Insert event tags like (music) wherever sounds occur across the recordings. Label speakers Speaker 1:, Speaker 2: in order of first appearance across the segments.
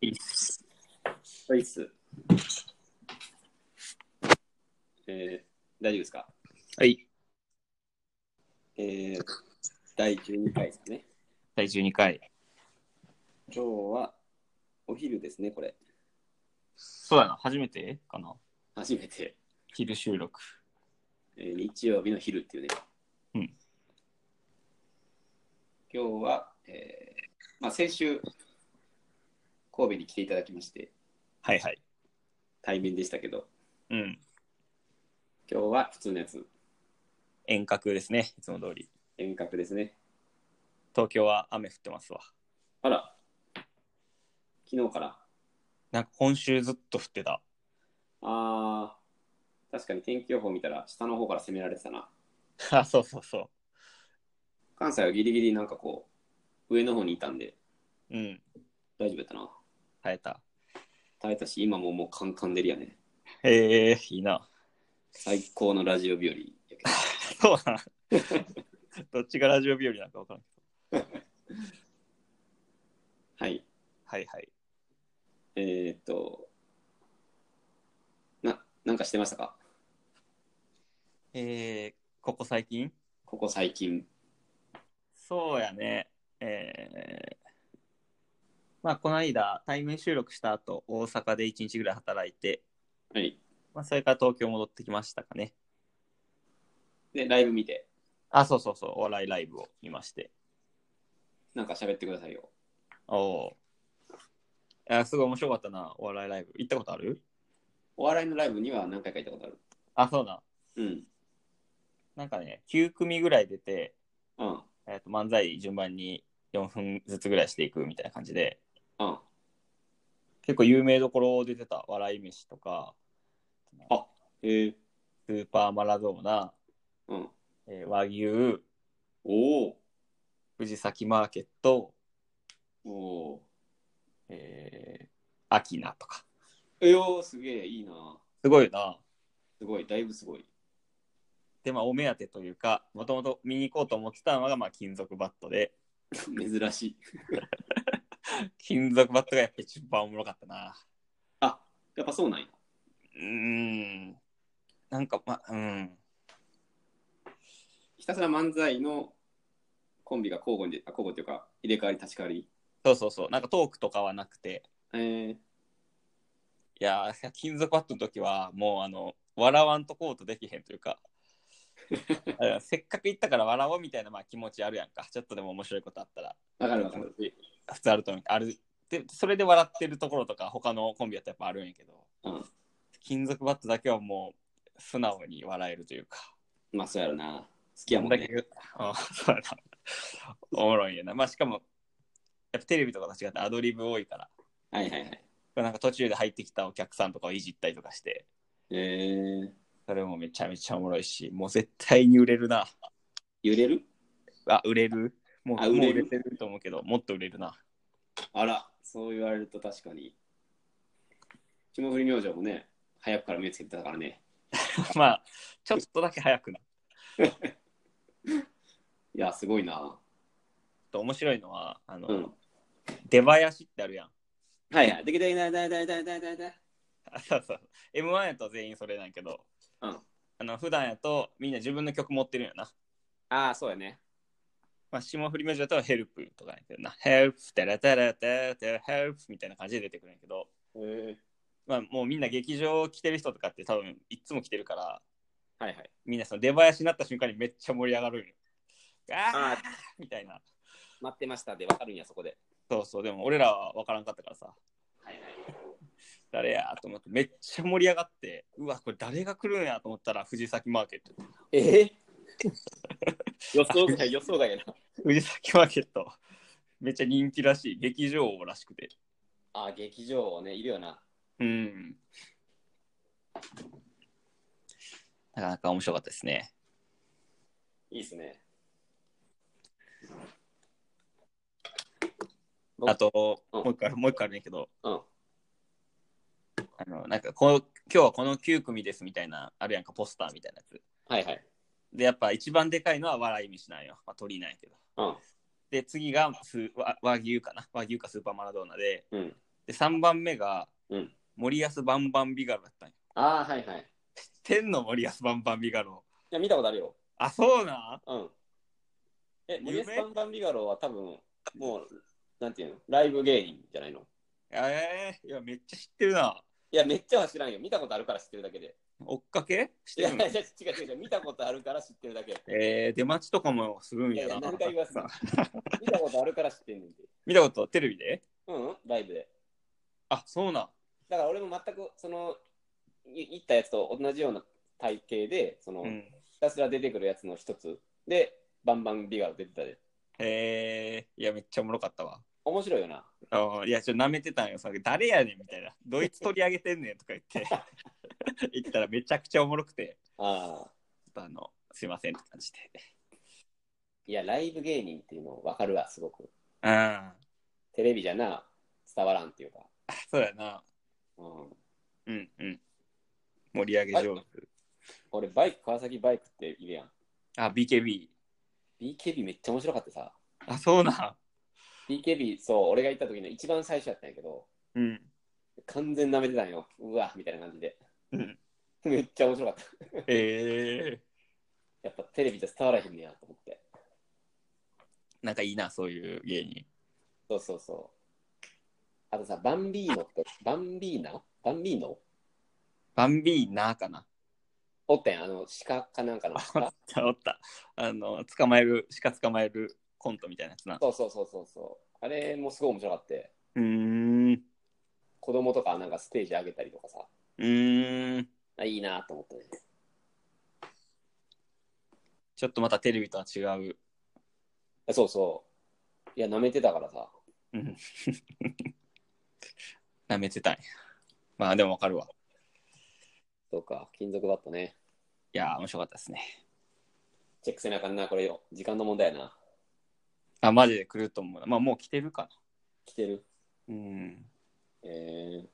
Speaker 1: い。はいっす。えー、大丈夫ですか
Speaker 2: はい。
Speaker 1: えー、第12回ですね。
Speaker 2: 第12回。
Speaker 1: 今日はお昼ですね、これ。
Speaker 2: そうだな、初めてかな。
Speaker 1: 初めて、
Speaker 2: 昼収録。
Speaker 1: えー日曜日の昼っていうね。
Speaker 2: うん。
Speaker 1: 今日は、えー、まあ先週、神戸に来ていただきまして、
Speaker 2: はいはい。
Speaker 1: 対面でしたけど、
Speaker 2: うん。
Speaker 1: 今日は普通のやつ、
Speaker 2: 遠隔ですね、いつも通り。
Speaker 1: 遠隔ですね。
Speaker 2: 東京は雨降ってますわ。
Speaker 1: あら、昨日から。
Speaker 2: なんか今週ずっと降ってた。
Speaker 1: あー、確かに天気予報見たら、下の方から攻められてたな。
Speaker 2: (laughs) あ、そうそうそ
Speaker 1: 関西はギリギリなんかこう、上の方にいたんで、
Speaker 2: う。うん。
Speaker 1: 大丈夫だったな。
Speaker 2: 晴れた。
Speaker 1: 耐えたし、今ももうカンカン出るやね。
Speaker 2: へえ、いいな。
Speaker 1: 最高のラジオ日和やけ
Speaker 2: そ
Speaker 1: ど。
Speaker 2: うだな。 (laughs) どっちがラジオ日和なんかわからんけど。
Speaker 1: はい。
Speaker 2: はいはい。
Speaker 1: えー、っと、な、なんかしてましたか
Speaker 2: えー、ここ最近
Speaker 1: ここ最近。
Speaker 2: そうやね。えー、まあ、この間、対面収録した後、大阪で1日ぐらい働いて、
Speaker 1: はい。
Speaker 2: まあ、それから東京戻ってきましたかね。
Speaker 1: で、ライブ見て、
Speaker 2: あ、そうそうそう、お笑いライブを見まして。
Speaker 1: なんか喋ってくださいよ。
Speaker 2: おお。いや、すごい面白かったな、お笑いライブ。行ったことある
Speaker 1: お笑いのライブには何回か行ったことある。
Speaker 2: あ、そうな。
Speaker 1: うん。
Speaker 2: なんかね、9組ぐらい出て、
Speaker 1: うん。
Speaker 2: えー、と漫才順番に4分ずつぐらいしていくみたいな感じで、
Speaker 1: うん。
Speaker 2: 結構有名どころ出てた、笑い飯とか、
Speaker 1: えー、
Speaker 2: スーパーマラドーナ、
Speaker 1: うん。
Speaker 2: えー和牛、
Speaker 1: おー。
Speaker 2: 藤崎マーケット、
Speaker 1: おー。
Speaker 2: えー、アキナとか。
Speaker 1: えよー、すげえ、いいな。
Speaker 2: すごいよな。
Speaker 1: すごい、だいぶすごい。
Speaker 2: で、まあ、お目当てというか、もともと見に行こうと思ってたのが、まあ、金属バットで、
Speaker 1: 珍しい。
Speaker 2: 金属バットがやっぱ一番おもろかったな。
Speaker 1: あ、やっぱそうなんや。
Speaker 2: うーん。なんか、まあ、うん。
Speaker 1: ひたすら漫才のコンビが交互に、あ交互っていうか、入れ替わり立ち替わり。
Speaker 2: そうそうそう。なんかトークとかはなくて。
Speaker 1: えー、
Speaker 2: いやー、金属バットの時は、もう、あの、笑わんとこうとできへんというか。あれせっかく行ったから笑おうみたいな、まあ、気持ちあるやんか。ちょっとでも面白いことあったら。
Speaker 1: わかるわかる。
Speaker 2: 普通あると思う。ある。で、それで笑ってるところとか、他のコンビだとやっぱあるんやけど、
Speaker 1: うん。
Speaker 2: 金属バットだけはもう、素直に笑えるというか。
Speaker 1: まあ、そうやろな。好きやもん
Speaker 2: だ
Speaker 1: ね。
Speaker 2: けどあ (laughs) そうやな。おもろいよな。まあしかも、やっぱテレビとかと違ってアドリブ多いから、
Speaker 1: はいはいはい。
Speaker 2: なんか途中で入ってきたお客さんとかをいじったりとかして、
Speaker 1: えー、
Speaker 2: それもめちゃめちゃおもろいし、もう絶対に売れるな。
Speaker 1: 揺れる
Speaker 2: あ、売れるも
Speaker 1: あ
Speaker 2: う
Speaker 1: 売
Speaker 2: 売
Speaker 1: れ
Speaker 2: れ
Speaker 1: る
Speaker 2: る売れてると思うけど、もっと売れるな。 (laughs)
Speaker 1: あら、そう言われると確かに。霜降り明星もね、早くから目つけてたからね。
Speaker 2: まあ、ちょっとだけ早くな。
Speaker 1: いや、すごいな。
Speaker 2: と面白いのは、あの、
Speaker 1: うん。
Speaker 2: 出囃子ってあるやん。
Speaker 1: はいはい。できない、だいだいだいだいだいだいだい。
Speaker 2: あそうそう。M1 やと全員それなんやけど、
Speaker 1: うん
Speaker 2: あの普段やとみんな自分の曲持ってるんやな。
Speaker 1: ああ、そうやね。
Speaker 2: まあ、霜降り明星だとヘルプとかやけどな、ヘルプ、テレテレテレテレ、ヘルプみたいな感じで出てくるんやけど、
Speaker 1: えー、
Speaker 2: まあ、もうみんな劇場来てる人とかって多分いつも来てるから、
Speaker 1: はいはい。
Speaker 2: みんなその出囃子になった瞬間にめっちゃ盛り上がるんよ。あー
Speaker 1: あ
Speaker 2: みたいな。
Speaker 1: 待ってましたでわかるんや、そこで。
Speaker 2: そうそう、でも俺らは分からんかったからさ、
Speaker 1: はいはい。
Speaker 2: 誰やと思って、めっちゃ盛り上がって、うわ、これ誰が来るんやと思ったら、藤崎マーケット。
Speaker 1: え
Speaker 2: (laughs)
Speaker 1: え予想外、予想外やな。
Speaker 2: 藤崎マーケット、めっちゃ人気らしい、劇場王らしくて。
Speaker 1: あ、劇場ね、いるよな。
Speaker 2: うん。なかなか面白かったですね。
Speaker 1: いいっすね。僕
Speaker 2: あと、
Speaker 1: うん
Speaker 2: もう一個ある、もう一個あるんやけど、
Speaker 1: うん。
Speaker 2: あの、なんかこう、今日はこの9組ですみたいな、あるやんか、ポスターみたいなやつ。
Speaker 1: はいはい。
Speaker 2: で、やっぱ一番でかいのは笑い飯なんよ。まあ、鳥なんやけど。
Speaker 1: うん。
Speaker 2: で、次がス和和牛かな。和牛かスーパーマラドーナで、
Speaker 1: うん。
Speaker 2: で、3番目が、
Speaker 1: うん
Speaker 2: 森保バンバンビガロだったんよ。
Speaker 1: ああ、はいはい。い
Speaker 2: 天の森保バンバンビガロ。
Speaker 1: や、見たことあるよ。
Speaker 2: あ、そうなん
Speaker 1: うん。え、森
Speaker 2: 有名
Speaker 1: 保バンバンビガロは多分、もう、なんていうの、ライブ芸人じゃないの
Speaker 2: ええいや、めっちゃ知ってるな。
Speaker 1: いや、めっちゃは知らんよ。見たことあるから知ってるだけで。
Speaker 2: 追っかけし
Speaker 1: い
Speaker 2: て
Speaker 1: や、
Speaker 2: る
Speaker 1: い
Speaker 2: の
Speaker 1: や違う違う違う。見たことあるから知ってるだけ。
Speaker 2: えー、出待ちとかもするん
Speaker 1: い
Speaker 2: や
Speaker 1: やいや、
Speaker 2: な。
Speaker 1: 何回言わすの見たことあるから知ってんねんて。
Speaker 2: (laughs) 見たことテレビで
Speaker 1: うん、うん、ライブで。
Speaker 2: あ、そうなん。
Speaker 1: だから俺も全く、その、い行ったやつと同じような体型で、その、
Speaker 2: うん。
Speaker 1: ひたすら出てくるやつの一つで、バンバンビガロ出てたで。
Speaker 2: えー、いや、めっちゃおもろかったわ。
Speaker 1: 面白いよな。
Speaker 2: あーいや、ちょっと舐めてたんよ。それ誰やねんみたいな。ドイツ取り上げてんねんとか言って。 (laughs) 言ったらめちゃくちゃおもろくて。
Speaker 1: ああ。
Speaker 2: ちょっとあの、すいませんって感じで。
Speaker 1: いや、ライブ芸人っていうの分かるわ、すごく。
Speaker 2: うん。あ
Speaker 1: テレビじゃな、伝わらんっていうか。
Speaker 2: そうやな。
Speaker 1: うん、
Speaker 2: うんうん。盛り上げ上手。
Speaker 1: 俺、バイク、川崎バイクっているやん。
Speaker 2: あ、BKB。
Speaker 1: BKB めっちゃ面白かったさ。
Speaker 2: あ、そうなん。
Speaker 1: BKB、そう、俺が行った時の一番最初やったんやけど、
Speaker 2: うん。
Speaker 1: 完全舐めてたんよ。うわ、みたいな感じで。
Speaker 2: うん
Speaker 1: めっちゃ面白かった。
Speaker 2: え
Speaker 1: やっぱテレビじゃ伝わらへんねやと思って。
Speaker 2: ー、なんかいいな、そういう芸人。
Speaker 1: そうそうそう。あとさ、バンビーノって、バンビーナバンビーノ
Speaker 2: バンビーナーかな。
Speaker 1: おってん、あの、鹿かなんかの鹿。
Speaker 2: おった。あの、捕まえる、鹿捕まえるコントみたいなやつな。
Speaker 1: そうそうそうそうそう。あれもすごい面白かった。
Speaker 2: うーん。
Speaker 1: 子供とかなんかステージ上げたりとかさ。
Speaker 2: うーん。
Speaker 1: あいいなと思ったね。
Speaker 2: ちょっとまたテレビとは違う。
Speaker 1: そうそう。いや、舐めてたからさ。
Speaker 2: うん。舐めてたんや。まあでもわかるわ。
Speaker 1: そうか、金属バットね。
Speaker 2: いやー、面白かったですね。
Speaker 1: チェックせなあかんな、これよ。時間の問題やな。
Speaker 2: あ、マジで来ると思うな。まあもう来てるか
Speaker 1: 来てる。
Speaker 2: な。うん。 (laughs)
Speaker 1: えー、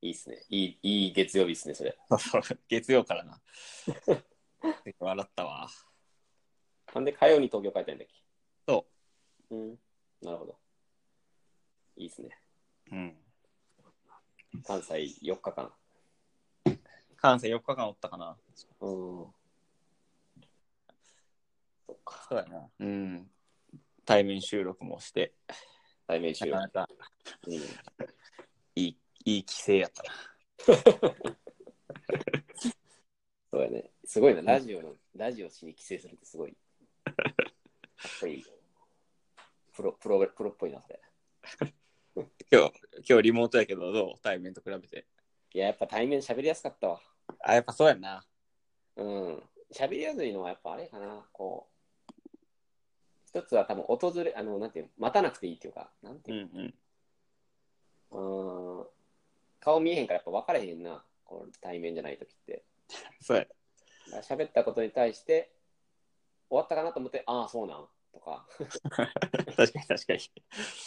Speaker 1: いいっすね。いい、いい月曜日っすね、それ。
Speaker 2: そうそう。月曜からな。笑ったわ。
Speaker 1: なんで火曜に東京帰ったんだっけ。
Speaker 2: そう
Speaker 1: うん。なるほど。いいっすね。
Speaker 2: うん。
Speaker 1: 関西4日間。
Speaker 2: 関西4日間おったかな。
Speaker 1: うん。そっか。
Speaker 2: そうやな。うん。対面収録もして、
Speaker 1: 対面収
Speaker 2: な
Speaker 1: 録
Speaker 2: か。なか
Speaker 1: うん
Speaker 2: いい、いい規制やったな。
Speaker 1: そうやね。すごいな、ラジオの、ラジオしに帰省するってすごい。かっこいい。プロ、プロ、プロっぽいな、それ。
Speaker 2: 今日、今日リモートやけど、どう対面と比べて。
Speaker 1: いや、やっぱ対面喋りやすかったわ。
Speaker 2: あ、やっぱそうやんな。
Speaker 1: うん。喋りやすいのはやっぱあれかな、こう。一つは多分訪れ、あの、なんていうの、待たなくていいっていうか、なんて
Speaker 2: うん
Speaker 1: いう
Speaker 2: うん。
Speaker 1: の、うん、顔見えへんからやっぱ分からへんな、この対面じゃない時って。
Speaker 2: そうや。
Speaker 1: だから喋ったことに対して、終わったかなと思って、ああ、そうなん、とか。
Speaker 2: 確かに確かに。
Speaker 1: ちょ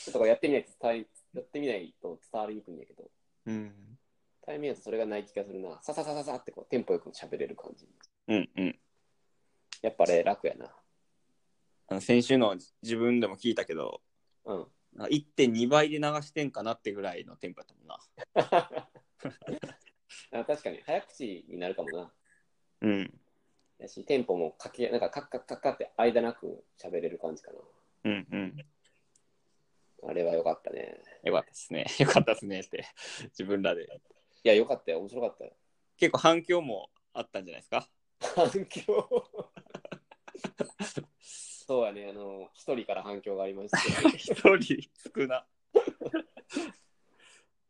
Speaker 1: っとこれやってみないと伝わり、やってみないと伝わりにくいんだけど、
Speaker 2: うん。
Speaker 1: 対面だとそれがない気がするな。さささささってこうテンポよく喋れる感じ。
Speaker 2: うんうん。
Speaker 1: やっぱあれ楽やな。
Speaker 2: あの先週の自分でも聞いたけど、
Speaker 1: うん。
Speaker 2: なんか1.2倍で流してんかなってぐらいのテンポやったもんな。
Speaker 1: あ確かに早口になるかもな。
Speaker 2: うん。
Speaker 1: やし、テンポもかけ、なんかカッカッカッカって間なく喋れる感じか
Speaker 2: うんうん。
Speaker 1: な。あれは良かったね。
Speaker 2: よかったですね。 (laughs) よかったですねって、自分らで。
Speaker 1: いや、良かったよ。面白かったよ。
Speaker 2: 結構反響もあったんじゃないですか。
Speaker 1: 反響そうやね。あの、一人から反響がありまして、
Speaker 2: 一人少な。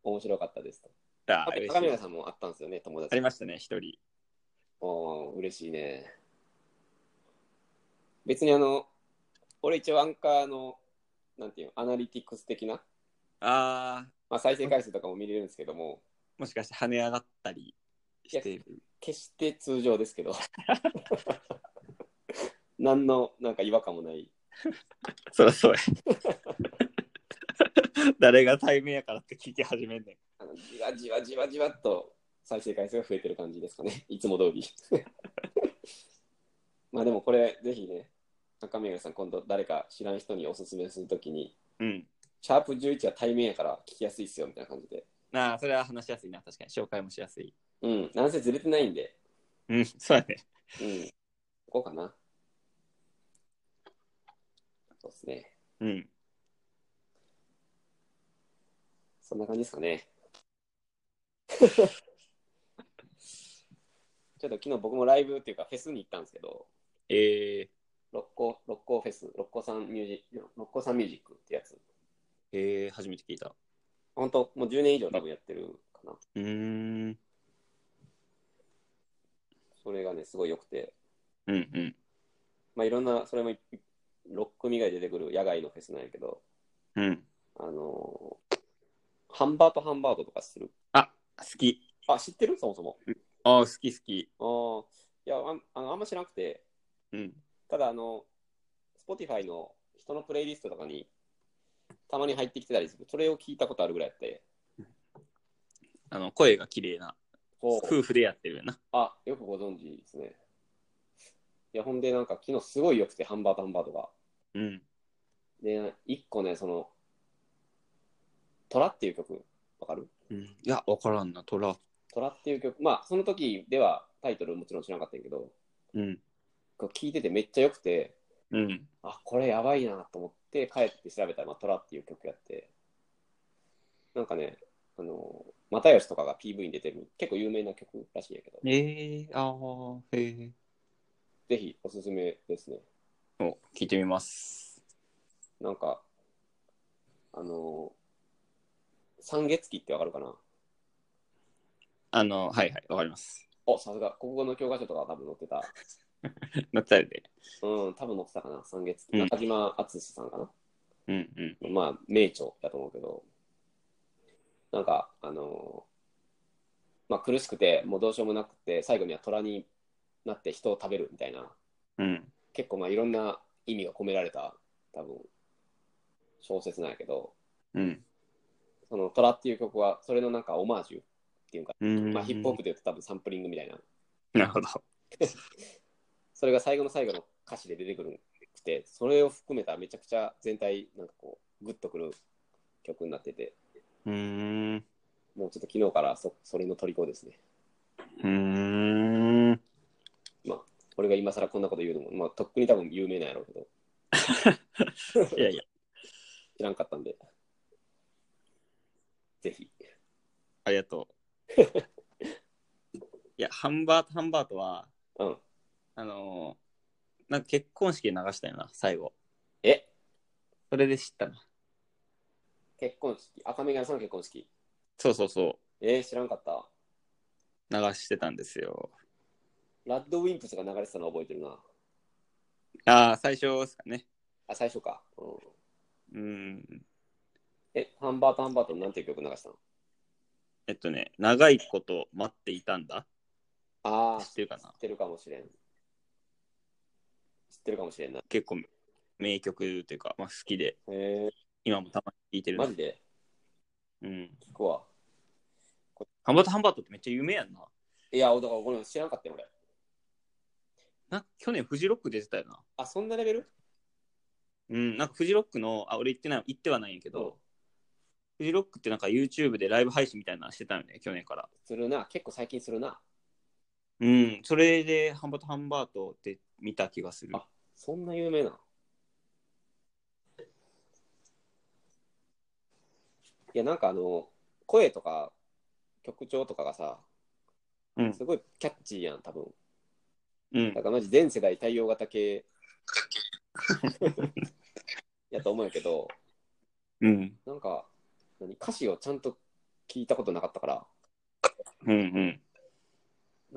Speaker 1: 面白かったですと。
Speaker 2: あ
Speaker 1: あと、
Speaker 2: 嬉し
Speaker 1: 高
Speaker 2: い
Speaker 1: 宮さんもあったんですよね、友
Speaker 2: あ
Speaker 1: 達
Speaker 2: り。ましたね、一人。
Speaker 1: おー嬉しいね。別にあの、俺一応アンカーの、なんていうの、アナリティクス的な、
Speaker 2: ああ、
Speaker 1: まあ、再生回数とかも見れるんですけども、
Speaker 2: もしかして跳ね上がったりしている。
Speaker 1: 決して通常ですけど、 (laughs) 何のなんか違和感もない。
Speaker 2: (laughs) そりゃそうや。誰が対面やからって聞き始めんねん。
Speaker 1: あのじわじわじわじわっと再生回数が増えてる感じですかね、いつも通り。 (laughs) まあでもこれ、ぜひね、中宮さん、今度誰か知らん人におすすめするときに、
Speaker 2: うん。
Speaker 1: シャープ11は対面やから聞きやすいっすよみたいな感じで。
Speaker 2: なあ、それは話しやすいな、確かに。紹介もしやすい。
Speaker 1: うん、なんせずれてないんで、
Speaker 2: うん、そうやね。
Speaker 1: うん、こうかな。そうですね。
Speaker 2: うん。
Speaker 1: そんな感じですかね。 (laughs) ちょっと昨日僕もライブっていうかフェスに行ったんですけど、
Speaker 2: え
Speaker 1: 六甲、六甲フェス、六甲さんミュージック、六甲さんミュージックってやつ。
Speaker 2: ー、えー、初めて聞いた。
Speaker 1: 本当もう10年以上多分やってるかな。
Speaker 2: うーん。
Speaker 1: それがね、すごい良くて。
Speaker 2: うんうん。
Speaker 1: まあいろんな、それもい6組ぐらい出てくる野外のフェスなんやけど、
Speaker 2: うん。
Speaker 1: あのーハンバートハンバートとかする。
Speaker 2: 好き。
Speaker 1: あ、知ってるそもそも。
Speaker 2: ああ、好き好き。
Speaker 1: ああ、いやあんあの、あんま知らなくて、
Speaker 2: うん。
Speaker 1: ただあの、Spotify の人のプレイリストとかにたまに入ってきてたりする。それを聞いたことあるぐらいやって。
Speaker 2: あの、声が綺麗な。
Speaker 1: お
Speaker 2: 夫婦でやってるよな。
Speaker 1: あ、よくご存知ですね。いや、ほんでなんか昨日すごい良くて、ハンバートハンバートが。
Speaker 2: うん。
Speaker 1: で、一個ね、その、トラっていう曲、わかる
Speaker 2: うん、いや、わからんな、トラ。
Speaker 1: トラっていう曲、まあ、その時ではタイトルもちろん知らなかったんやけど、
Speaker 2: うん。
Speaker 1: こう聞いててめっちゃ良くて、
Speaker 2: うん。
Speaker 1: あ、これやばいなと思って帰って調べたら、まあ、トラっていう曲やって、なんかね、あの、又吉とかが PV に出てる、結構有名な曲らしいんやけど、
Speaker 2: ええー、ああ、へえ。
Speaker 1: ぜひおすすめですね。
Speaker 2: お、聞いてみます。
Speaker 1: なんか、あの、三月期ってわかるかな
Speaker 2: あの、はいはい、わかります。
Speaker 1: お、さすが、国語の教科書とか多分載ってた。
Speaker 2: なったりで。
Speaker 1: うん、多分載ってたかな、三月期。
Speaker 2: うん
Speaker 1: 中島敦さんかな。
Speaker 2: うんうん。
Speaker 1: まあ、名著だと思うけど、なんか、あのーまあ、苦しくて、もうどうしようもなくて、最後には虎になって人を食べるみたいな、
Speaker 2: うん。
Speaker 1: 結構、まあ、いろんな意味が込められた、多分小説なんやけど、
Speaker 2: うん。
Speaker 1: その虎っていう曲は、それのなんかオマージュっていうか、
Speaker 2: うん
Speaker 1: まあ、ヒップホップで言うと多分サンプリングみたいな、
Speaker 2: なるほど。
Speaker 1: それが最後の最後の歌詞で出てくるくて、それを含めためちゃくちゃ全体、なんかこう、グッとくる曲になってて、
Speaker 2: うーん。う
Speaker 1: もうちょっと昨日からそそれの虜ですね。
Speaker 2: ーん。
Speaker 1: 俺が今更こんなこと言うのも、まあ、とっくに多分有名なんやろうけど、
Speaker 2: いやいや。
Speaker 1: 知らんかったんで、ぜひ。
Speaker 2: ありがとう。 (laughs) いや、ハンバート、ハンバートは、
Speaker 1: うん。
Speaker 2: あのーなんか結婚式で流したよな、最後。
Speaker 1: え、
Speaker 2: それで知ったな。
Speaker 1: 結婚式、赤目がさんの結婚式。
Speaker 2: そうそうそ
Speaker 1: えー知らんかった。
Speaker 2: う。流してたんですよ。
Speaker 1: ラッドウィンプスが流れてたの覚えてるな。
Speaker 2: ああ、最初ですかね。
Speaker 1: あ、最初か。うん、
Speaker 2: うん。
Speaker 1: え、ハンバートハンバートなんていう曲流したの
Speaker 2: えっとね、長いこと待っていたんだ。
Speaker 1: ああ、
Speaker 2: 知ってるかな
Speaker 1: 知ってるかもしれん。知ってるかもしれんな。
Speaker 2: 結構名曲というか、まあ、好きで、
Speaker 1: へ
Speaker 2: 今もたまに聴いて
Speaker 1: え、
Speaker 2: る。
Speaker 1: マジで
Speaker 2: うん。
Speaker 1: 聞くわ。
Speaker 2: ハンバートハンバートってめっちゃ有名やんな。
Speaker 1: いや、だからごめん、知らんかったよ、俺。
Speaker 2: なんか去年フジロック出てたよな。
Speaker 1: あ、そんなレベル
Speaker 2: うん、なんかフジロックの、あ、俺行ってない、行ってはないんやけど、
Speaker 1: うん
Speaker 2: フジロックってなんか YouTube でライブ配信みたいなのしてたよね、去年から。
Speaker 1: するな。結構最近するな。
Speaker 2: うん、それでハンバートハンバートって見た気がする。
Speaker 1: あそんな有名なのいやなんかあの声とか曲調とかがさ、
Speaker 2: うん
Speaker 1: すごいキャッチーやん多分
Speaker 2: うん
Speaker 1: だ、からマジ全世代対応
Speaker 2: (laughs)
Speaker 1: 型系やと思うんやけど
Speaker 2: うん、
Speaker 1: なんか何歌詞をちゃんと聞いたことなかったから
Speaker 2: うん、うん。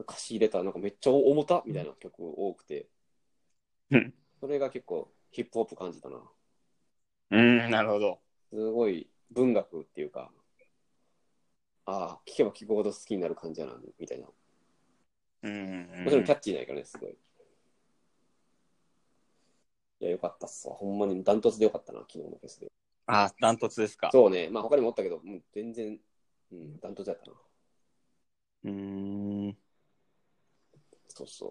Speaker 1: 歌詞入れたらなんかめっちゃ重たみたいな曲多くて
Speaker 2: うん
Speaker 1: それが結構ヒップホップ感じたな
Speaker 2: うん、なるほど。
Speaker 1: すごい文学っていうか、ああ、聞けば聞くほど好きになる感じやな、みたいな。
Speaker 2: うん、
Speaker 1: もちろんキャ
Speaker 2: ッ
Speaker 1: ッチーなんやけどね、すごい。いや、よかったっすわ。ほんまにダントツでよかったな、昨日のフェスで。
Speaker 2: あ、ダントツですか。
Speaker 1: そうね、まあ他にもおったけど、もう全然、うん、ダントツやったな。
Speaker 2: う。うん。
Speaker 1: そうそう。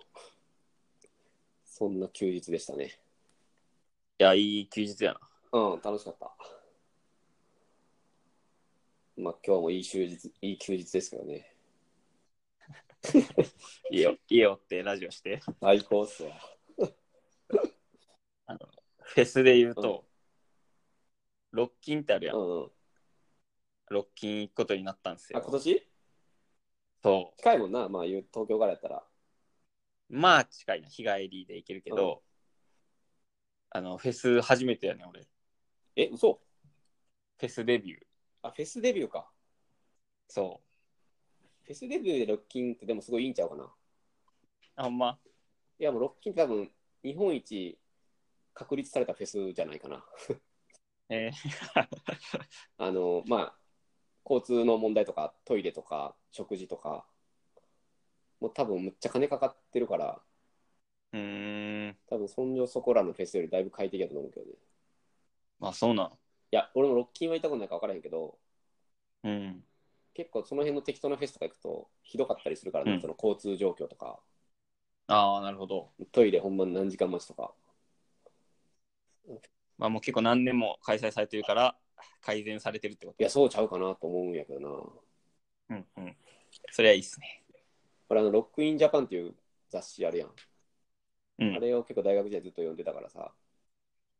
Speaker 1: そんな休日でしたね。
Speaker 2: いや、いい休日やな。
Speaker 1: うん、楽しかった。まあ今日もいい終日、いい休日ですけどね。
Speaker 2: いいよ、いいよってラジオして。 (laughs)
Speaker 1: 最高っすわ。
Speaker 2: フェスで言うと、ロッキンってあるやん。
Speaker 1: うんうん。
Speaker 2: ロッキン行くことになったんです
Speaker 1: あ、
Speaker 2: よ
Speaker 1: 今。年
Speaker 2: そ
Speaker 1: 近いもんな、まあ言う東京からやったら。
Speaker 2: う。まあ近いな、日帰りで行けるけど、あの、フェス初めてやねん、俺。フ
Speaker 1: え、嘘
Speaker 2: ェスデビュー。
Speaker 1: あ、フェスデビューか。
Speaker 2: そ
Speaker 1: フェスデビューでロッキンってでもすごいいいんちゃうかな。
Speaker 2: う。あほんま。
Speaker 1: いや、もうロッキンって多分、日本一確立されたフェスじゃないかな。
Speaker 2: え
Speaker 1: あの、まあ、交通の問題とか、トイレとか、食事とか、もう多分むっちゃ金かかってるから、
Speaker 2: ー、うーん。
Speaker 1: 多分そんじょそこらのフェスよりだいぶ快適だと思うけどね。
Speaker 2: まあそうなの。
Speaker 1: いや、俺もロッキンは行ったことないから分からへんけど、
Speaker 2: うん。
Speaker 1: 結構その辺の適当なフェスとか行くと、ひどかったりするからね、
Speaker 2: うん
Speaker 1: その交通状況とか、
Speaker 2: ああ、なるほど。
Speaker 1: トイレほんまに何時間待ちとか。
Speaker 2: まあもう結構何年も開催されてるから、改善されてるってこと
Speaker 1: いや、そうちゃうかなと思うんやけどな。
Speaker 2: うんうん。それはいいっすね。
Speaker 1: 俺、あの、ロックインジャパンっていう雑誌あるやん。
Speaker 2: う
Speaker 1: あ
Speaker 2: ん。
Speaker 1: れを結構大学時代ずっと読んでたからさ、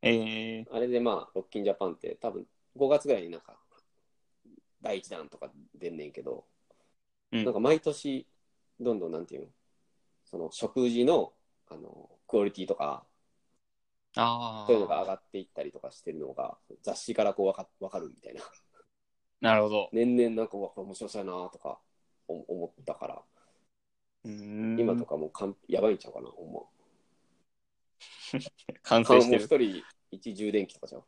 Speaker 2: えー、
Speaker 1: あれでまあ、ロッキンジャパンって多分5月ぐらいになんか、第1弾とか出んねんけど、
Speaker 2: うん
Speaker 1: なんか毎年、どんどんなんていうの、その食事の、あの、クオリティとか、
Speaker 2: ああ。
Speaker 1: そういうのが上がっていったりとかしてるのが、雑誌からこうわかわかるみたいな。 (laughs)
Speaker 2: なるほど。
Speaker 1: 年々なんか、うわ、これ面白そうやなとかお思ったから、今
Speaker 2: 今
Speaker 1: とかもう完やばいんちゃうかな、ほんま。
Speaker 2: 完
Speaker 1: 顔
Speaker 2: 成
Speaker 1: も
Speaker 2: して
Speaker 1: う
Speaker 2: る
Speaker 1: 一。人一充電器とかじゃん。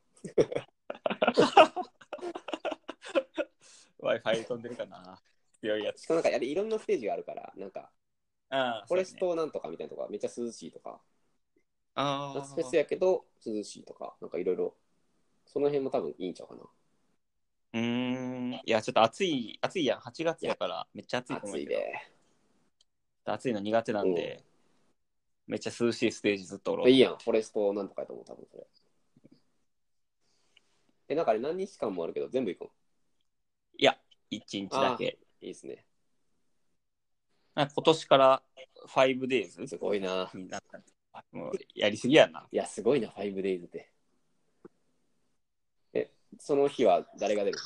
Speaker 2: Wi-Fi 飛んでるかな。強いやつ。
Speaker 1: しかもなんか、あれいろんなステージがあるから、なんか、
Speaker 2: ああ、
Speaker 1: フォレス
Speaker 2: そうね
Speaker 1: トなんとかみたいなとか、めっちゃ涼しいとか、
Speaker 2: ああ
Speaker 1: 夏フェスやけど涼しいとか、なんかいろいろ、その辺も多分いいんちゃうかな。
Speaker 2: うーん。いや、ちょっと暑い、暑いやん。8月やから、めっちゃ暑いと思う
Speaker 1: 暑
Speaker 2: け
Speaker 1: い
Speaker 2: ど。
Speaker 1: で。
Speaker 2: 暑いの苦手なんで、めっちゃ涼しいステージずっとおろう。
Speaker 1: いいやん、フォレストなんとかやと思う、多分それ。え、なんかあれ何日間もあるけど、全部行く
Speaker 2: いや、1日だけ。
Speaker 1: んいいですね。
Speaker 2: なんか今年から 5days
Speaker 1: すごいな。
Speaker 2: になった。もうやりすぎやな。
Speaker 1: いや、すごいな、5days って。え、その日は誰が出る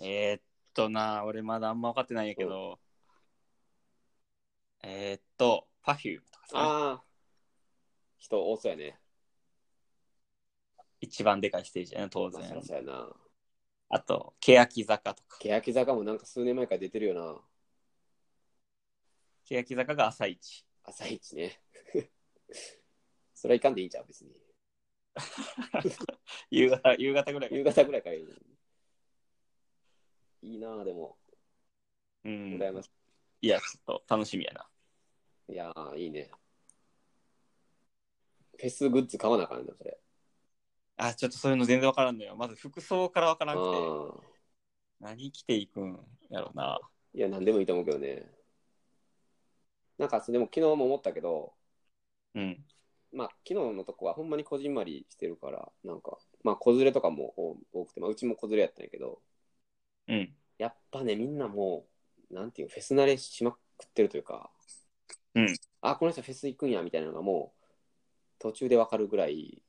Speaker 2: えー、っとな、俺まだあんま分かってないんやけど、えー、っと、Perfume とかさ、
Speaker 1: ああ。人多そうやね。
Speaker 2: 一番でかいステージやな、当
Speaker 1: まあ、
Speaker 2: 然。
Speaker 1: そりゃそうやな。
Speaker 2: あと、欅坂とか。
Speaker 1: 欅坂もなんか数年前から出てるよな。
Speaker 2: 欅坂が朝一。
Speaker 1: 朝一ね。 (laughs) それはいかんでいいんちゃう、別に。
Speaker 2: 夕方、夕方ぐらい
Speaker 1: 夕
Speaker 2: が。
Speaker 1: 方ぐらいからいいのに。いいなぁ、でも。
Speaker 2: うん。
Speaker 1: 羨まし
Speaker 2: いや、ちょっと楽しみやな。
Speaker 1: い。いやーいいね。フェスグッズ買わなあかんの、それ。
Speaker 2: あ、ちょっとそういうの全然わからんのよ。まず服装からわから
Speaker 1: あ
Speaker 2: んくて、
Speaker 1: あ。
Speaker 2: 何着ていくんやろうな。
Speaker 1: いや、なんでもいいと思うけどね。なんか、それでも昨日も思ったけど、
Speaker 2: うん。
Speaker 1: まあ、昨日のとこはほんまにこじんまりしてるから、なんか、まあ、子連れとかも多多くて、まあ、うちも子連れやったんやけど、
Speaker 2: うん。
Speaker 1: やっぱね、みんなもう、なんていうのフェス慣れしまくってるというか、
Speaker 2: うん。
Speaker 1: あ、この人フェス行くんや、みたいなのがもう、途中でわかるぐらい、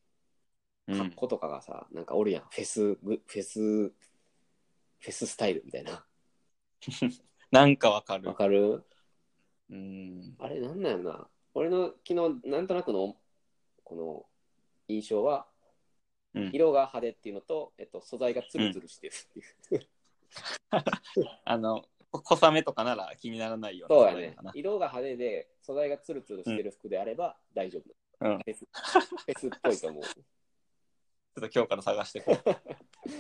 Speaker 2: う
Speaker 1: 格
Speaker 2: ん、
Speaker 1: 好とかがさ、なんかおるやん、フェス、ぐフェス、フェススタイルみたいな。
Speaker 2: なんかわかる
Speaker 1: わ。かる
Speaker 2: うん。
Speaker 1: あれ、なんなんやろな。俺の昨日、なんとなくの、この、印象は、
Speaker 2: うん、
Speaker 1: 色が派手っていうのと、えっと、素材がツルツルしてるっていう。
Speaker 2: あの、小雨とかなら気にならないような
Speaker 1: そうや
Speaker 2: 素材
Speaker 1: ね
Speaker 2: かな。
Speaker 1: 色が派手で素材がツルツルしてる服であれば大丈夫、
Speaker 2: うん
Speaker 1: フェスフェスっぽいと思う
Speaker 2: ちょっと今日から探してこ
Speaker 1: い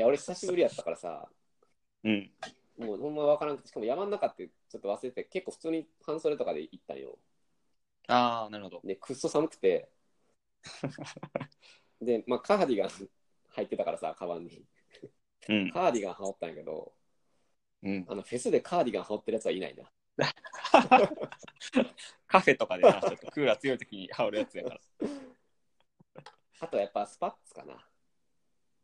Speaker 1: や俺久しぶりやったからさ
Speaker 2: う。うん。
Speaker 1: もうほんまわからんくてしかも山の中ってちょっと忘れてて結構普通に半袖とかで行ったんよ
Speaker 2: ああ、なるほど。
Speaker 1: でくっそ寒く (laughs) てでまあカーディガン入ってたからさカバンに
Speaker 2: うん。
Speaker 1: カーディガン羽織ったんやけど
Speaker 2: うん、
Speaker 1: あのフェスでカーディガン羽織ってるやつはいないな
Speaker 2: カフェとかでな、ちょっとクーラー強い時に羽織るやつやから。
Speaker 1: あとはやっぱスパッツかな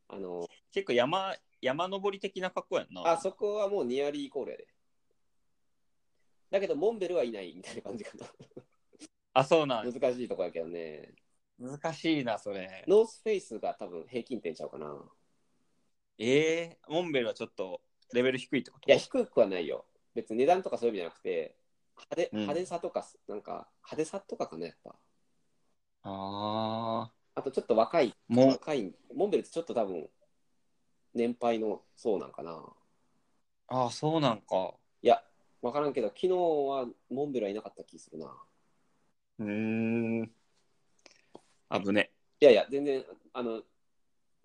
Speaker 1: あの
Speaker 2: 結構山山登り的な格好やんな。
Speaker 1: あそこはもうニアリーイコールやで。だけど、モンベルはいないみたいな感じか
Speaker 2: あそうな
Speaker 1: な。
Speaker 2: ん。
Speaker 1: 難しいとこやけどね。
Speaker 2: 難しいな、それ。
Speaker 1: ノースフェイスが多分平均点ちゃうかな。
Speaker 2: えー、モンベルはちょっとレベル低いってこと
Speaker 1: いや、低くはないよ。別に値段とかそういう意味じゃなくて、派手
Speaker 2: うん
Speaker 1: 派手さとか、なんか、派手さとかかな、やっぱ。
Speaker 2: ああ。
Speaker 1: あとちょっと若い、
Speaker 2: もう、
Speaker 1: 若い、モンベルってちょっと多分、年配の層なんかな。
Speaker 2: ああ、そうなんか。
Speaker 1: いや、わからんけど、昨日はモンベルはいなかった気するな。
Speaker 2: うーん。危ね。
Speaker 1: いやいや、全然、あの、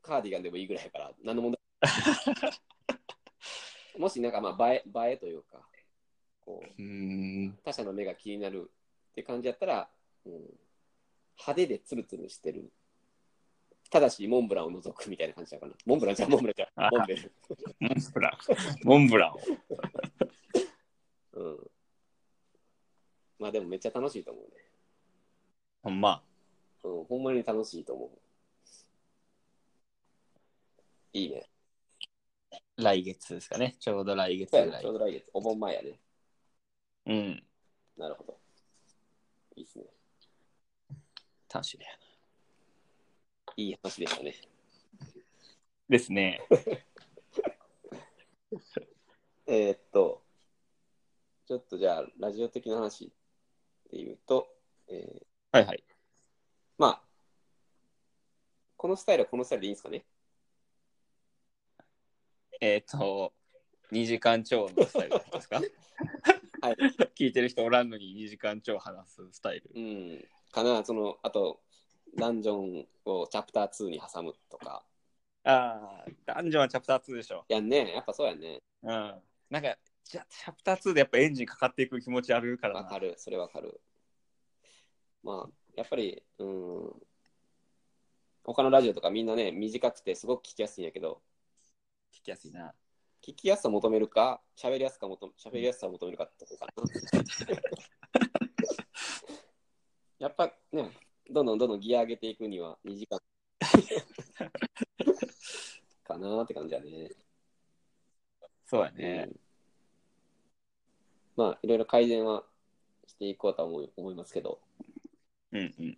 Speaker 1: カーディガンでもいいぐらいやから、何の問題
Speaker 2: (laughs)
Speaker 1: ない。もし、なんか、まあ、映え、映えというか、こう、
Speaker 2: うーん。
Speaker 1: 他者の目が気になるって感じやったら、うん、派手でツルツルしてる。ただし、モンブランを除くみたいな感じだから。モンブラン
Speaker 2: (laughs)
Speaker 1: じゃん、モンブランじゃん、モンベル。
Speaker 2: モンブラン。モンブランを。
Speaker 1: うん。まあ、でもめっちゃ楽しいと思うね。
Speaker 2: ほんま。
Speaker 1: うん、ほんまに楽しいと思う。いいね。
Speaker 2: 来月ですかね。ちょうど来月
Speaker 1: そう
Speaker 2: ぐ
Speaker 1: や
Speaker 2: ら
Speaker 1: ね
Speaker 2: い
Speaker 1: ちょう。ど来月、お盆前やね。
Speaker 2: うん。
Speaker 1: なるほど。いいですね。
Speaker 2: 楽しみやない
Speaker 1: い話でしたね。
Speaker 2: ですね。
Speaker 1: えーっと、ちょっとじゃあ、ラジオ的な話で言うと、えー
Speaker 2: はいはい。
Speaker 1: まあ、このスタイルはこのスタイルでいいんですかね。
Speaker 2: えっ、と、2時間超のスタイルですか
Speaker 1: はい。
Speaker 2: 聞いてる人おらんのに2時間超話すスタイル。
Speaker 1: うん。かな、その、あと、ダンジョンをチャプター2に挟むとか。
Speaker 2: ああ、ダンジョンはチャプター2でしょ。
Speaker 1: いやね、やっぱそうやね。
Speaker 2: うん。なんか、チャチャプター2でやっぱエンジンかかっていく気持ちあるから
Speaker 1: わか
Speaker 2: な。
Speaker 1: る、それわかる。まあ、やっぱり、うん。他のラジオとかみんなね、短くてすごく聞きやすいんやけど、
Speaker 2: 聞きやすいな。
Speaker 1: 聞きやすさ求めるか、喋りやすさ求め喋りやすさを求めるかってとこかな。やっぱね、どんどんどんどんギア上げていくには2時間かなーって感じだね。
Speaker 2: そうやね
Speaker 1: う。んまあ、いろいろ改善はしていこうとは思い思いますけど、
Speaker 2: うんうん。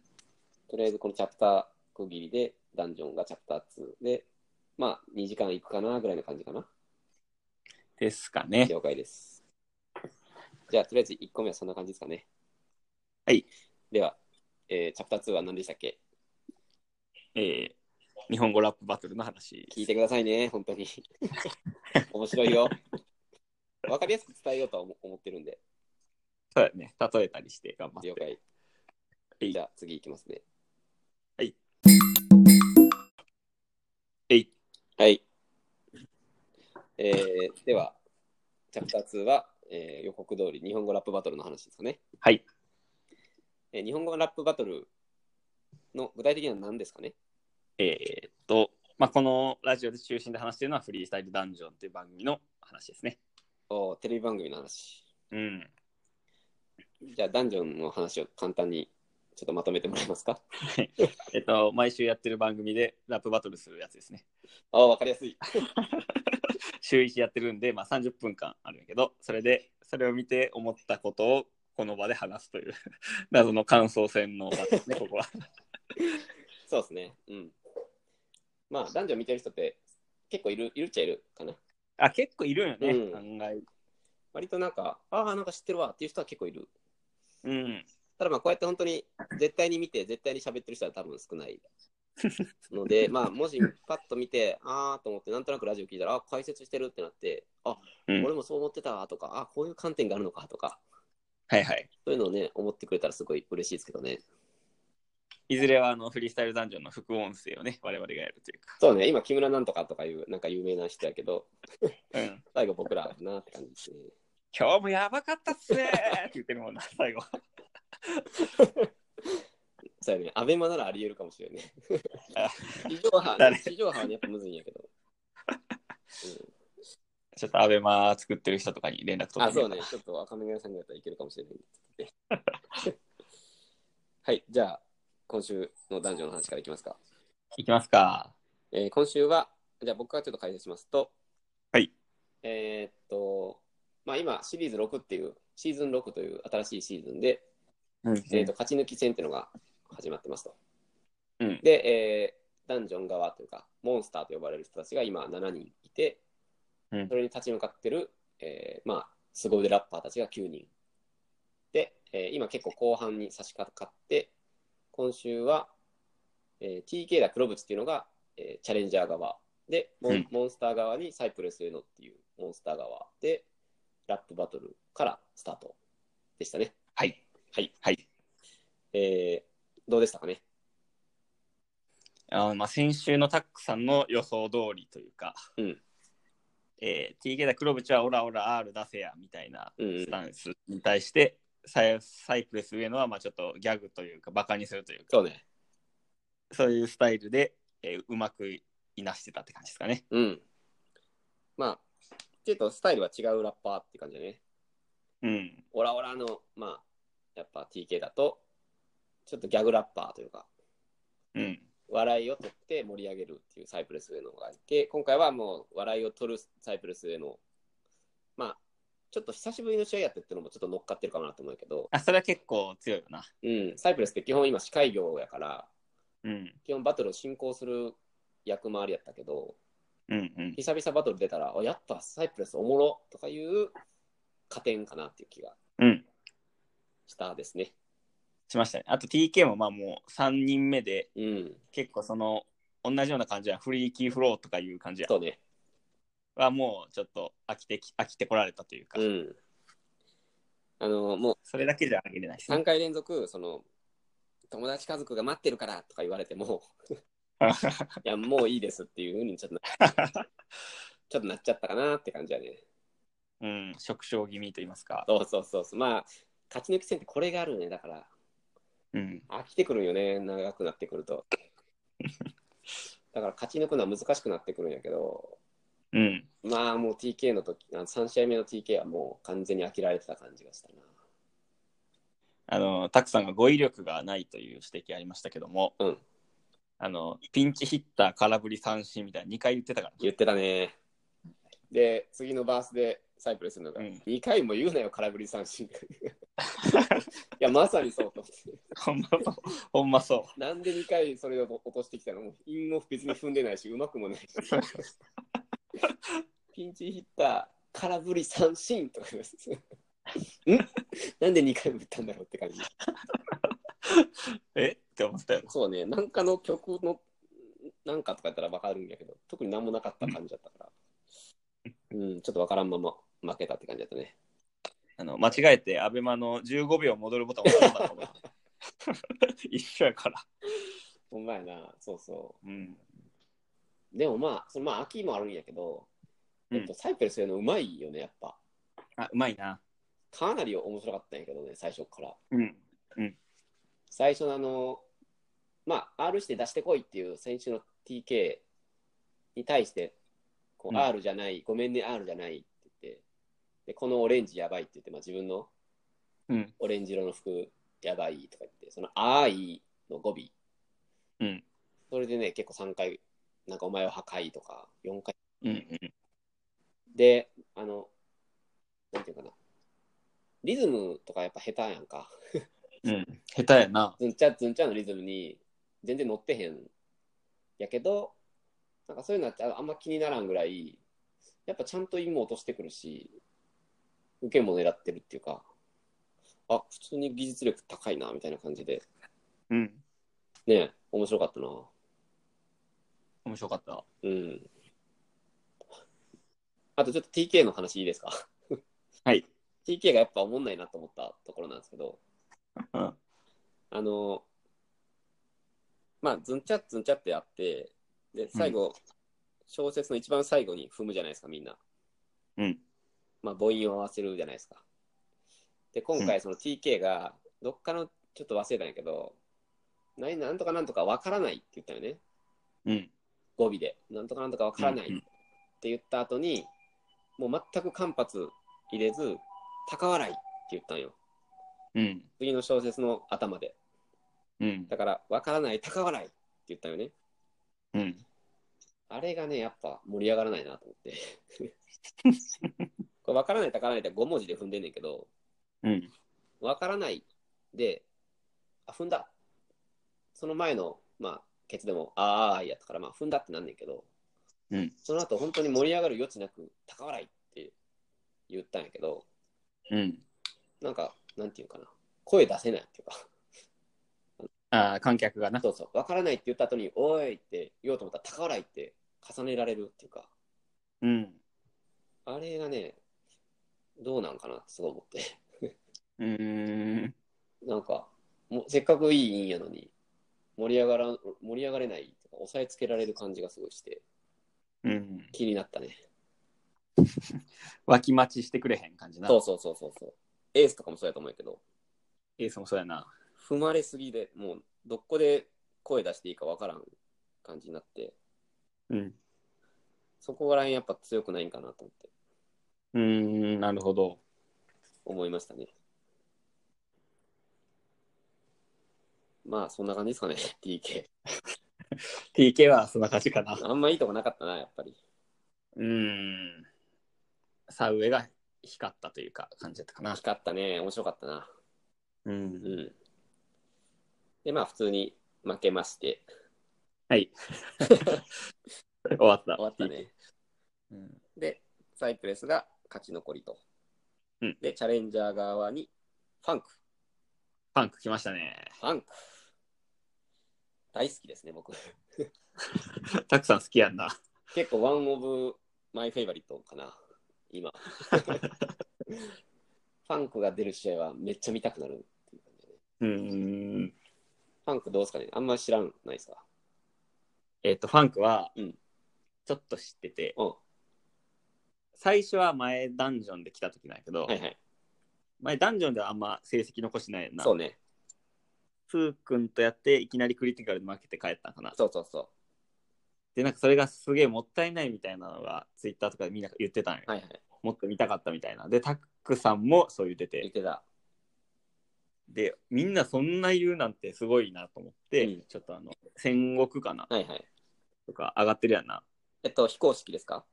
Speaker 1: とりあえずこのチャプター区切りで、ダンジョンがチャプター2で、まあ、2時間いくかなぐらいの感じかな。
Speaker 2: ですかね。
Speaker 1: 了解です。じゃあ、とりあえず1個目はそんな感じですかね。
Speaker 2: はい。
Speaker 1: では、えーチャプター2は何でしたっけ
Speaker 2: えー、日本語ラップバトルの話。
Speaker 1: 聞いてくださいね、本当
Speaker 2: (laughs)
Speaker 1: に。面白いよ。わかりやすく伝えようとは思思ってるんで、
Speaker 2: そうやね。例えたりして頑張って。
Speaker 1: 了解。
Speaker 2: い
Speaker 1: じゃあ、次いきますね。
Speaker 2: えい。
Speaker 1: はい。えーでは、チャプター2は、えー予告通り日本語ラップバトルの話ですかね。
Speaker 2: はい。
Speaker 1: えー日本語ラップバトルの具体的には何ですかね
Speaker 2: えーっと、まあ、このラジオで中心で話してるのはフリースタイルダンジョンっていう番組の話ですね。
Speaker 1: おーテレビ番組の話。
Speaker 2: うん。
Speaker 1: じゃあ、ダンジョンの話を簡単にちょっとまとめてもらえます
Speaker 2: (laughs)
Speaker 1: か
Speaker 2: えっと、毎週やってる番組でラップバトルするやつですね。
Speaker 1: ああ、わかりやすい。
Speaker 2: 週1やってるんで、まあ、30分間あるんやけど、それで、それを見て思ったことをこの場で話すという (laughs) 謎の感想戦の場ですね、
Speaker 1: (laughs)
Speaker 2: ここは。
Speaker 1: そうですね。うん。まあ、ダンジョン見てる人って結構いるいるっちゃいるかな。
Speaker 2: あ、結構いるんよね、
Speaker 1: うん
Speaker 2: 案外。
Speaker 1: 割となんか、ああ、なんか知ってるわっていう人は結構いる。
Speaker 2: うん。
Speaker 1: ただまあ、こうやって本当に絶対に見て、絶対に喋ってる人は多分少ない。
Speaker 2: (laughs)
Speaker 1: ので、まあ、もしパッと見て、ああと思って、なんとなくラジオ聞いたら、あー解説してるってなって、あ、
Speaker 2: うん
Speaker 1: 俺もそう思ってたわとか、あーこういう観点があるのかとか、
Speaker 2: はいはい。
Speaker 1: そういうのをね、思ってくれたらすごい嬉しいですけどね。
Speaker 2: いずれはあのフリースタイルダンジョンの副音声をね、我々がやるというか。
Speaker 1: そうね、今、木村なんとかとかいう、なんか有名な人やけど、
Speaker 2: うん。
Speaker 1: 最後僕らかなって感じですね。
Speaker 2: 今日もやばかったっすねーって言ってるもんな、最後。
Speaker 1: そうやね、アベマならあり得るかもしれな
Speaker 2: (laughs)
Speaker 1: いね
Speaker 2: あ。
Speaker 1: 地上波は
Speaker 2: 誰
Speaker 1: ね、地上波はねやっぱむずいん
Speaker 2: (laughs)
Speaker 1: やけど。
Speaker 2: ちょっとアベマ作ってる人とかに連絡
Speaker 1: うん、
Speaker 2: 取っ
Speaker 1: あ、
Speaker 2: てみ
Speaker 1: そ
Speaker 2: よ
Speaker 1: う
Speaker 2: うか
Speaker 1: ね
Speaker 2: な、
Speaker 1: ちょっと赤目屋さんがやったらいけるかもしれない。 (laughs) はい、じゃあ、今週の男女の話からいきますか。
Speaker 2: いきますか。
Speaker 1: えー今週は、じゃあ僕からちょっと解説しますと、
Speaker 2: はい。
Speaker 1: えーっと、まあ今、シリーズ6っていう、シーズン6という新しいシーズンで、
Speaker 2: うん
Speaker 1: えーっと、勝ち抜き戦っていうのが始まってますと。
Speaker 2: うん
Speaker 1: で、えーダンジョン側というか、モンスターと呼ばれる人たちが今7人いて、
Speaker 2: うん
Speaker 1: それに立ち向かってる、えーまあ、凄腕ラッパーたちが9人。で、えー今結構後半に差し掛かって、今週は、えー TK だ黒渕っていうのが、えーチャレンジャー側でモン、
Speaker 2: うん
Speaker 1: モンスター側にサイプレスへのっていうモンスター側で、ラップバトルからスタートでしたね。
Speaker 2: はい。
Speaker 1: はい。
Speaker 2: はい。
Speaker 1: えーどうでしたかね
Speaker 2: あーまあ、先週のタックさんの予想通りというか、
Speaker 1: うん
Speaker 2: えー TK だ黒渕はオラオラ R 出せやみたいな
Speaker 1: うんうん
Speaker 2: スタンスに対して、サイサイプレス上野はまあちょっとギャグというかバカにするというか
Speaker 1: そうね。
Speaker 2: そういうスタイルで、えーうまくいなしてたって感じですかね。
Speaker 1: うん。まあ、ちょっとスタイルは違うラッパーって感じだね。
Speaker 2: うん、
Speaker 1: オラオラの、まあ、やっぱ TK だと、ちょっとギャグラッパーというか、
Speaker 2: うん、
Speaker 1: 笑いを取って盛り上げるっていうサイプレス上のがいて、今回はもう笑いを取るサイプレス上の、まあ、ちょっと久しぶりの試合やってってのもちょっと乗っかってるかなと思うけど、
Speaker 2: あそれは結構強いよな。
Speaker 1: うん、サイプレスって基本今司会業やから、
Speaker 2: うん、
Speaker 1: 基本バトルを進行する役回りやったけど、
Speaker 2: うん、うん。
Speaker 1: 久々バトル出たら、あやっぱサイプレスおもろとかいう加点かなっていう気が
Speaker 2: うん
Speaker 1: したですね。
Speaker 2: しましたね。あと TK もまあもう3人目で
Speaker 1: うん、
Speaker 2: 結構その同じような感じやフリーキーフローとかいう感じや
Speaker 1: そうね。
Speaker 2: はもうちょっと飽きてき飽きてこられたというか、
Speaker 1: うん。あの、もう
Speaker 2: それだけじゃあげれないです
Speaker 1: 3
Speaker 2: ね。
Speaker 1: 回連続、その、友達家族が待ってるからとか言われ
Speaker 2: (laughs)
Speaker 1: ても、いや、もういいですっていうふうにちょっとな
Speaker 2: (laughs)
Speaker 1: ちょっとなっちゃったかなって感じやね。
Speaker 2: うん、食傷気味と言いますか。
Speaker 1: そうそうそうそう。まあ、勝ち抜き戦ってこれがあるね。だから、
Speaker 2: うん、
Speaker 1: 飽きてくるんよね。長くなってくると。だから勝ち抜くのは難しくなってくるんやけど、
Speaker 2: うん、
Speaker 1: まあもう TK の時あの3試合目の TK はもう完全に飽きられてた感じがした
Speaker 2: あの、たくさんが語彙力がないという指摘ありましたけども、
Speaker 1: うん
Speaker 2: あの、ピンチヒッター、空振り三振みたいな2回言ってたから。
Speaker 1: 言ってたねで次のバースでサイプレスのが、
Speaker 2: うん
Speaker 1: 2回も言うなよ空振り三振 (laughs) いやまさにそうと思って
Speaker 2: ほんまそう。ほんまそう。
Speaker 1: なんで2回それを落としてきたのもう韻を別に踏んでないしうまくもないしピンチヒッター空振り三振とか言いますんなんで2回も言ったんだろうって感じ
Speaker 2: えって思ったよ。
Speaker 1: そうね、なんかの曲のなんかとかやったら分かるんやけど、特に何もなかった感じだったから、うん、ちょっと分からんまま負けたって感じだったね。
Speaker 2: あの、間違えて、アベマの15秒戻るボタンを押した (laughs) んだと思う一緒やから。
Speaker 1: ほんまやな、そうそ
Speaker 2: うん。
Speaker 1: う。でもまあ、そのまあ、秋もあるんやけど、
Speaker 2: うん
Speaker 1: えっと、サイプレスやるのうまいよね、やっぱ。
Speaker 2: あ、うまいな。
Speaker 1: かなり面白かったんやけどね、最初から。
Speaker 2: うん。
Speaker 1: 最初のあの、まあ、R して出してこいっていう選手の TK に対して、こ
Speaker 2: う
Speaker 1: う、
Speaker 2: ん
Speaker 1: R じゃない、ごめんね、R じゃないって言って、で、このオレンジやばいって言って、まあ、自分の
Speaker 2: うん。
Speaker 1: オレンジ色の服やばいとか言って、そのあーいの語尾。
Speaker 2: うん。
Speaker 1: それでね、結構3回、なんかお前は破壊とか、4回。
Speaker 2: うん。うん
Speaker 1: で、あの、なんていうかな。リズムとかやっぱ下手やんか。
Speaker 2: うん。下手やな。
Speaker 1: ズンチャズンチャのリズムに全然乗ってへん。やけど、なんかそういうのはああんま気にならんぐらい、やっぱちゃんと意味も落としてくるし、受けも狙ってるっていうか、あ、普通に技術力高いな、みたいな感じで、
Speaker 2: うん。
Speaker 1: ね、面白かったな。
Speaker 2: 面白かった。
Speaker 1: うん。あとちょっと TK の話いいですか (laughs)
Speaker 2: はい。
Speaker 1: TK がやっぱおもんないなと思ったところなんですけど、
Speaker 2: うん。
Speaker 1: あの、まあ、ズンチャッズンチャってあって、で、最後、小説の一番最後に踏むじゃないですか、みんな。
Speaker 2: うん。
Speaker 1: まあ、母音を合わせるじゃないですか。で、今回、その TK が、どっかの、ちょっと忘れたんやけど、何、なんとかなんとかわからないって言ったよね。
Speaker 2: うん。
Speaker 1: 語尾で、なんとかなんとかわからない
Speaker 2: うん
Speaker 1: って言った後に、もう全く間髪入れず、高笑いって言ったんよ。
Speaker 2: うん。
Speaker 1: 次の小説の頭で。
Speaker 2: うん。
Speaker 1: だから、わからない、高笑いって言ったんよね。
Speaker 2: うん。
Speaker 1: あれがね、やっぱ盛り上がらないなと思って。
Speaker 2: (laughs)
Speaker 1: これ分からない、高らないって5文字で踏んでんねんけど、
Speaker 2: うん。
Speaker 1: 分からないで、あ、踏んだ。その前の、まあ、ケツでも、あーあーやったから、まあ、踏んだってなんねんけど、
Speaker 2: うん
Speaker 1: その後、本当に盛り上がる余地なく、高笑いって言ったんやけど、
Speaker 2: うん。
Speaker 1: なんか、なんていうかな、声出せないっていうか、
Speaker 2: ああ、観客がな。
Speaker 1: そうそう、分からないって言った後に、おーいって言おうと思ったら、高笑いって重ねられるっていうか、
Speaker 2: うん。
Speaker 1: あれがね、どうなんかなってすごい思って。 (laughs)
Speaker 2: うーん。
Speaker 1: なんか、もうせっかくいいんやのに、盛り上がらん、盛り上がれないとか、抑えつけられる感じがすごいして、
Speaker 2: うん。
Speaker 1: 気になったね。
Speaker 2: わきまちしてくれへん感じな。
Speaker 1: そうそうそうそうそう。エースとかもそうやと思うけど、
Speaker 2: エースもそうやな。
Speaker 1: 踏まれすぎで、もう、どこで声出していいかわからん感じになって、
Speaker 2: うん。
Speaker 1: そこら辺やっぱ強くないんかなと思って、
Speaker 2: うーん、なるほど。
Speaker 1: 思いましたね。まあ、そんな感じですかね、TK。 (laughs)
Speaker 2: TK はそんな感じかな。
Speaker 1: あんまいいとこなかったな、やっぱり。
Speaker 2: うーん。サウエが光ったというか、感じだったかな。
Speaker 1: 光ったね、面白かったな。
Speaker 2: う。
Speaker 1: うんん。で、まあ、普通に負けまして、
Speaker 2: はい。終わった。
Speaker 1: 終わったね。
Speaker 2: うん。
Speaker 1: で、サイプレスが勝ち残りと。
Speaker 2: うん
Speaker 1: で、チャレンジャー側に、ファンク。
Speaker 2: パンク来ましたね。
Speaker 1: ファンク。大好きですね、僕。
Speaker 2: たくさん好きやんな。
Speaker 1: 結構、ワンオブマイフェイバリットかな、 (laughs) 今。ファンクが出る試合はめっちゃ見たくなるっていう感じだね。
Speaker 2: うーん。
Speaker 1: ファンクどうですかねあんま知らんないですか
Speaker 2: えっ、と、ファンクは、
Speaker 1: うん
Speaker 2: ちょっと知ってて、
Speaker 1: うん。は
Speaker 2: 最初は前ダンジョンで来た時なんやけど、
Speaker 1: いはい。
Speaker 2: 前ダンジョンではあんま成績残してないやんな。
Speaker 1: そうね。
Speaker 2: ツー君とやって、いきなりクリティカルで負けて帰ったんかな。
Speaker 1: そうそうそ
Speaker 2: で、なんかそれがすげえもったいないみたいなのが、ツイッターとかでみんな言ってたんよ。
Speaker 1: う。はいはい。
Speaker 2: もっと見たかったみたいな。で、タックさんもそう言って、
Speaker 1: 言っててた。
Speaker 2: で、みんなそんな言うなんてすごいなと思って、
Speaker 1: うん
Speaker 2: ちょっとあの、戦国かな
Speaker 1: はいはい。
Speaker 2: とか上がってるやんな。
Speaker 1: えっと、非公式ですか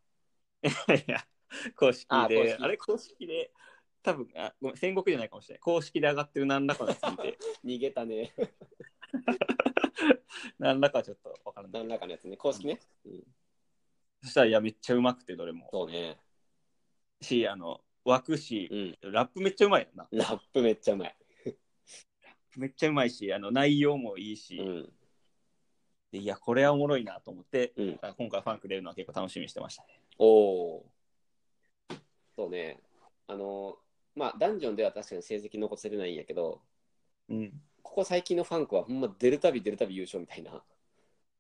Speaker 2: いや、公式
Speaker 1: あ公
Speaker 2: で、
Speaker 1: 式
Speaker 2: あれ公式で、多分あごめん、戦国じゃないかもしれない。公式で上がってる何らかのやつ見
Speaker 1: (laughs)
Speaker 2: て、
Speaker 1: 逃げたね。
Speaker 2: 何らかちょっとわからない。
Speaker 1: 何らかのやつね。公式ね。
Speaker 2: そしたら、いや、めっちゃうまくて、どれも。
Speaker 1: そうね。
Speaker 2: し、あの、枠し
Speaker 1: う、ん。
Speaker 2: ラップめっちゃうまいやんな。
Speaker 1: ラップめっちゃうまい。
Speaker 2: めっちゃうまいし、あの、内容もいいし、
Speaker 1: うん。
Speaker 2: でいや、これはおもろいなと思って、
Speaker 1: うん。
Speaker 2: 今回ファンク出るのは結構楽しみにしてましたね。
Speaker 1: おお。そうね。あのーまあ、ダンジョンでは確かに成績残せてないんやけど、
Speaker 2: うん。
Speaker 1: ここ最近のファンクはほんま出るたび出るたび優勝みたいな。
Speaker 2: う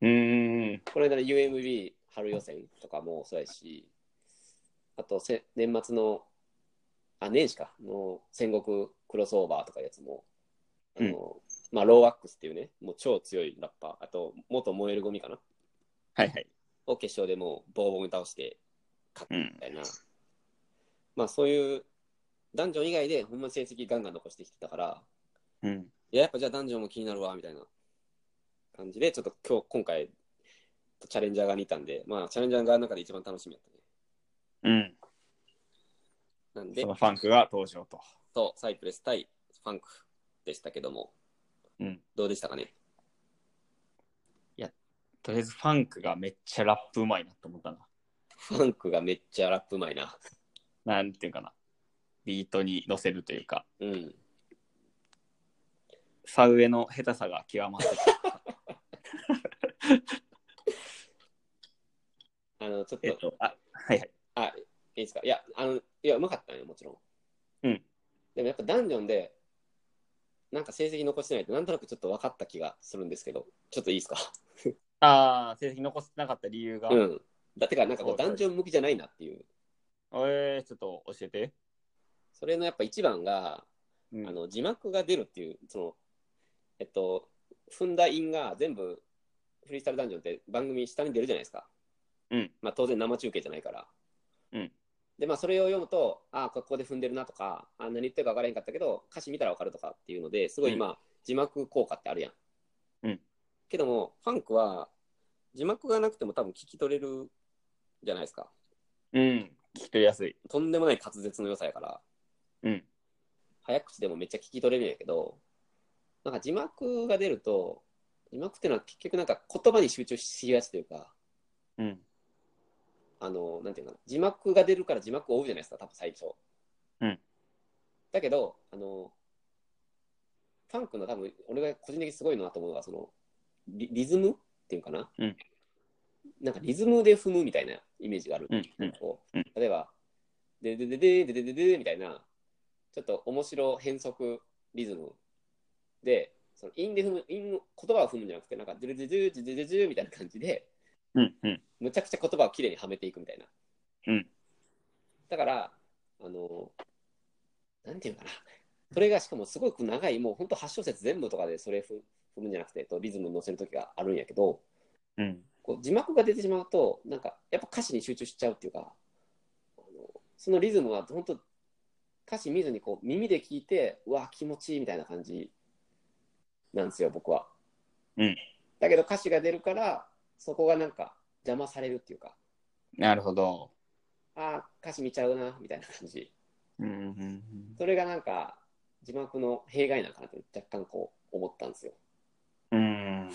Speaker 2: ーん。
Speaker 1: この間の UMB 春予選とかもそうやし、あとせ年末の、あ、年始か、の戦国クロスオーバーとかいうやつも、あの、まあ、ローワックスっていうね、もう超強いラッパー、あと、元燃えるゴミかな、
Speaker 2: はいはい。
Speaker 1: を決勝でもうボーボーに倒して、
Speaker 2: うん
Speaker 1: み。たいな、まあそういう、ダンジョン以外でほんまに成績ガンガン残してきてたから、
Speaker 2: うん。
Speaker 1: いや、やっぱじゃあダンジョンも気になるわ、みたいな感じで、ちょっと今日、今回、チャレンジャー側にいたんで、まあ、チャレンジャー側の中で一番楽しみだったね。
Speaker 2: うん。
Speaker 1: なんで
Speaker 2: そ、のファンクが登場と。
Speaker 1: そう、サイプレス対ファンクでしたけども、
Speaker 2: うん。
Speaker 1: どうでしたかね
Speaker 2: とりあえずファンクがめっちゃラップうまいなと思ったな。
Speaker 1: ファンクがめっちゃラップうまいな。
Speaker 2: なんていうかな。ビートに乗せるというか、
Speaker 1: うん。
Speaker 2: サウエの下手さが極 (laughs) まってた。
Speaker 1: あの、ちょっ
Speaker 2: えっ
Speaker 1: と、
Speaker 2: と、あ、はいはい。
Speaker 1: あ、いいですかいや、あの、いや、うまかったんよ、もちろん。
Speaker 2: うん。
Speaker 1: でもやっぱダンジョンで、なんか成績残してないと、なんとなくちょっと分かった気がするんですけど、ちょっといいですか
Speaker 2: ああ、成績残せなかった理由が、
Speaker 1: うん。だってか、なんかこう、
Speaker 2: そうそう
Speaker 1: ダンジョン向きじゃないなっていう。
Speaker 2: えー、ちょっと教えて。
Speaker 1: それのやっぱ一番が、
Speaker 2: うん
Speaker 1: あの字幕が出るっていう、その、えっと、踏んだ印が全部、フリースタイルダンジョンって番組下に出るじゃないですか。
Speaker 2: うん。
Speaker 1: まあ当然生中継じゃないから。
Speaker 2: うん。
Speaker 1: で、まあそれを読むと、ああ、ここで踏んでるなとか、あー何言ってるか分からへんかったけど、歌詞見たら分かるとかっていうので、すごい今、字幕効果ってあるやん。
Speaker 2: うん。
Speaker 1: けども、ファンクは、字幕がなくても多分聞き取れるじゃないですか。
Speaker 2: うん。聞き取りやすい。
Speaker 1: とんでもない滑舌の良さやから、
Speaker 2: うん。
Speaker 1: 早口でもめっちゃ聞き取れるんやけど、なんか字幕が出ると、字幕っていうのは結局なんか言葉に集中しがちというか、
Speaker 2: うん。
Speaker 1: あの、なんていうのかな、字幕が出るから字幕を追うじゃないですか、多分最初。
Speaker 2: うん
Speaker 1: だけど、あの、ファンクの多分、俺が個人的にすごいなと思うのは、その、リリズムっていうかな、
Speaker 2: うん
Speaker 1: なんかリズムで踏むみたいなイメージがある。
Speaker 2: うん。うん。
Speaker 1: こ
Speaker 2: う
Speaker 1: う例えば、でででででででででみたいな、ちょっと面白変則リズムで、その韻で踏む、韻の言葉を踏むんじゃなくて、なんか、ででででででででみたいな感じで、
Speaker 2: うん。うん。
Speaker 1: むちゃくちゃ言葉をきれいにはめていくみたいな。
Speaker 2: うん
Speaker 1: だから、あの、なんていうのかな。それがしかもすごく長い、もう本当8小節全部とかでそれ踏踏むんじゃなくて、えっとリズムに乗せる時があるんやけど、
Speaker 2: うん。
Speaker 1: こう字幕が出てしまうと、なんかやっぱ歌詞に集中しちゃうっていうか、あのそのリズムは本当、歌詞見ずにこう耳で聞いて、うわ、気持ちいいみたいな感じなんですよ、僕は。
Speaker 2: うん
Speaker 1: だけど歌詞が出るから、そこがなんか邪魔されるっていうか、
Speaker 2: なるほど。
Speaker 1: ああ、歌詞見ちゃうな、みたいな感じ。
Speaker 2: うんうんうん
Speaker 1: それがなんか、字幕の弊害なのかなと若干こう思ったんですよ。
Speaker 2: うん。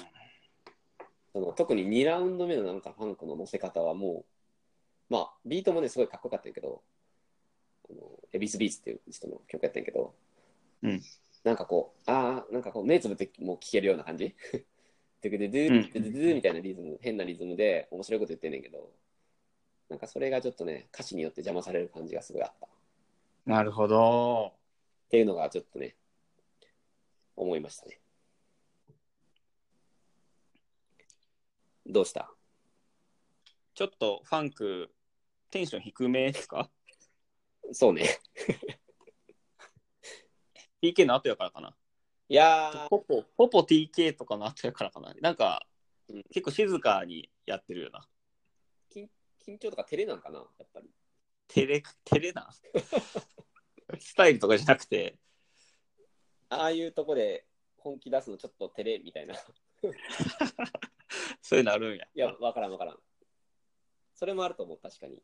Speaker 1: その特に2ラウンド目のなんかファンクの乗せ方はもう、まあ、ビートもね、すごいかっこよかったんやけど、あのエビスビーツっていう人の曲やったんやけど、
Speaker 2: うん
Speaker 1: なんかこう、ああ、なんかこう、目つぶってもう聴けるような感じででで
Speaker 2: うん
Speaker 1: でででみたいなリズム、変なリズムで面白いこと言ってんねんけど、なんかそれがちょっとね、歌詞によって邪魔される感じがすごいあった。
Speaker 2: なるほど。
Speaker 1: っていうのがちょっとね、思いましたね。どうした
Speaker 2: ちょっとファンク、テンション低めですか
Speaker 1: そうね。
Speaker 2: ?TK の後やからかな。
Speaker 1: いや
Speaker 2: ポポ、ポポ TK とかの後やからかな。なんか
Speaker 1: うん、
Speaker 2: 結構静かにやってるよな。
Speaker 1: ー、緊張とか照れなんかな、やっぱり。
Speaker 2: 照れ、照れな。スタイルとかじゃなくて、
Speaker 1: ああいうとこで本気出すのちょっと照れみたいな。い
Speaker 2: そういうのあるんや。
Speaker 1: や、わからんわからん。それもあると思う、確かに。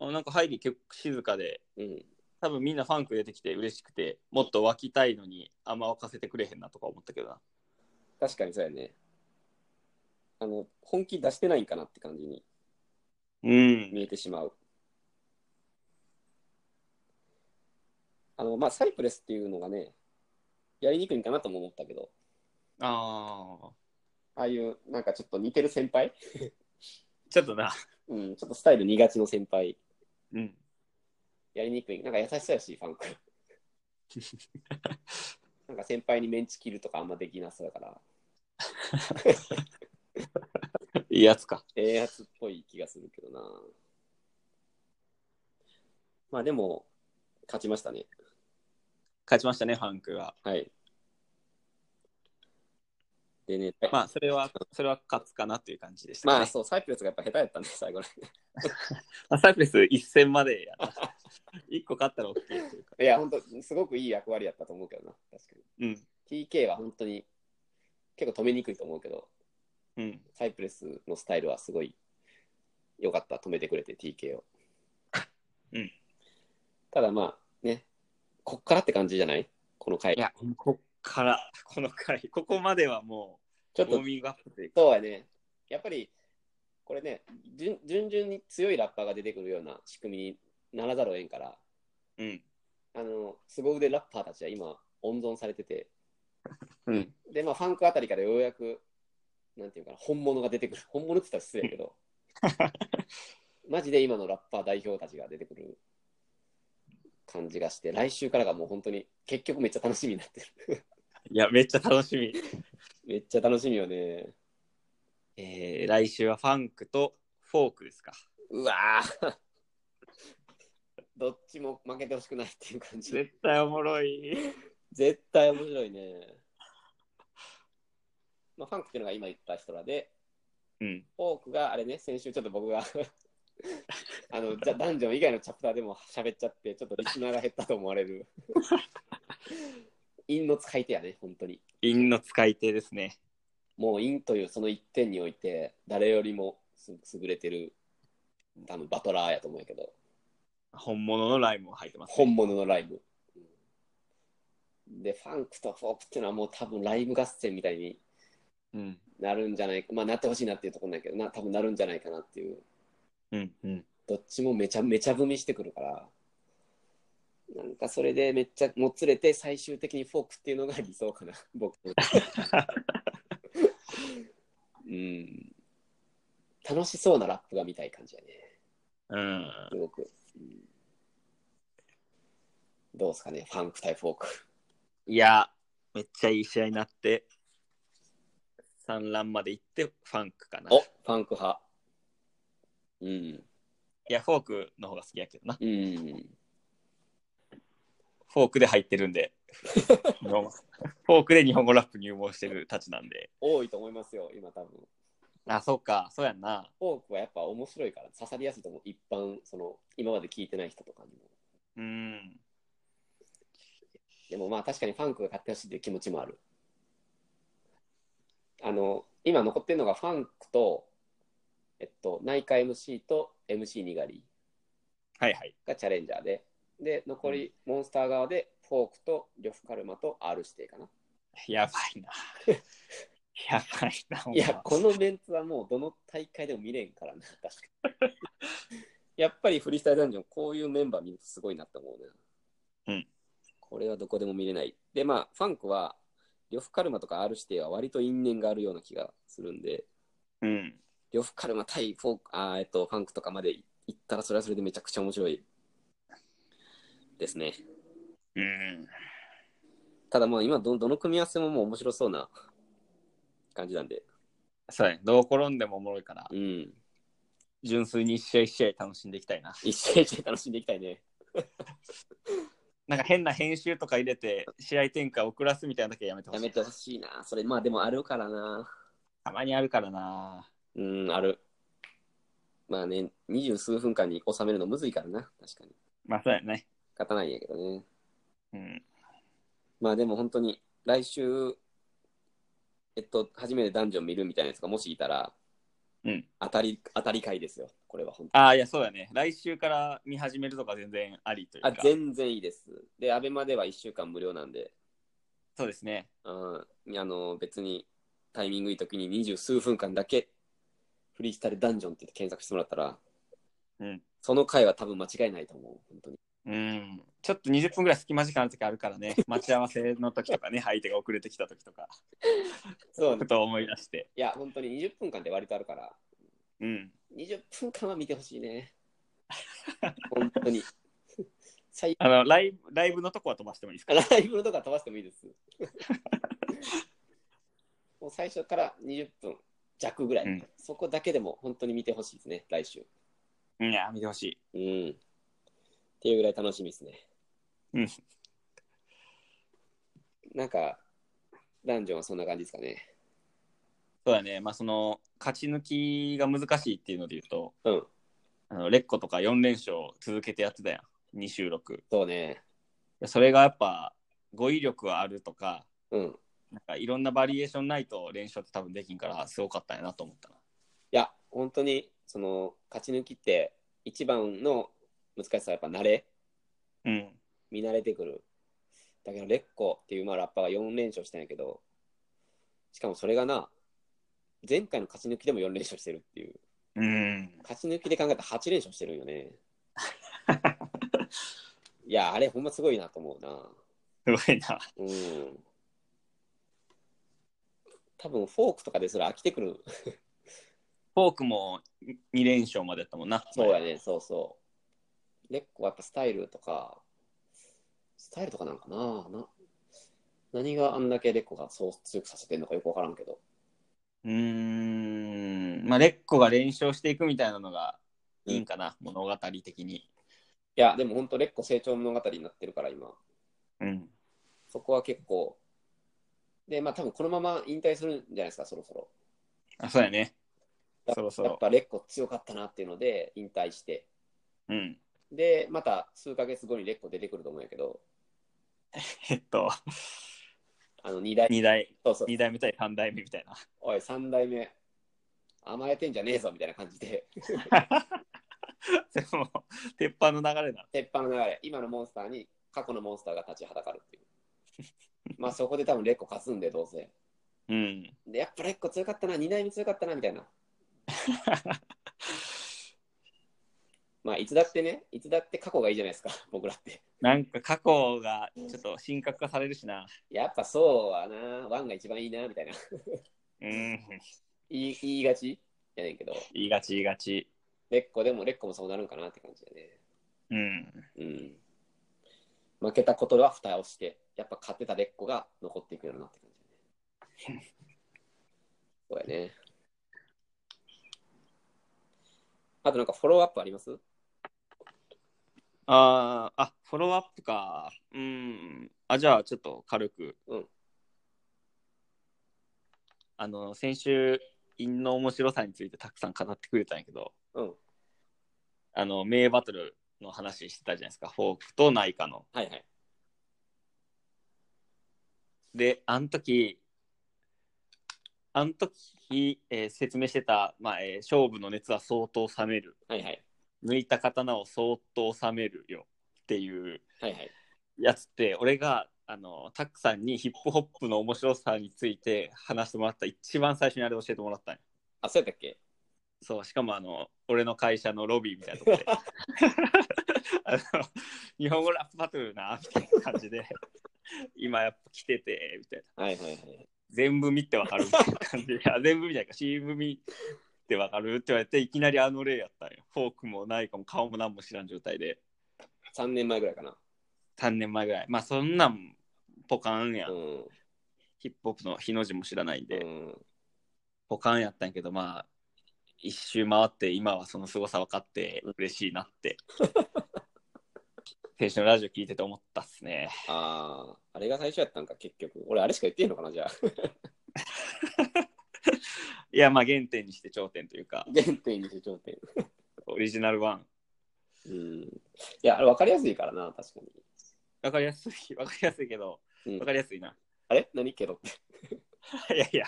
Speaker 2: あなんか入り結構静かで、
Speaker 1: うん。
Speaker 2: 多分みんなファンク出てきて嬉しくて、もっと沸きたいのに、あんま沸かせてくれへんなとか思ったけどな。
Speaker 1: 確かにそうやね。あの、本気出してないんかなって感じに
Speaker 2: うん。
Speaker 1: 見えてしまう。あの、まあ、サイプレスっていうのがね、やりにくいんかなとも思ったけど、
Speaker 2: ああ。
Speaker 1: ああいう、なんかちょっと似てる先輩
Speaker 2: ちょっとな。
Speaker 1: うん、ちょっとスタイル苦手の先輩、
Speaker 2: うん。 (laughs)
Speaker 1: やりにくい。なんか優しそうやし、ファンク。 (laughs) なんか先輩にメンチ切るとかあんまできなそうだから、
Speaker 2: いいやつか。
Speaker 1: ええやつっぽい気がするけどな。まあでも、勝ちましたね。
Speaker 2: 勝ちましたね、ファンクが。
Speaker 1: はい。でね、
Speaker 2: まあ、それは、それは勝つかなという感じでした、ね。
Speaker 1: まあそう、サイプレスがやっぱ下手やったね、最後ね。
Speaker 2: まあ、サイプレス一戦までやな。 (laughs) 一個勝ったら OK というか。
Speaker 1: いや、本当すごくいい役割やったと思うけどな、確か
Speaker 2: うん。
Speaker 1: に。TK は本当に、結構止めにくいと思うけど、
Speaker 2: うん。
Speaker 1: サイプレスのスタイルはすごい良かった、止めてくれて TK を。
Speaker 2: うん。
Speaker 1: ただまあ、ね、こっからって感じじゃないこの回。
Speaker 2: いや、こっから、この回、ここまではも
Speaker 1: ちょ
Speaker 2: う、
Speaker 1: っ
Speaker 2: ウォー
Speaker 1: と、
Speaker 2: ミングアップというか。
Speaker 1: そうやね。やっぱり、これね、順順々に強いラッパーが出てくるような仕組みにならざるを得んから、
Speaker 2: (laughs) うん。
Speaker 1: あの、凄腕ラッパーたちは今、温存されてて、
Speaker 2: うん。
Speaker 1: で、まあ、ファンクあたりからようやく、なんていうかな、本物が出てくる。本物って言ったら失礼やけど、マジで今のラッパー代表たちが出てくる感じがして、来週からがもう本当に、結局めっちゃ楽しみになってる。 (laughs)
Speaker 2: いや、めっちゃ楽しみ。
Speaker 1: めっちゃ楽しみよね。
Speaker 2: えー、来週はファンクとフォークですか。
Speaker 1: うわぁ。どっちも負けてほしくないっていう感じ。
Speaker 2: 絶対おもろい。
Speaker 1: 絶対面白いね。まあ、ファンクっていうのが今言った人らで、
Speaker 2: うん。
Speaker 1: フォークがあれね、先週ちょっと僕が (laughs) あのじゃダンジョン以外のチャプターでも喋っちゃって、ちょっとリスナーが減ったと思われる。 (laughs) 陰の使い手やね、本当に。
Speaker 2: 陰の使い手ですね。
Speaker 1: もうインというその一点において、誰よりもす優れてる、多分バトラーやと思うんやけど、
Speaker 2: 本物のライムも入ってます、
Speaker 1: 本物のライブ。で、ファンクとフォークっていうのはもう多分ライブ合戦みたいに
Speaker 2: うん。
Speaker 1: なるんじゃないか、まあなってほしいなっていうところなんやけどな、多分なるんじゃないかなっていう。
Speaker 2: うん。うん。
Speaker 1: どっちもめちゃめちゃ踏みしてくるから、なんかそれでめっちゃもつれて最終的にフォークっていうのが理想かな、 (laughs) 僕。うん。楽しそうなラップが見たい感じやね、
Speaker 2: うん。
Speaker 1: すごく。うんどうですかね、ファンク対フォーク。
Speaker 2: いや、めっちゃいい試合になって、産卵まで行ってファンクかな。
Speaker 1: お
Speaker 2: い
Speaker 1: ファンク派。うん。
Speaker 2: や、フォークの方が好きやけどな。
Speaker 1: うん。
Speaker 2: フォークで入ってるん (laughs) で、日本語フォークで日本語ラップ入門してるたちなんで。
Speaker 1: 多いと思いますよ、今多分。
Speaker 2: あ、そうか、そうやんな。
Speaker 1: フォークはやっぱ面白いから刺さりやすいと思う一般その今まで聞いてない人とかにも
Speaker 2: うん。
Speaker 1: でもまあ確かにファンクが買ってほしいっていう気持ちもあるあの今残ってるのがファンクとえっと内科 MC と MC にがり
Speaker 2: はいはい。
Speaker 1: がチャレンジャーでで残りモンスター側でフォークと呂布カルマと R 指定かな
Speaker 2: やばいな。やばいな。
Speaker 1: いや、このメンツはもうどの大会でも見れんからな、確かに。やっぱりフリースタイルダンジョン、こういうメンバー見るとすごいなと思うね。
Speaker 2: うん。
Speaker 1: これはどこでも見れない。で、まあ、ファンクは、呂布カルマとか R 指定は割と因縁があるような気がするんで、
Speaker 2: うん。
Speaker 1: 呂布カルマ対フォーク、あーえっと、ファンクとかまで行ったら、それはそれでめちゃくちゃ面白いですね。
Speaker 2: うん。
Speaker 1: ただまあ、今ど、どの組み合わせももう面白そうな感じなんで、
Speaker 2: そうやね。どう転んでもおもろいから、
Speaker 1: うん。
Speaker 2: 純粋に一試合一試合楽しんでいきたいな。
Speaker 1: 一試合一試合楽しんでいきたいね。
Speaker 2: なんか変な編集とか入れて、試合展開遅らすみたいなだけやめてほ
Speaker 1: や
Speaker 2: しい。
Speaker 1: めてほしいな。それ、まあでもあるからな。
Speaker 2: たまにあるからな。
Speaker 1: うん、ある。まあね、二十数分間に収めるのむずいからな。確かに。
Speaker 2: まあそうやね。
Speaker 1: 勝たないんやけどね。
Speaker 2: うん。
Speaker 1: まあでも本当に、来週、えっと、初めてダンジョン見るみたいなやつがもしいたら、
Speaker 2: うん。
Speaker 1: 当たり、当たり会ですよ。これは本当
Speaker 2: ああ、いや、そうやね。来週から見始めるとか全然ありというか。
Speaker 1: あ、全然いいです。で、アベマでは1週間無料なんで、
Speaker 2: そうですね。
Speaker 1: うん、あの、別にタイミングいい時に二十数分間だけ、フリースタイルダンジョンって検索してもらったら、
Speaker 2: うん。
Speaker 1: その回は多分間違いないと思う。本当に。
Speaker 2: うん。ちょっと20分ぐらい隙間時間ある時あるから
Speaker 1: (laughs)
Speaker 2: ね。待ち合わせの時とかね、相手が遅れてきた時とか、
Speaker 1: そう
Speaker 2: ふと思い出して。
Speaker 1: いや、本当に20分間って割とあるから、
Speaker 2: うん。
Speaker 1: 20分間は見てほしいね。 (laughs) 本当に。最
Speaker 2: あの、ライブ、ライブのとこは飛ばしてもいいですか
Speaker 1: ライブのとか飛ばしてもいいです。もう最初から20分弱ぐらい、
Speaker 2: うん
Speaker 1: そこだけでも本当に見てほしいですね、来週。
Speaker 2: うんいや、見てほしい。
Speaker 1: うん。っていうぐらい楽しみですね。
Speaker 2: うん。
Speaker 1: なんか、ダンジョンはそんな感じですかね。
Speaker 2: そうだね。まあ、その、勝ち抜きが難しいっていうので言うと、
Speaker 1: うん。
Speaker 2: あの、レッコとか4連勝続けてやってたやん。2収録。
Speaker 1: そうね。
Speaker 2: それがやっぱ、語彙力はあるとか、
Speaker 1: うん。
Speaker 2: なんかいろんなバリエーションないと練習って多分できんからすごかったんやなと思ったな。
Speaker 1: いや、本当に、その、勝ち抜きって、一番の難しさはやっぱ慣れ、
Speaker 2: うん。
Speaker 1: 見慣れてくる。だけど、レッコっていうまあラッパーが4連勝したんやけど、しかもそれがな、前回の勝ち抜きでも4連勝してるっていう、
Speaker 2: うん。
Speaker 1: 勝ち抜きで考えたら8連勝してるんよね。いや、あれほんますごいなと思うな。
Speaker 2: すごいな。
Speaker 1: うん。多分フォークとかですら飽きてくる。
Speaker 2: フォークも2連勝までやったもんな。
Speaker 1: そうや。ね、そうそう。レッコはやっぱスタイルとか、スタイルとかなんかなな何があんだけレッコがそう強くさせてるのかよくわからんけど。
Speaker 2: うーん。まあ、レッコが連勝していくみたいなのがいいんかな、物語的に。
Speaker 1: いや、でも本当レッコ成長物語になってるから今。
Speaker 2: うん。
Speaker 1: そこは結構。で、まあ多分このまま引退するんじゃないですか、そろそろ。
Speaker 2: あ、そうやね。
Speaker 1: や
Speaker 2: そろそ
Speaker 1: やっ
Speaker 2: ろ。
Speaker 1: ぱレッコ強かったなっていうので引退して。
Speaker 2: うん。
Speaker 1: で、また数ヶ月後にレッコ出てくると思うんやけど、
Speaker 2: えっと、
Speaker 1: あの、2代目。
Speaker 2: 2代、
Speaker 1: そうそう。
Speaker 2: 二代目対3代目みたいな。 (laughs)
Speaker 1: おい、3代目。甘えてんじゃねえぞ、みたいな感じで。 (laughs)
Speaker 2: でも、鉄板の流れなの。
Speaker 1: 鉄板の流れ。今のモンスターに過去のモンスターが立ちはだかるっていう。
Speaker 2: (laughs)
Speaker 1: まあ、そこで多分レッコ勝つんで、どうせ。
Speaker 2: うん。
Speaker 1: で、やっぱレッコ強かったな、2代目強かったな、みたい
Speaker 2: (laughs)
Speaker 1: な。まあ、いつだってね、いつだって過去がいいじゃないですか、僕らって。
Speaker 2: なんか過去がちょっと神格化されるしな。
Speaker 1: やっぱそうはな、ワンが一番いいな、みたいな。
Speaker 2: うん。
Speaker 1: 言い言いがちやねんけど、
Speaker 2: 言いがち言いがち。
Speaker 1: レッコでもレッコもそうなるんかなって感じだね。
Speaker 2: うん。
Speaker 1: うん。負けたことは蓋をして、やっぱ勝ってたレッコが残っていくようなって感じだね。そうやね。あとなんかフォローアップあります
Speaker 2: あーあ、フォローアップか。うん。あ、じゃあ、ちょっと軽く。
Speaker 1: うん
Speaker 2: あの、先週、陰の面白さについてたくさん語ってくれたんやけど、
Speaker 1: うん。
Speaker 2: あの、名バトルの話してたじゃないですか。フォークとナイカの。
Speaker 1: はいはい。
Speaker 2: で、あの時、あの時、えー説明してた、まあえー勝負の熱は相当冷める。
Speaker 1: はいはい。
Speaker 2: 抜いた刀を相当冷めるよっていう
Speaker 1: はいはい。
Speaker 2: やつって俺があのタックさんにヒップホップの面白さについて話してもらった一番最初にあれ教えてもらったんよ
Speaker 1: あ、そうやったっけ
Speaker 2: そうしかもあの俺の会社のロビーみたいなとこであの日本語ラップバトルなみたいな感じで今やっぱ来ててみたいな
Speaker 1: はいはいはい。
Speaker 2: 全部見てわかるみたいな感
Speaker 1: (laughs)
Speaker 2: じでいや全部見ないか CM 見てわかるって言われていきなりあの例やったんよフォークもないかも顔も何も知らん状態で
Speaker 1: 3年前ぐらいかな。
Speaker 2: 3年前ぐらいまあそんなんポカンやん
Speaker 1: うん。
Speaker 2: ヒップホップの日の字も知らないんで、
Speaker 1: うん、
Speaker 2: ポカンやったんやけど、まあ、一周回って、今はその凄さ分かって
Speaker 1: うん、
Speaker 2: 嬉しいなって、 (laughs) 青春のラジオ聞いてて思ったっすね。
Speaker 1: ああ、あれが最初やったんか、結局。俺、あれしか言ってんのかな、じゃあ。 (laughs)
Speaker 2: いや、まあ、原点にして頂点というか、
Speaker 1: 原点にして頂点。
Speaker 2: オリジナルワン。
Speaker 1: うん。いや、あれ分かりやすいからな、確かに。
Speaker 2: 分かりやすい、分かりやすいけど、
Speaker 1: うん
Speaker 2: 分かりやすいな。
Speaker 1: あれ何けどって。
Speaker 2: いやいや、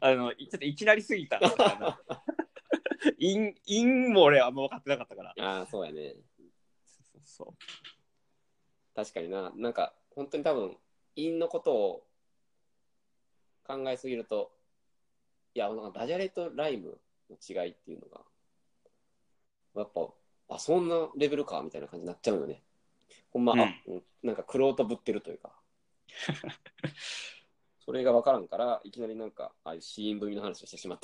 Speaker 2: あの、いちょっ (laughs) といきなりすぎたな。あの (laughs) イン、インも俺はあんま分かってなかったから。
Speaker 1: (laughs) ああ、そうやね。
Speaker 2: そうそう
Speaker 1: 確かにな。なんか、本当に多分、陰のことを考えすぎると、いや、なんかダジャレとライムの違いっていうのが、やっぱ、あ、そんなレベルか、みたいな感じになっちゃうよね。ほんま、あうんなんか、くろとぶってるというか。それが分からんから、いきなりなんか、ああいうシーン組の話をしてしまっ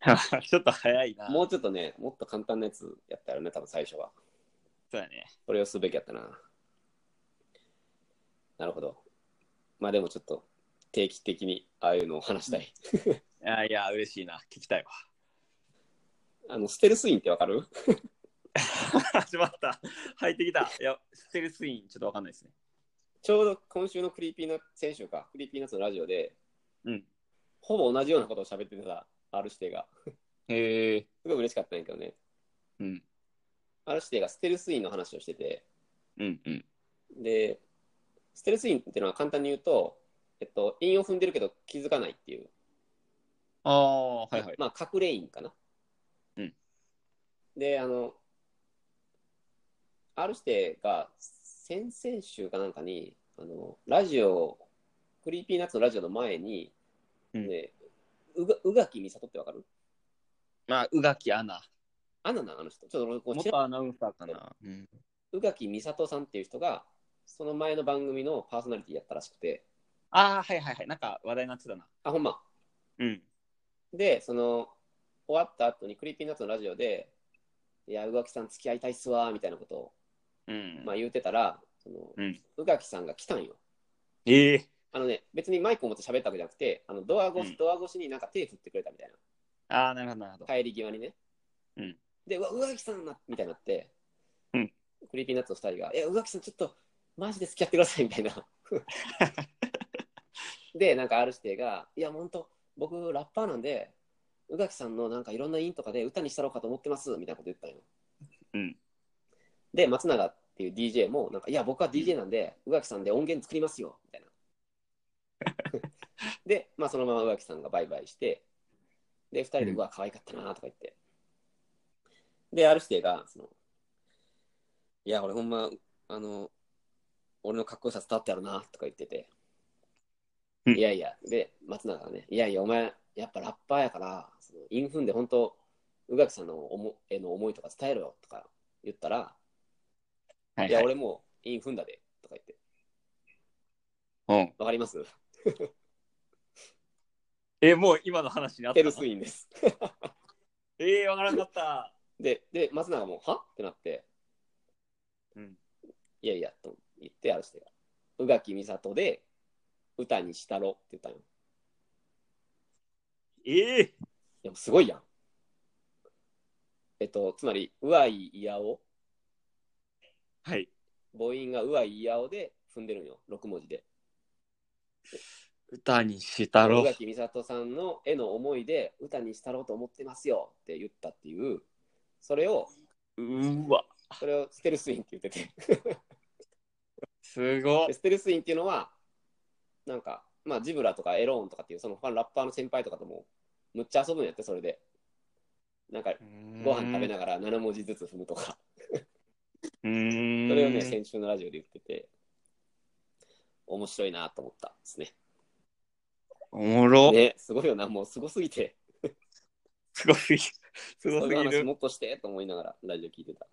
Speaker 1: た。
Speaker 2: (laughs) そうちょっと早いな。
Speaker 1: もうちょっとね、もっと簡単なやつやったらね、多分最初は。
Speaker 2: そうだね。
Speaker 1: それをすべきやったな。なるほど。まあでもちょっと定期的にああいうのを話したい。
Speaker 2: あいや、嬉しいな。聞きたいわ。 (laughs)
Speaker 1: あの、ステルスインってわかる
Speaker 2: 始まった。入ってきた。いや、ステルスイン、ちょっとわかんないですね。
Speaker 1: ちょうど今週のクリーピーナッツ、先週か、クリーピーナッツのラジオで、
Speaker 2: うん。
Speaker 1: ほぼ同じようなことを喋ってた、R 指定が。
Speaker 2: へえ。
Speaker 1: すごい嬉しかったんやけどね。
Speaker 2: うん。
Speaker 1: R 指定がステルスインの話をしてて、
Speaker 2: うんうん。
Speaker 1: で、ステルスインっていうのは簡単に言うと、えっと、韻を踏んでるけど気づかないっていう
Speaker 2: ああ、はいはい。
Speaker 1: まあ、隠れ印かな。
Speaker 2: うん
Speaker 1: で、あの、R してが先々週かなんかに、あの、ラジオ、クリーピーナッツのラジオの前に、
Speaker 2: うん
Speaker 1: ね、うが、うがきみさとってわかる
Speaker 2: まあ、宇垣アナ。
Speaker 1: アナな、あの人。ちょっと俺こう知ら
Speaker 2: 元アナウンサーかな。うん。
Speaker 1: うがきみさとさんっていう人が、その前の番組のパーソナリティやったらしくて、
Speaker 2: ああ、はいはいはい。なんか話題になってたな。
Speaker 1: あ、ほんま。
Speaker 2: うん。
Speaker 1: で、その、終わった後にクリーピーナッツのラジオで、いや、うがきさん付き合いたいっすわー、みたいなことを
Speaker 2: うん。
Speaker 1: まあ、言うてたら、その
Speaker 2: うん
Speaker 1: 宇垣さんが来たんよ。
Speaker 2: ええ
Speaker 1: あのね、別にマイクを持って喋ったわけじゃなくて、あのドア越し、
Speaker 2: うん
Speaker 1: ドア越しになんか手振ってくれたみたいな。
Speaker 2: ああ、なるほどなるほど。
Speaker 1: 帰り際にね。
Speaker 2: うん
Speaker 1: で、うわ、宇垣さんなみたいになって、
Speaker 2: うん
Speaker 1: クリーピーナッツの2人が、いや、宇垣さんちょっと、マジで付き合ってくださいみた
Speaker 2: (laughs)
Speaker 1: いな。で、なんかある指定が、いや、ほんと、僕、ラッパーなんで、宇垣さんのなんかいろんなインとかで歌にしたろうかと思ってますみたいなこと言ったんよ。
Speaker 2: うん
Speaker 1: で、松永
Speaker 2: (laughs)
Speaker 1: っていう DJ も、なんか、いや、僕は DJ なんで、宇垣さんで音源作りますよみたいな。で、まあ、そのまま上木さんがバイバイして、で、二人で、
Speaker 2: うん
Speaker 1: うわ、可愛かったなとか言って。で、ある指定が、その、いや、俺ほんま、あの、俺のかっこよさ伝わってやるなとか言ってて、
Speaker 2: うん
Speaker 1: いやいや、で、松永がね、いやいや、お前、やっぱラッパーやから、そのインフンで本当、宇垣さんの思への思いとか伝えろよとか言ったら、
Speaker 2: はいい、
Speaker 1: や、
Speaker 2: はい。
Speaker 1: 俺もうインフンだでとか言って、
Speaker 2: うん。
Speaker 1: わかります
Speaker 2: え、もう今の話にあった
Speaker 1: テ
Speaker 2: の
Speaker 1: ルスインです。
Speaker 2: えー、わからんかった。
Speaker 1: で、で、松永も、はってなって、
Speaker 2: うん。
Speaker 1: いやいや、と言って、ある人が、宇垣美里で、歌にしたろって言ったの。い
Speaker 2: ええ
Speaker 1: や、もうすごいやん。えっと、つまり、うわいいやお、
Speaker 2: はい。
Speaker 1: 母音がうわいいやおで踏んでるんよ、6文字で。
Speaker 2: 歌にした
Speaker 1: 宇
Speaker 2: ろ。
Speaker 1: 垣美里さんの絵の思いで、歌にしたろうと思ってますよって言ったっていう、それを、
Speaker 2: うーわ。
Speaker 1: それをステルスインって言ってて。
Speaker 2: すご
Speaker 1: で
Speaker 2: い。
Speaker 1: ステルスインっていうのは、なんか、まあ、ジブラとかエローンとかっていう、その他のラッパーの先輩とかとも、むっちゃ遊ぶんやって、それで。なんか、ご飯食べ
Speaker 2: い。
Speaker 1: ながら7文字ずつ踏むとか、
Speaker 2: うーん。
Speaker 1: それをね、先週のラジオで言ってて、面白いなと思ったですね。
Speaker 2: おもろ。
Speaker 1: ね、すごいよな、もうすごすぎて、
Speaker 2: すごい。すごす
Speaker 1: そういう
Speaker 2: ぎ
Speaker 1: 話
Speaker 2: る。
Speaker 1: もっとしてと思いながらラジオ聞いてた。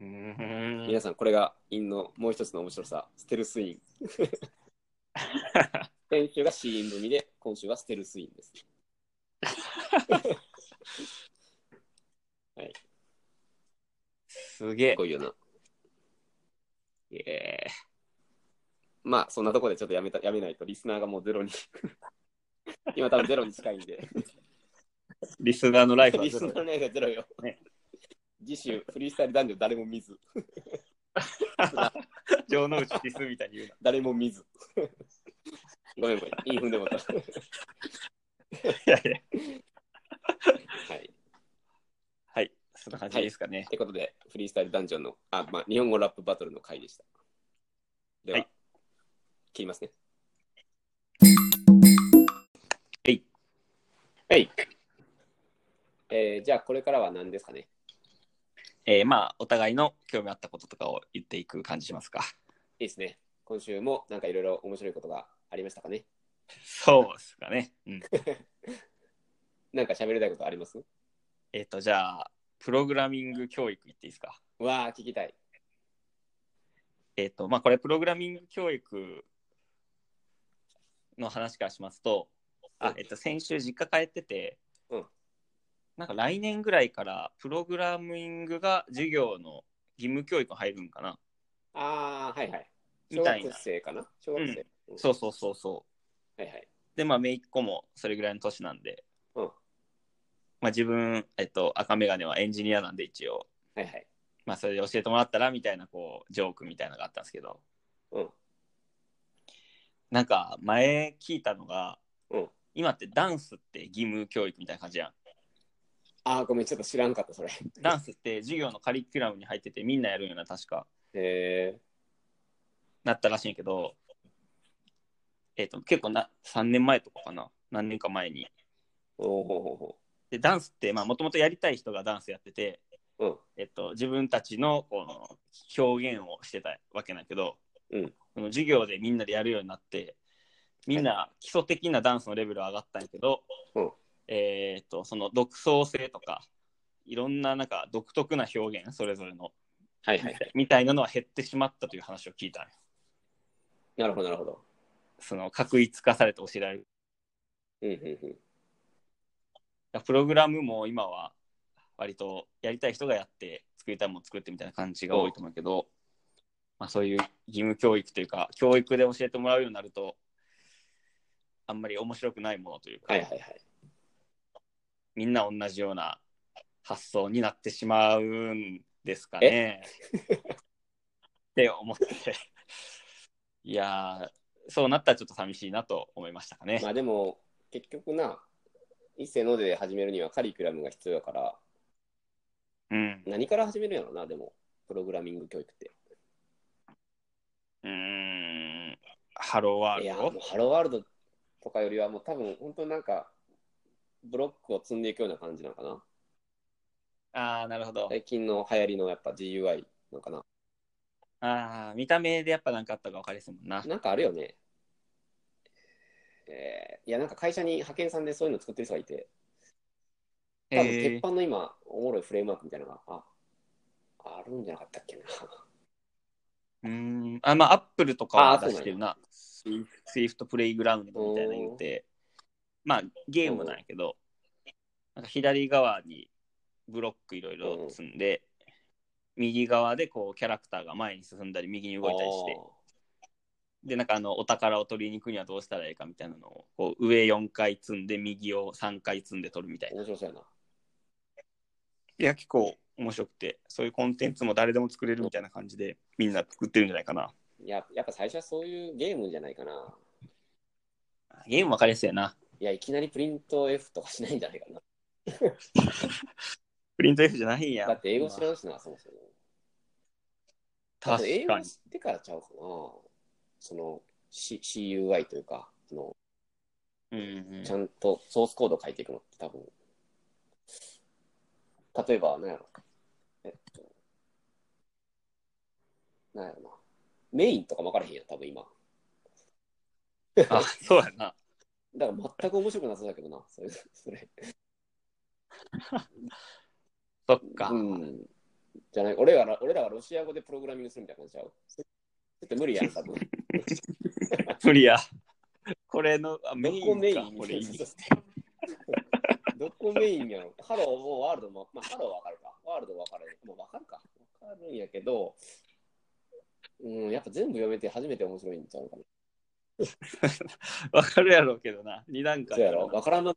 Speaker 2: うーん
Speaker 1: 皆。さん、これがインのもう一つの面白さ、ステルスイ
Speaker 2: (laughs)
Speaker 1: ン。先週がシーン組で、今週はステルスインです。
Speaker 2: すげ
Speaker 1: す
Speaker 2: え
Speaker 1: ごいよな。
Speaker 2: いえ。
Speaker 1: まあそんなとこでちょっとやめたやめないとリスナーがもうゼロ
Speaker 2: (laughs)
Speaker 1: に今多分ゼロに近いんで
Speaker 2: リスナーのライフは
Speaker 1: リス
Speaker 2: ゼ
Speaker 1: ナ
Speaker 2: ロ
Speaker 1: ーのやつがゼロよ、
Speaker 2: ね
Speaker 1: 次週フリースタイル男女誰も見ず
Speaker 2: 城之内リスみたいに言うな。
Speaker 1: 誰も見ずごめんごめんインフンでも
Speaker 2: (laughs)
Speaker 1: た
Speaker 2: いやいや。
Speaker 1: はい
Speaker 2: はい。そんな感じですかね。
Speaker 1: ってことでフリースタイルダンジョンのあ、まあ、日本語ラップバトルの回でしたでは、
Speaker 2: はい
Speaker 1: 切りますね
Speaker 2: えい
Speaker 1: はいえー、じゃあこれからは何ですかね
Speaker 2: えー、まあ、お互いの興味あったこととかを言っていく感じしますか。
Speaker 1: いいですね。今週もなんかいろいろ面白いことがありましたかね。
Speaker 2: そうですかね。うん。
Speaker 1: なんか喋りたいことあります
Speaker 2: えっ、と、じゃあ、プログラミング教育いっていいですか。
Speaker 1: わあ、聞きたい。
Speaker 2: えっ、と、まあ、これ、プログラミング教育の話からしますと、あえっ、と、先週、実家帰ってて、
Speaker 1: うん
Speaker 2: なんか来年ぐらいから、プログラミングが授業の義務教育入るんかな。
Speaker 1: ああ、はいはい。小
Speaker 2: みたい
Speaker 1: 学
Speaker 2: な
Speaker 1: 生かな小学生、うん
Speaker 2: そうそうそうそう。
Speaker 1: はいはい。
Speaker 2: で、まあ、姪っ子もそれぐらいの年なんで、
Speaker 1: うん
Speaker 2: まあ、自分、えっと、赤眼鏡はエンジニアなんで一応、
Speaker 1: はいはい。
Speaker 2: まあ、それで教えてもらったらみたいなこうジョークみたいなのがあったんですけど、
Speaker 1: うん
Speaker 2: なんか前聞いたのが、
Speaker 1: うん
Speaker 2: 今ってダンスって義務教育みたいな感じやん
Speaker 1: ああ、ごめん、ちょっと知らんかった、それ。
Speaker 2: ダンスって授業のカリキュラムに入っててみんなやるんよな確か
Speaker 1: へえ。
Speaker 2: なったらしいんやけど、えっと結構な3年前とかかな何年か前に
Speaker 1: おおほうほうほ
Speaker 2: でダンスってもともとやりたい人がダンスやってて、
Speaker 1: うん
Speaker 2: えっと、自分たちのこの表現をしてたわけなんやけど、
Speaker 1: うん
Speaker 2: この授業でみんなでやるようになってみんな基礎的なダンスのレベルは上がったんやけど、
Speaker 1: うん
Speaker 2: えーっとその独創性とかいろんななんか独特な表現それぞれの
Speaker 1: うはいはいはい。
Speaker 2: みたいなのは減ってしまったという話を聞いたんよ
Speaker 1: なるほど、なるほど。
Speaker 2: その確一化されて教えられる
Speaker 1: うんうんうん。
Speaker 2: プログラムも今は割とやりたい人がやって作りたいもの作ってみたいな感じが多いと思うけど、まあ、そういう義務教育というか教育で教えてもらうようになるとあんまり面白くないものというか、
Speaker 1: はいはいはい。
Speaker 2: みんな同じような発想になってしまうんですかね。 (laughs) って (laughs) 思っていやーそうなったらちょっと寂しいなと思いましたかね。
Speaker 1: まあでも、結局な、一世ので始めるにはカリキュラムが必要だから、
Speaker 2: うん、
Speaker 1: 何から始めるんやろな、でも、プログラミング教育って。
Speaker 2: うーんハローワー
Speaker 1: いや、
Speaker 2: ル
Speaker 1: も
Speaker 2: ド
Speaker 1: うハローワールドとかよりは、もう多分、本当になんか、ブロックを積んでいくような感じなのかな。
Speaker 2: ああ、なるほど。
Speaker 1: 最近の流行りのやっぱ GUI なんかな。
Speaker 2: ああ、見た目でやっぱなんかあったか分かりですもんな。
Speaker 1: なんかあるよね。えーいや、なんか会社に派遣さんでそういうの作ってる人がいて、多分鉄
Speaker 2: えー、
Speaker 1: 板の今、おもろいフレームワークみたいなのが、あ、あるんじゃなかったっけな。
Speaker 2: うーん。あ、まあ、アップルとか
Speaker 1: あ
Speaker 2: は
Speaker 1: ーそう
Speaker 2: 出
Speaker 1: なんや
Speaker 2: してるな。スイスイフトプレイグラウンドみたいなの言って、まあ、ゲームなんやけど、なんか左側にブロックいろいろ積んで、右側でこうキャラクターが前に進んだり右に動いたりしてでなんかあのお宝を取りに行くにはどうしたらいいかみたいなのをこう上4回積んで右を3回積んで取るみたい
Speaker 1: あー
Speaker 2: な
Speaker 1: (laughs) 面白そうやな。
Speaker 2: いや結構面白くてそういうコンテンツも誰でも作れるみたいな感じでみんな作ってるんじゃないかない
Speaker 1: や、やっぱ最初はそういうゲームじゃないかな。
Speaker 2: ゲーム分かりやすいやない
Speaker 1: や、いきなりプリント F とかしないんじゃないかな。
Speaker 2: プリント F じゃないんや
Speaker 1: だって英語知らんしな、そもそも。
Speaker 2: 確
Speaker 1: 英
Speaker 2: か
Speaker 1: 語
Speaker 2: に
Speaker 1: 知ってからちゃうかな。その、C、CUI というか、あの、
Speaker 2: うんうん
Speaker 1: ちゃんとソースコード書いていくのって多分、例えば、なんやろ、えっと、なんやろな、メインとか分からへんやん、多分今。
Speaker 2: あそうやな
Speaker 1: だから全く面白くなさそうだけどな、それ。それ
Speaker 2: そっか、
Speaker 1: うん。じゃない、俺ら、俺らはロシア語でプログラミングするみたいな感じちゃうちょっと無理やん、多分。
Speaker 2: 無理やこれのあメ
Speaker 1: ど
Speaker 2: イ
Speaker 1: こメ
Speaker 2: ン
Speaker 1: イ
Speaker 2: か
Speaker 1: ン
Speaker 2: これいい (laughs)
Speaker 1: どこメインやろハローもワールドも、まあ、ハローはわかるか。ワールドはわかる。もうわかるか。わかるんやけど、うん、やっぱ全部読めて初めて面白いんちゃうかな。
Speaker 2: わかるやろうけどな二段
Speaker 1: そう
Speaker 2: 階
Speaker 1: や
Speaker 2: やろ
Speaker 1: ろわからんな。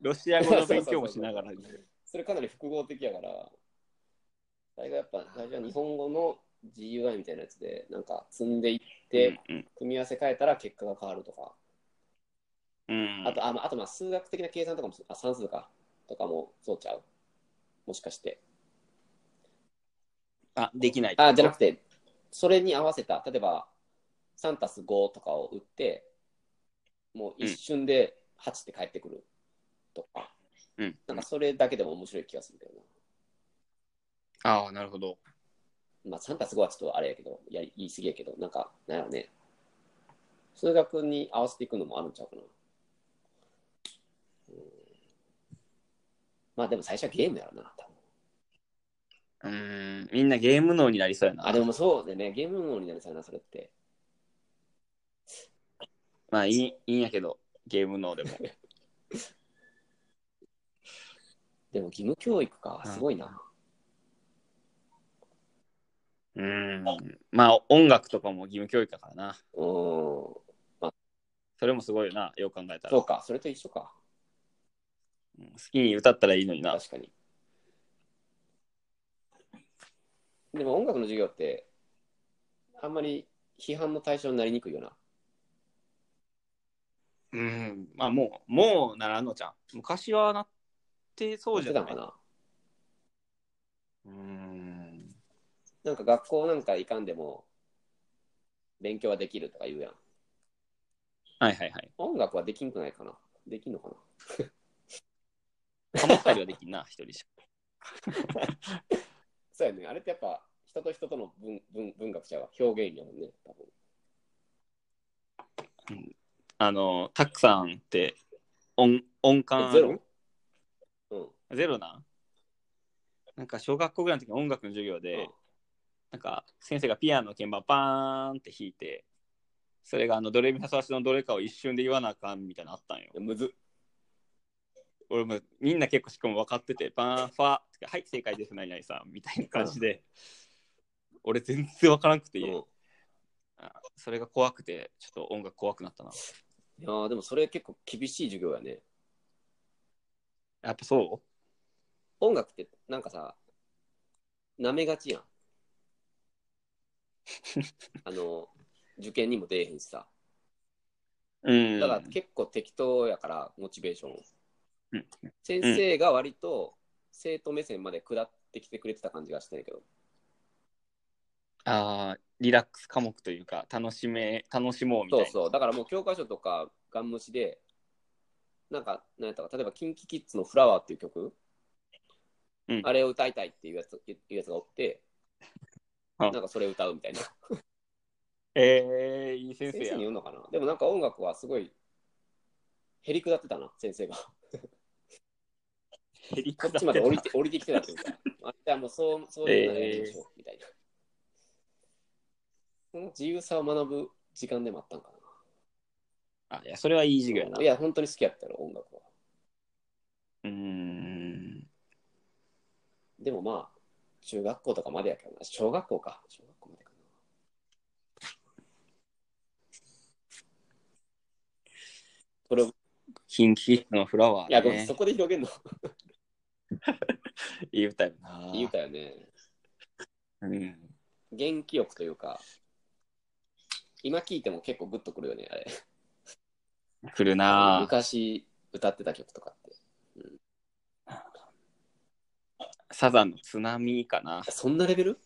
Speaker 2: ロシア語の勉強もしながら
Speaker 1: そうそうそうそうそれかなり複合的やから、大概やっぱ、最初は日本語の GUI みたいなやつで、なんか積んでいって、
Speaker 2: うんうん
Speaker 1: 組み合わせ変えたら結果が変わるとか。
Speaker 2: うん
Speaker 1: あと、あまああとまあ数学的な計算とかも、あ、算数か、とかもそうちゃう。もしかして。
Speaker 2: あできない
Speaker 1: あ、じゃなくて、それに合わせた、例えば、3たす5とかを打って、もう一瞬で8って返ってくるとか、
Speaker 2: うん
Speaker 1: なんかそれだけでも面白い気がするけど
Speaker 2: ああなるほど
Speaker 1: な。まあ、3たす5はちょっとあれやけど、やり言い過ぎやけど、なんか、なんやろね。数学に合わせていくのもあるんちゃうかな。うんまあでも最初はゲームやろな、多分。
Speaker 2: うーんみんなゲーム脳になりそうやな。
Speaker 1: あ、でもそうでね、ゲーム脳になりそうやな、それって。
Speaker 2: まあいいいいんやけど、ゲーム脳でも。
Speaker 1: でも義務教育か、すごいな。
Speaker 2: うーん。まあ音楽とかも義務教育だからな。
Speaker 1: うん、そ
Speaker 2: それもすごいよな、よく考えたら。
Speaker 1: うか、それと一緒か。
Speaker 2: うん好きに歌ったらいいのにな。
Speaker 1: 確かに。でも音楽の授業って、あんまり批判の対象になりにくいよな。
Speaker 2: うん。まあもう、もうならんのじゃん。昔はなってそうじゃ
Speaker 1: な
Speaker 2: な
Speaker 1: って
Speaker 2: い
Speaker 1: たのか
Speaker 2: うーん。
Speaker 1: な。なんか学校なんか行かんでも、勉強はできるとか言うやん。
Speaker 2: はいはいはい。
Speaker 1: 音楽はできんくないかな。できんのかな。
Speaker 2: カモカリはできんな、 (laughs) 一人じ
Speaker 1: そうやね。あれってやっぱ、人と人との文文文学者は表現やもんね、多分。
Speaker 2: ゃ。あの、たくさんって音音感ある
Speaker 1: ゼロうん。
Speaker 2: ゼロなんなんか小学校ぐらいの時の音楽の授業で、
Speaker 1: うん
Speaker 2: なんか先生がピアノの鍵盤バーンって弾いてそれがあのドレミファソラシドのどれかを一瞬で言わなあかんみたいなのあったんよ
Speaker 1: いやむずっ。
Speaker 2: 俺もみんな結構しかも分かっててバーンファーってはい正解です何々さんみたいな感じで、俺全然分からなくて、
Speaker 1: うん
Speaker 2: あそれが怖くてちょっと音楽怖くなったない
Speaker 1: やーでもそれ結構厳しい授業やね。
Speaker 2: やっぱそ
Speaker 1: 音楽ってなんかさ、舐めが
Speaker 2: (laughs)
Speaker 1: ちやん。あの、受験にも出えへんしさ。
Speaker 2: ううん
Speaker 1: だから結構適当やから、モチベーション。
Speaker 2: うん
Speaker 1: 先生が割と生徒目線まで下ってきてくれてた感じがしてるけど。
Speaker 2: ああ、リラックス科目というか、楽しめ、楽しもうみたい
Speaker 1: そ
Speaker 2: な。
Speaker 1: うそう。だからもう教科書とかガン無視で、なんか、なんやったか、例えば、キンキキッズのフラワーっていう曲、
Speaker 2: うん
Speaker 1: あれを歌いたいっていうやついうやつがおって、
Speaker 2: うん
Speaker 1: なんかそれ歌うみたいな。
Speaker 2: ええいい先
Speaker 1: 先
Speaker 2: 生
Speaker 1: 生
Speaker 2: や
Speaker 1: に。言うのかなでもなんか音楽はすごい、へりくだってたな、先生
Speaker 2: (laughs)
Speaker 1: が。
Speaker 2: ヘリ
Speaker 1: こ
Speaker 2: ク
Speaker 1: っ
Speaker 2: だ
Speaker 1: ちまで降りて降りてきてたっていうか、あじゃあもうそう、そういうのやりましょう、みたいな。その自由さを学ぶ時間でもあったんかな。
Speaker 2: あ、いや、それはいい授業やな。
Speaker 1: いや、本当に好きやったよ、音楽は。
Speaker 2: うーん。
Speaker 1: でもまあ、中学校とかまでやけどな。小学校か。小学校までかな。それを、い
Speaker 2: キンキキッズのフラワー、ね。
Speaker 1: や、ごめん、そこで広げるの。
Speaker 2: いい歌よな。
Speaker 1: 言うたよね。
Speaker 2: うん。
Speaker 1: 元気よくというか、今聞いても結構グッとくるよね、あれ。
Speaker 2: 来るな。
Speaker 1: 昔歌ってた曲とかって。
Speaker 2: サザンの津波かな。
Speaker 1: そんなレベル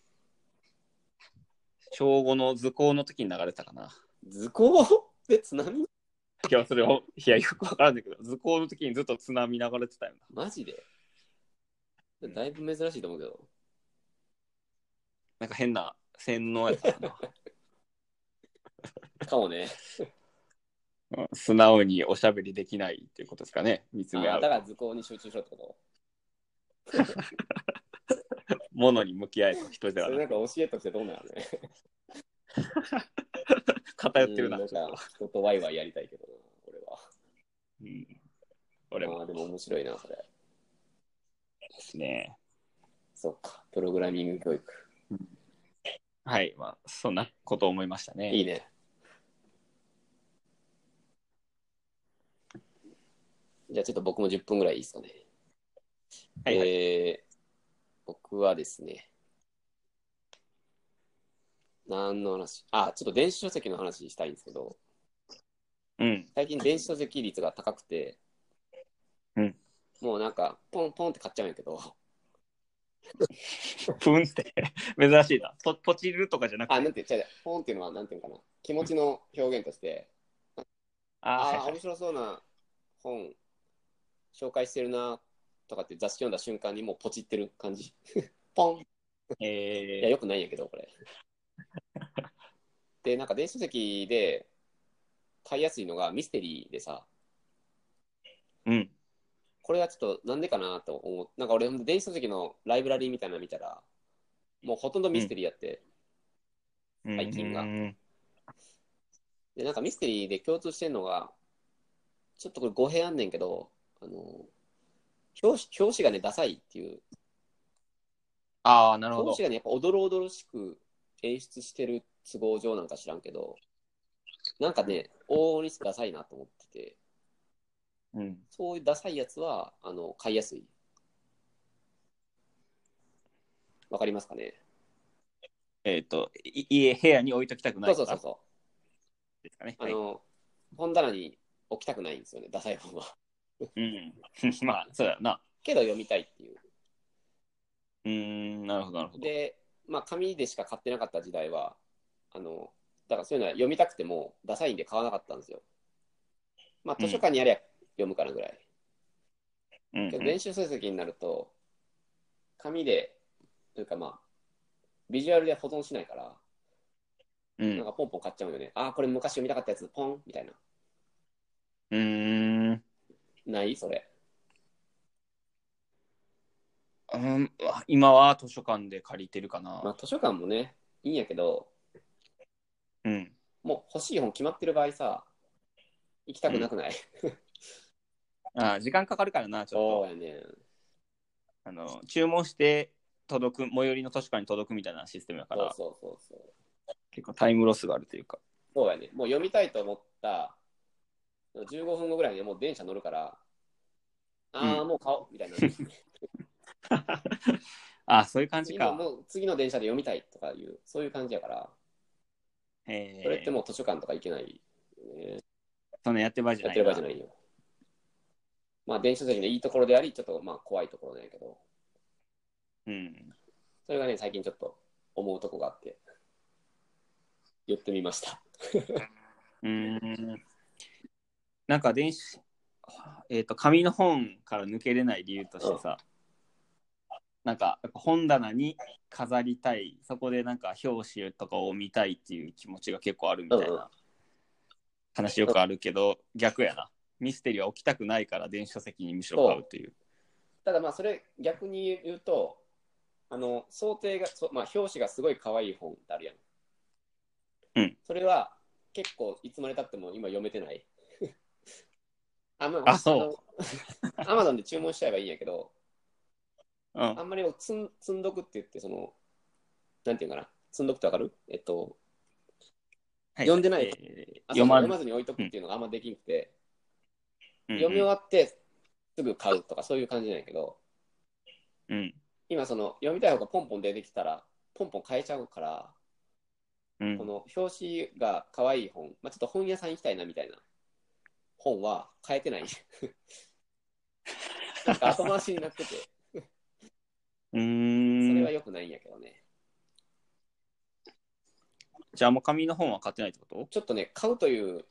Speaker 2: 小5の図工の時に流れてたかな。
Speaker 1: 図工で津波
Speaker 2: いや、それを、いや、よくわからんだけど、図工の時にずっと津波流れてたよな。
Speaker 1: マジでだいぶ珍しいと思うけど。
Speaker 2: なんか変な洗脳やったかな。
Speaker 1: かもね。
Speaker 2: (laughs) うん素直におしゃべりできないっていうことですかね。見つ
Speaker 1: あ
Speaker 2: め合
Speaker 1: ーだか
Speaker 2: う。
Speaker 1: ら図工に集中しろってこと
Speaker 2: ものに向き合えた人では
Speaker 1: それな
Speaker 2: なんい。
Speaker 1: か教えとしてどうなのね。
Speaker 2: 偏ってるな。
Speaker 1: うんん
Speaker 2: ちょっと
Speaker 1: か人とワイワイやりたいけどな、俺は。
Speaker 2: うん、俺も
Speaker 1: まあでも面白いな、それ。
Speaker 2: ですね。
Speaker 1: そっか、プログラミング教育。
Speaker 2: はい、まあ、そんなこと思いましたね。
Speaker 1: いいね。じゃあちょっと僕も10分ぐらいいいですかね。
Speaker 2: はいはい
Speaker 1: えー僕はですね、何の話あ、ちょっと電子書籍の話したいんですけど、
Speaker 2: うん。
Speaker 1: 最近電子書籍率が高くて、
Speaker 2: うん
Speaker 1: もうなんか、ポンポンって買っちゃうんやけど、
Speaker 2: ふんって、 (laughs) 珍しいな。と、ポチるとかじゃなくて。
Speaker 1: あ、なんて、違う違う、ポンっていうのは、なんていうのかな、気持ちの表現として、
Speaker 2: あー
Speaker 1: あ
Speaker 2: は
Speaker 1: あ、
Speaker 2: いはい
Speaker 1: 面白そうな本、紹介してるなとかって雑誌読んだ瞬間にもうポチってる感じ。 (laughs) ポンいや、
Speaker 2: え
Speaker 1: よくないんやけ
Speaker 2: (laughs)
Speaker 1: ど、これ。で、なんか電子書籍で買いやすいのがミステリーでさ、
Speaker 2: ー、うん。
Speaker 1: これはちょっとなんでかなと思う。なんか俺、電子書籍のライブラリーみたいなの見たら、もうほとんどミステリーやって、最近が
Speaker 2: うん
Speaker 1: で、なんかミステリーで共通してるのが、ちょっとこれ語弊あんねんけど、あの、表紙表紙がね、ダサいっていう
Speaker 2: ああ、なるほど
Speaker 1: 表。紙がね、やっぱおどろおどろしく演出してる都合上なんか知らんけど、なんかね、往々にしてダサいなと思ってて、
Speaker 2: うん。
Speaker 1: そういうダサいやつは、あの、買いやすい。わかりますかね
Speaker 2: えっ、と、い (laughs) 家、部屋に置いときたくな
Speaker 1: そ
Speaker 2: いう
Speaker 1: そうそう
Speaker 2: とか
Speaker 1: そ
Speaker 2: ですかね。
Speaker 1: う。あ
Speaker 2: はい
Speaker 1: の、本棚に置きたくないんですよね、ダサい本は。 (laughs)
Speaker 2: うん。 (laughs) まあ、そうやな。
Speaker 1: けど読みたいっていう。
Speaker 2: うーん、なるほど、なるほど。
Speaker 1: で、まあ、紙でしか買ってなかった時代は、あの、だからそういうのは読みたくても、ダサいんで買わなかったんですよ。まあ、図書館にありゃ読むからぐらい。
Speaker 2: うん
Speaker 1: けど練習成績になると紙でというかまあビジュアルで保存しないから
Speaker 2: う
Speaker 1: なん
Speaker 2: ん。
Speaker 1: かポンポン買っちゃうよね、ああこれ昔読みたかったやつポンみたいな
Speaker 2: うーん。
Speaker 1: ないそれ
Speaker 2: うん、今は図書館で借りてるかな。
Speaker 1: まあ図書館もねいいんやけど
Speaker 2: うん。
Speaker 1: もう欲しい本決まってる場合さ行きたくなくない、
Speaker 2: あー時間かかるからな、ちょ
Speaker 1: そ
Speaker 2: っ
Speaker 1: うやね
Speaker 2: と。あの、注文して届く、最寄りの図書館に届くみたいなシステムやか
Speaker 1: そう
Speaker 2: ら、
Speaker 1: そうそうそう
Speaker 2: 結構タイムロスがあるというか。
Speaker 1: そうやねもう読みたいと思った15分後ぐらいにはもう電車乗るからああ、もう買おうみたいな
Speaker 2: あーそういう感じ
Speaker 1: 今
Speaker 2: か。
Speaker 1: もう次の電車で読みたいとかいうそういう感じやから
Speaker 2: え
Speaker 1: それって
Speaker 2: も
Speaker 1: もう図書館とか行けない、
Speaker 2: そんなやってる場合じゃ
Speaker 1: やっ
Speaker 2: ない
Speaker 1: てる場
Speaker 2: な
Speaker 1: 合じゃないよ。まあ、電子書籍のいいところであり、ちょっとまあ怖いところなんやけど、
Speaker 2: うん。
Speaker 1: それがね、最近ちょっと思うとこがあって、寄ってみました。
Speaker 2: うん。なんか電子、えっ、と、紙の本から抜けれない理由としてさ、なんかやっぱ本棚に飾りたい、そこでなんか表紙とかを見たいっていう気持ちが結構あるみたい
Speaker 1: うんうん
Speaker 2: な話よくあるけど、逆やな。ミステリーは起きたくないから電子書籍にむしろ買うっていう。
Speaker 1: ただまあそれ逆に言うと、あの、想定が、そまあ表紙がすごい可愛い本ってあるやん。
Speaker 2: うん
Speaker 1: それは結構いつまでたっても今読めてない。 (laughs) あ、ま。
Speaker 2: あそう
Speaker 1: アマゾンで注文しちゃえばいいんやけど、
Speaker 2: うん
Speaker 1: あ。んまりもう積ん積んどくって言って、その、なんていうかな、積んどくってわかるえっと、
Speaker 2: はい
Speaker 1: 読んでない
Speaker 2: えー
Speaker 1: あ
Speaker 2: 読ま
Speaker 1: そう読
Speaker 2: ず
Speaker 1: まずに置いとくっていうのがあんまできなくて、
Speaker 2: うんうん
Speaker 1: 読み終わってすぐ買うとかそういう感じなんやけど、
Speaker 2: うん。
Speaker 1: 今その読みたい方がポンポン出てきたら、ポンポン変えちゃうから、
Speaker 2: うん
Speaker 1: この表紙が可愛い本、まあ、ちょっと本屋さん行きたいなみたいな本は変えてない。 (laughs) なんか後回しになってて、
Speaker 2: (laughs) う
Speaker 1: それは
Speaker 2: ーん。
Speaker 1: 良くないんやけどね。
Speaker 2: じゃあもう紙の本は買ってないってこと
Speaker 1: ちょっとね、買うという、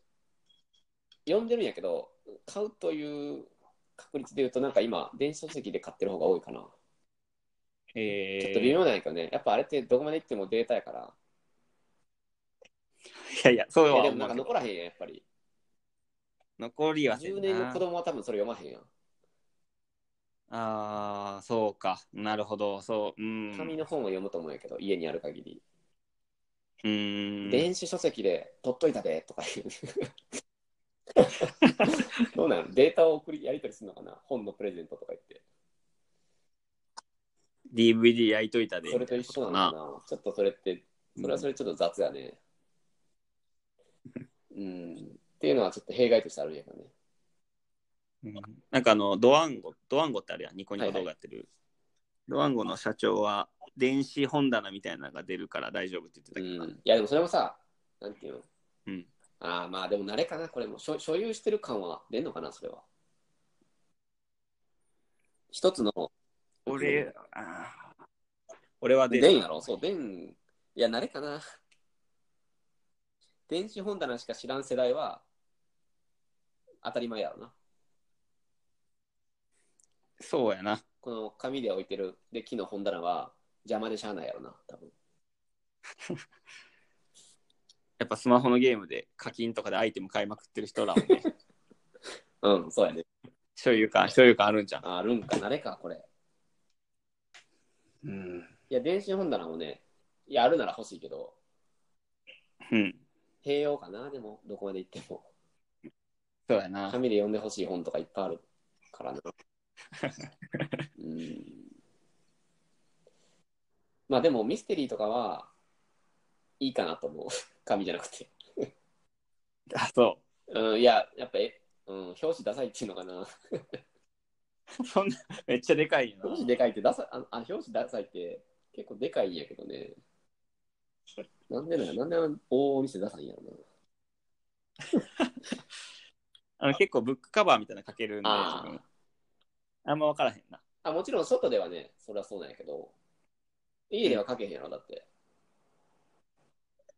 Speaker 1: 読んでるんやけど、買うという確率で言うと、なんか今、電子書籍で買ってる方が多いかな。
Speaker 2: えー、
Speaker 1: ちょっと微妙なんやけどね、やっぱあれってどこまで行ってもデータやから、
Speaker 2: いやいや、そう
Speaker 1: え
Speaker 2: は
Speaker 1: で
Speaker 2: 思
Speaker 1: もな
Speaker 2: うん
Speaker 1: か
Speaker 2: けど
Speaker 1: 残らへんやん、やっぱり。
Speaker 2: 残りはせんな
Speaker 1: 10年の子供は多分それ読まへんやん。
Speaker 2: ああ、そうか。なるほど。そう。うん。
Speaker 1: 紙の本を読むと思うんやけど、家にある限り。
Speaker 2: うーん。
Speaker 1: 電子書籍で取っといたでとか言う。
Speaker 2: (laughs)
Speaker 1: どうなんデータを送りやり取りするのかな本のプレゼントとか言って。
Speaker 2: DVD 焼いといたで。
Speaker 1: それと一緒なのかなちょっとそれって、それはそれちょっと雑やね。うん。っていうのはちょっと弊害としてあるんやけど
Speaker 2: う
Speaker 1: ね。
Speaker 2: んなんかあの、ドワンゴ、ドワンゴってあるやん。ニコニコ動画やってる。ドワンゴの社長は、電子本棚みたいなのが出るから大丈夫って言ってた
Speaker 1: う
Speaker 2: けどな。
Speaker 1: ん、いやでもそれもさ、なんていうの、
Speaker 2: うん
Speaker 1: ああまあでも慣れかな、これも所所有してる感は出んのかな、それは。一つの、
Speaker 2: 俺、あー俺は出
Speaker 1: で
Speaker 2: る
Speaker 1: んやろ、そう、でん、いや、慣れかな。電子本棚しか知らん世代は、当たり前やろな。
Speaker 2: そうやな。
Speaker 1: この紙で置いてる、で、木の本棚は、邪魔でしゃあないやろな、多分。
Speaker 2: やっぱスマホのゲームで課金とかでアイテム買いまくってる人らは
Speaker 1: (laughs)
Speaker 2: ね、
Speaker 1: うん、そうやね。
Speaker 2: 所有感、所有感あるんじゃん。
Speaker 1: あるんか、慣れか、これ。
Speaker 2: うん。
Speaker 1: いや、電子本棚もね、いや、あるなら欲しいけど、
Speaker 2: うん。
Speaker 1: 併用かな、でも、どこまで行っても。
Speaker 2: そうやな。
Speaker 1: 紙で読んでほしい本とかいっぱいあるからな。うんまあでもミステリーとかはいいかなと思う。紙じゃなくて。
Speaker 2: あ、そ
Speaker 1: うん、いや、やっぱえ、うん、表紙ダサいっていうのかな。
Speaker 2: う。そんな、めっちゃでかいよな。
Speaker 1: 表紙でかいってダサあ、あ表紙ダサいって結構でかいんやけどね。なんでなんや、なんであの大見せダサいんやろな。
Speaker 2: あの結構ブックカバーみたいなのかけるんで、
Speaker 1: あー
Speaker 2: 自分あんま分からへんな。
Speaker 1: あ、もちろん外ではね、それはそうなんやけど、家では書けへんやろ、だって。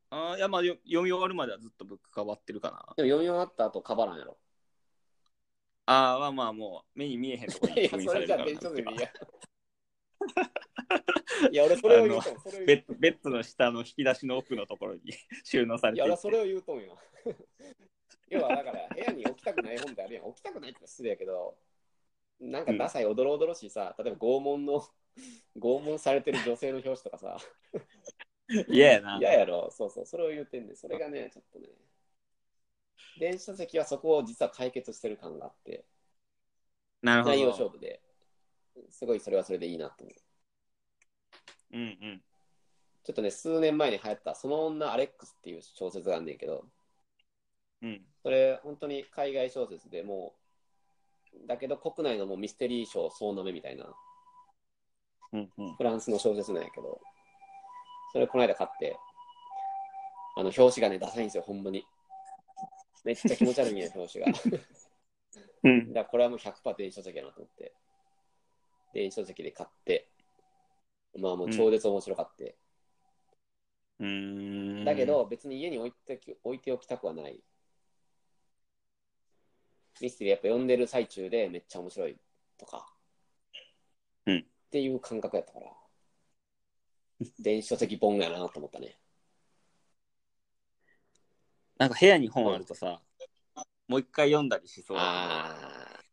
Speaker 2: あーいや、まあよ読み終わるまではずっとブックカバーってるかな。
Speaker 1: でも読み終わった後かばらんやろ。
Speaker 2: あーまあまあもう目に見えへんところ
Speaker 1: い
Speaker 2: に
Speaker 1: や、
Speaker 2: (laughs) 封印
Speaker 1: そ
Speaker 2: さ
Speaker 1: れ
Speaker 2: れる
Speaker 1: じゃ
Speaker 2: から
Speaker 1: あ、弁償で
Speaker 2: ないん
Speaker 1: い
Speaker 2: か
Speaker 1: や。
Speaker 2: (laughs)
Speaker 1: いや、俺それを言うとん、それ
Speaker 2: ベ
Speaker 1: を言う
Speaker 2: ッドベッドの下の引き出しの奥のところに (laughs) 収納さ
Speaker 1: とん。
Speaker 2: れ
Speaker 1: い
Speaker 2: てい
Speaker 1: や、俺
Speaker 2: て
Speaker 1: はそれを言うとんよ。 (laughs) 要はだから、部屋に置きたくない本ってあるやん。置きたくないって失礼やけど、なんかダサい、おどろおどろしいさ、例えば拷問の、 (laughs) 拷問されてる女性の表紙とかさ、
Speaker 2: 嫌やな。
Speaker 1: 嫌やろ、そうそう、それを言うてんねんそれがね、ちょっとね、電子書籍はそこを実は解決してる感があって、
Speaker 2: なるほ
Speaker 1: 内容
Speaker 2: ど
Speaker 1: 勝。負で、すごいそれはそれでいいなと思う。
Speaker 2: うんうん。
Speaker 1: ちょっとね、数年前に流行った、その女アレックスっていう小説があんねんけど、
Speaker 2: うん。
Speaker 1: それ、本当に海外小説でもう、だけど国内のもうミステリー賞総なめみたいな、
Speaker 2: うんうん。
Speaker 1: フランスの小説なんやけど、それこの間買って、あの、表紙がね、ダサいんですよ、ほんまに。めっちゃ気持ち悪いんや、表紙が。だか (laughs)
Speaker 2: うん。
Speaker 1: らこれはもう100%電子書籍やなと思って。電子書籍で買って、まあもう超絶面白かって、
Speaker 2: うーん。
Speaker 1: だけ、ど、別に家に置いてき置いておきたくはない。ミステリーやっぱ読んでる最中でめっちゃ面白いとか。
Speaker 2: うん
Speaker 1: っていう感覚やったから。電子書籍本やなと思ったね。
Speaker 2: なんか部屋に本あるとさ、もう一回読んだりしそうだけど。
Speaker 1: ああ、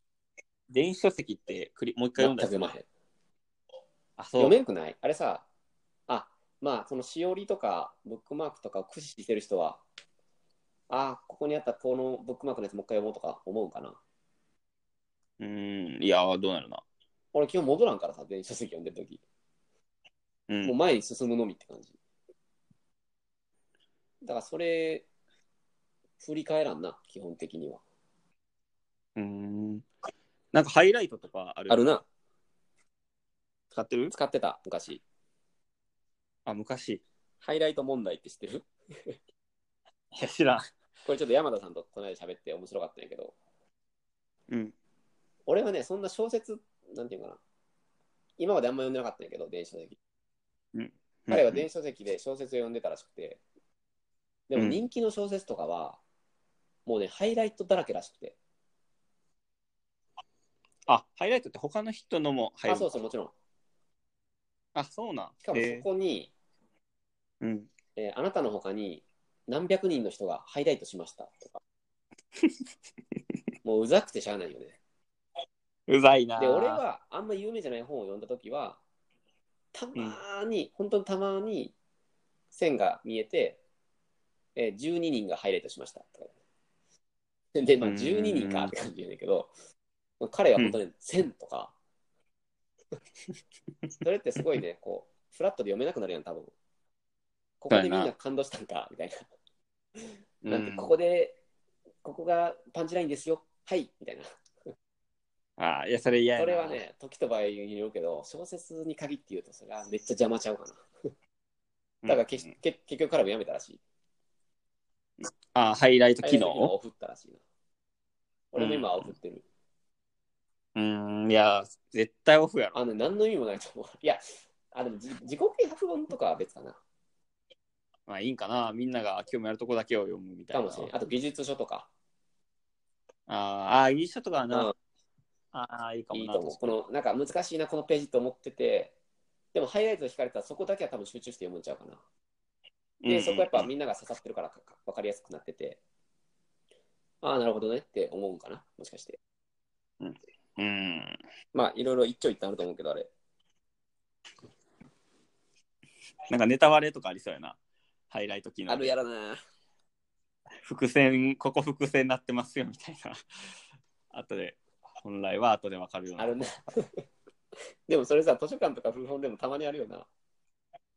Speaker 2: 電子書籍って繰りもう一回読んだ
Speaker 1: 全く
Speaker 2: り
Speaker 1: 読まへん
Speaker 2: る。。あ、そ
Speaker 1: 読
Speaker 2: う。
Speaker 1: めんくないあれさ、あ、まあ、そのしおりとか、ブックマークとかを駆使してる人は、ああ、ここにあったこのブックマークのやつもう一回読もうとか思うんかな。
Speaker 2: うーん。いやー、どうなるな。
Speaker 1: 俺基本戻らんからさ、電子書籍読んでるとき。
Speaker 2: う。
Speaker 1: もうん前に進むのみって感じ。だからそれ、振り返らんな、基本的には。
Speaker 2: うーん。なんかハイライトとかある
Speaker 1: あるな、
Speaker 2: 使ってる
Speaker 1: 使ってた、昔。
Speaker 2: あ、昔。
Speaker 1: ハイライト問題って知ってる
Speaker 2: いや、知らん。
Speaker 1: これちょっと山田さんとこの間喋って面白かったんやけど、
Speaker 2: うん。
Speaker 1: 俺はね、そんな小説、なんていうかな、今まであんま読んでなかったんやけど、電子書籍。 (laughs) 彼は電子書籍で小説を読んでたらしくて、でも人気の小説とかは、もうね、ハイライトだらけらしくて。
Speaker 2: あ、ハイライトって他の人のも入る
Speaker 1: あ、そうそう、もちろん。
Speaker 2: あ、そうなん。
Speaker 1: しかもそこに、
Speaker 2: えーうん。
Speaker 1: えーあなたの他に何百人の人がハイライトしましたと
Speaker 2: (laughs)
Speaker 1: かもううざくてしゃあないよね
Speaker 2: うざいな。
Speaker 1: で俺、はあんま有名じゃない本を読んだ時はたまーに、本当にたまーに線が見えて、えー12人がハイライトしましたとかで、まあ、
Speaker 2: うん
Speaker 1: 12人かって感じやねんけどまあ彼は本当に1000とか、それってすごいねこうフラットで読めなくなるやん多分ここでみんな感動したんかみたいななんて、ここで、ここがパンチラインですよ。はい、みたいな。
Speaker 2: うん。あ、いや、それ嫌やな。
Speaker 1: それは。ね、時と場合によるけど、小説に限って言うと、それはめっちゃ邪魔ちゃうかな。だからけし、け結局からもやめたらしい。
Speaker 2: あ、ハイライト機
Speaker 1: あれ今
Speaker 2: 能
Speaker 1: オフったらしいな。俺も今はオフってる。
Speaker 2: うーん、いや、絶対オフやろ。
Speaker 1: あの、何の意味もないと思う。いや、あ、でもじ自己啓発本とかは別かな。
Speaker 2: まあいいんかな。みんなが興味あるとこだけを読むみたいな。
Speaker 1: かもしれない。あと技術書とか。
Speaker 2: あーあー、いい人とかはな。
Speaker 1: うん
Speaker 2: ああ、いいかも
Speaker 1: いい
Speaker 2: な。
Speaker 1: と思う。この、なんか難しいな、このページと思ってて、でもハイライト引かれたらそこだけは多分集中して読むんちゃうか
Speaker 2: う
Speaker 1: な。
Speaker 2: んうんう
Speaker 1: で、
Speaker 2: ん
Speaker 1: そこやっぱみんなが刺さってるからか分かりやすくなってて、ああ、なるほどねって思うんかな、もしかして。
Speaker 2: うん。
Speaker 1: まあ、いろいろ一長一短あると思うけど、あれ。
Speaker 2: なんかネタ割れとかありそうやな。ハイライト機能。
Speaker 1: あるやらな。
Speaker 2: 伏線、ここ伏線になってますよみたいな。 (laughs) 後で、本来は後でわかるような。
Speaker 1: あるな。 (laughs) でもそれさ、図書館とか古本でもたまにあるよな。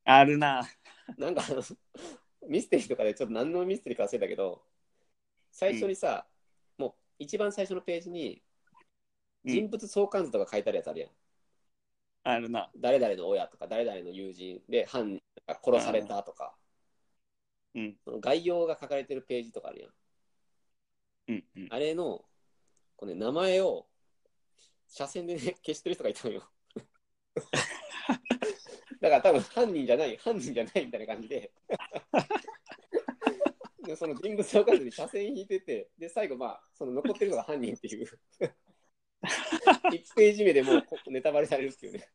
Speaker 2: あるな。
Speaker 1: なんかあの、ミステリーとかでちょっと何のミステリーか忘れたけど、最初にさ、もう一番最初のページに、
Speaker 2: うん
Speaker 1: 人物相関図とか書いてあるやつあるやん。
Speaker 2: あるな。
Speaker 1: 誰々の親とか、誰々の友人で、犯人が殺されたとか、
Speaker 2: うん。
Speaker 1: その概要が書かれてるページとかあるやん。
Speaker 2: うん。うん、
Speaker 1: あれの、このね、名前を、車線でね、 (laughs) 消してる人がいたのよ。だから多分犯人じゃない、犯人じゃないみたいな感じで。 (laughs) でその人物相関図に車線引いてて、で、最後、まあ、その残ってるのが犯人っていう。1ページ目でもうこネタバレされるっていうね。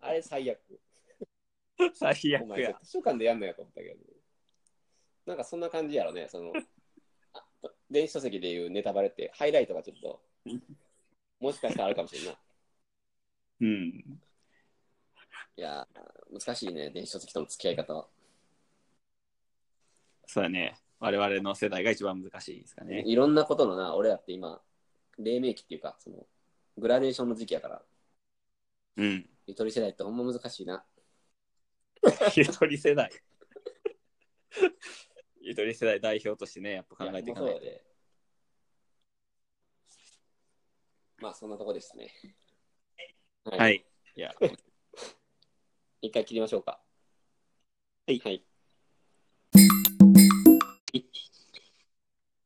Speaker 1: あれ最悪。
Speaker 2: 最
Speaker 1: お
Speaker 2: 悪
Speaker 1: 前
Speaker 2: や。
Speaker 1: 図書館でやんのやと思ったけど。なんかそんな感じやろ
Speaker 2: (laughs)
Speaker 1: ね、その、あ電子書籍でいうネタバレって、ハイライトがちょっと、もしかしたらあるかもしれんない。
Speaker 2: うん。
Speaker 1: いやー、難しいね、電子書籍との付き合い方は。
Speaker 2: そうやね。我々の世代が一番難しいですかね。
Speaker 1: いろんなことのな、俺らって今、黎明期っていうか、その、グラデーションの時期やから、
Speaker 2: うん。 (laughs)
Speaker 1: ゆとり世代ってほんま難しいな。
Speaker 2: ゆとり世代。 (laughs) ゆとり世代代表としてね、やっぱ考えていかない
Speaker 1: やほんまそう
Speaker 2: と。
Speaker 1: やでまあ、そんなとこでしたね。は
Speaker 2: はい。いや、
Speaker 1: 一回切りましょうか。
Speaker 2: はい
Speaker 1: はい。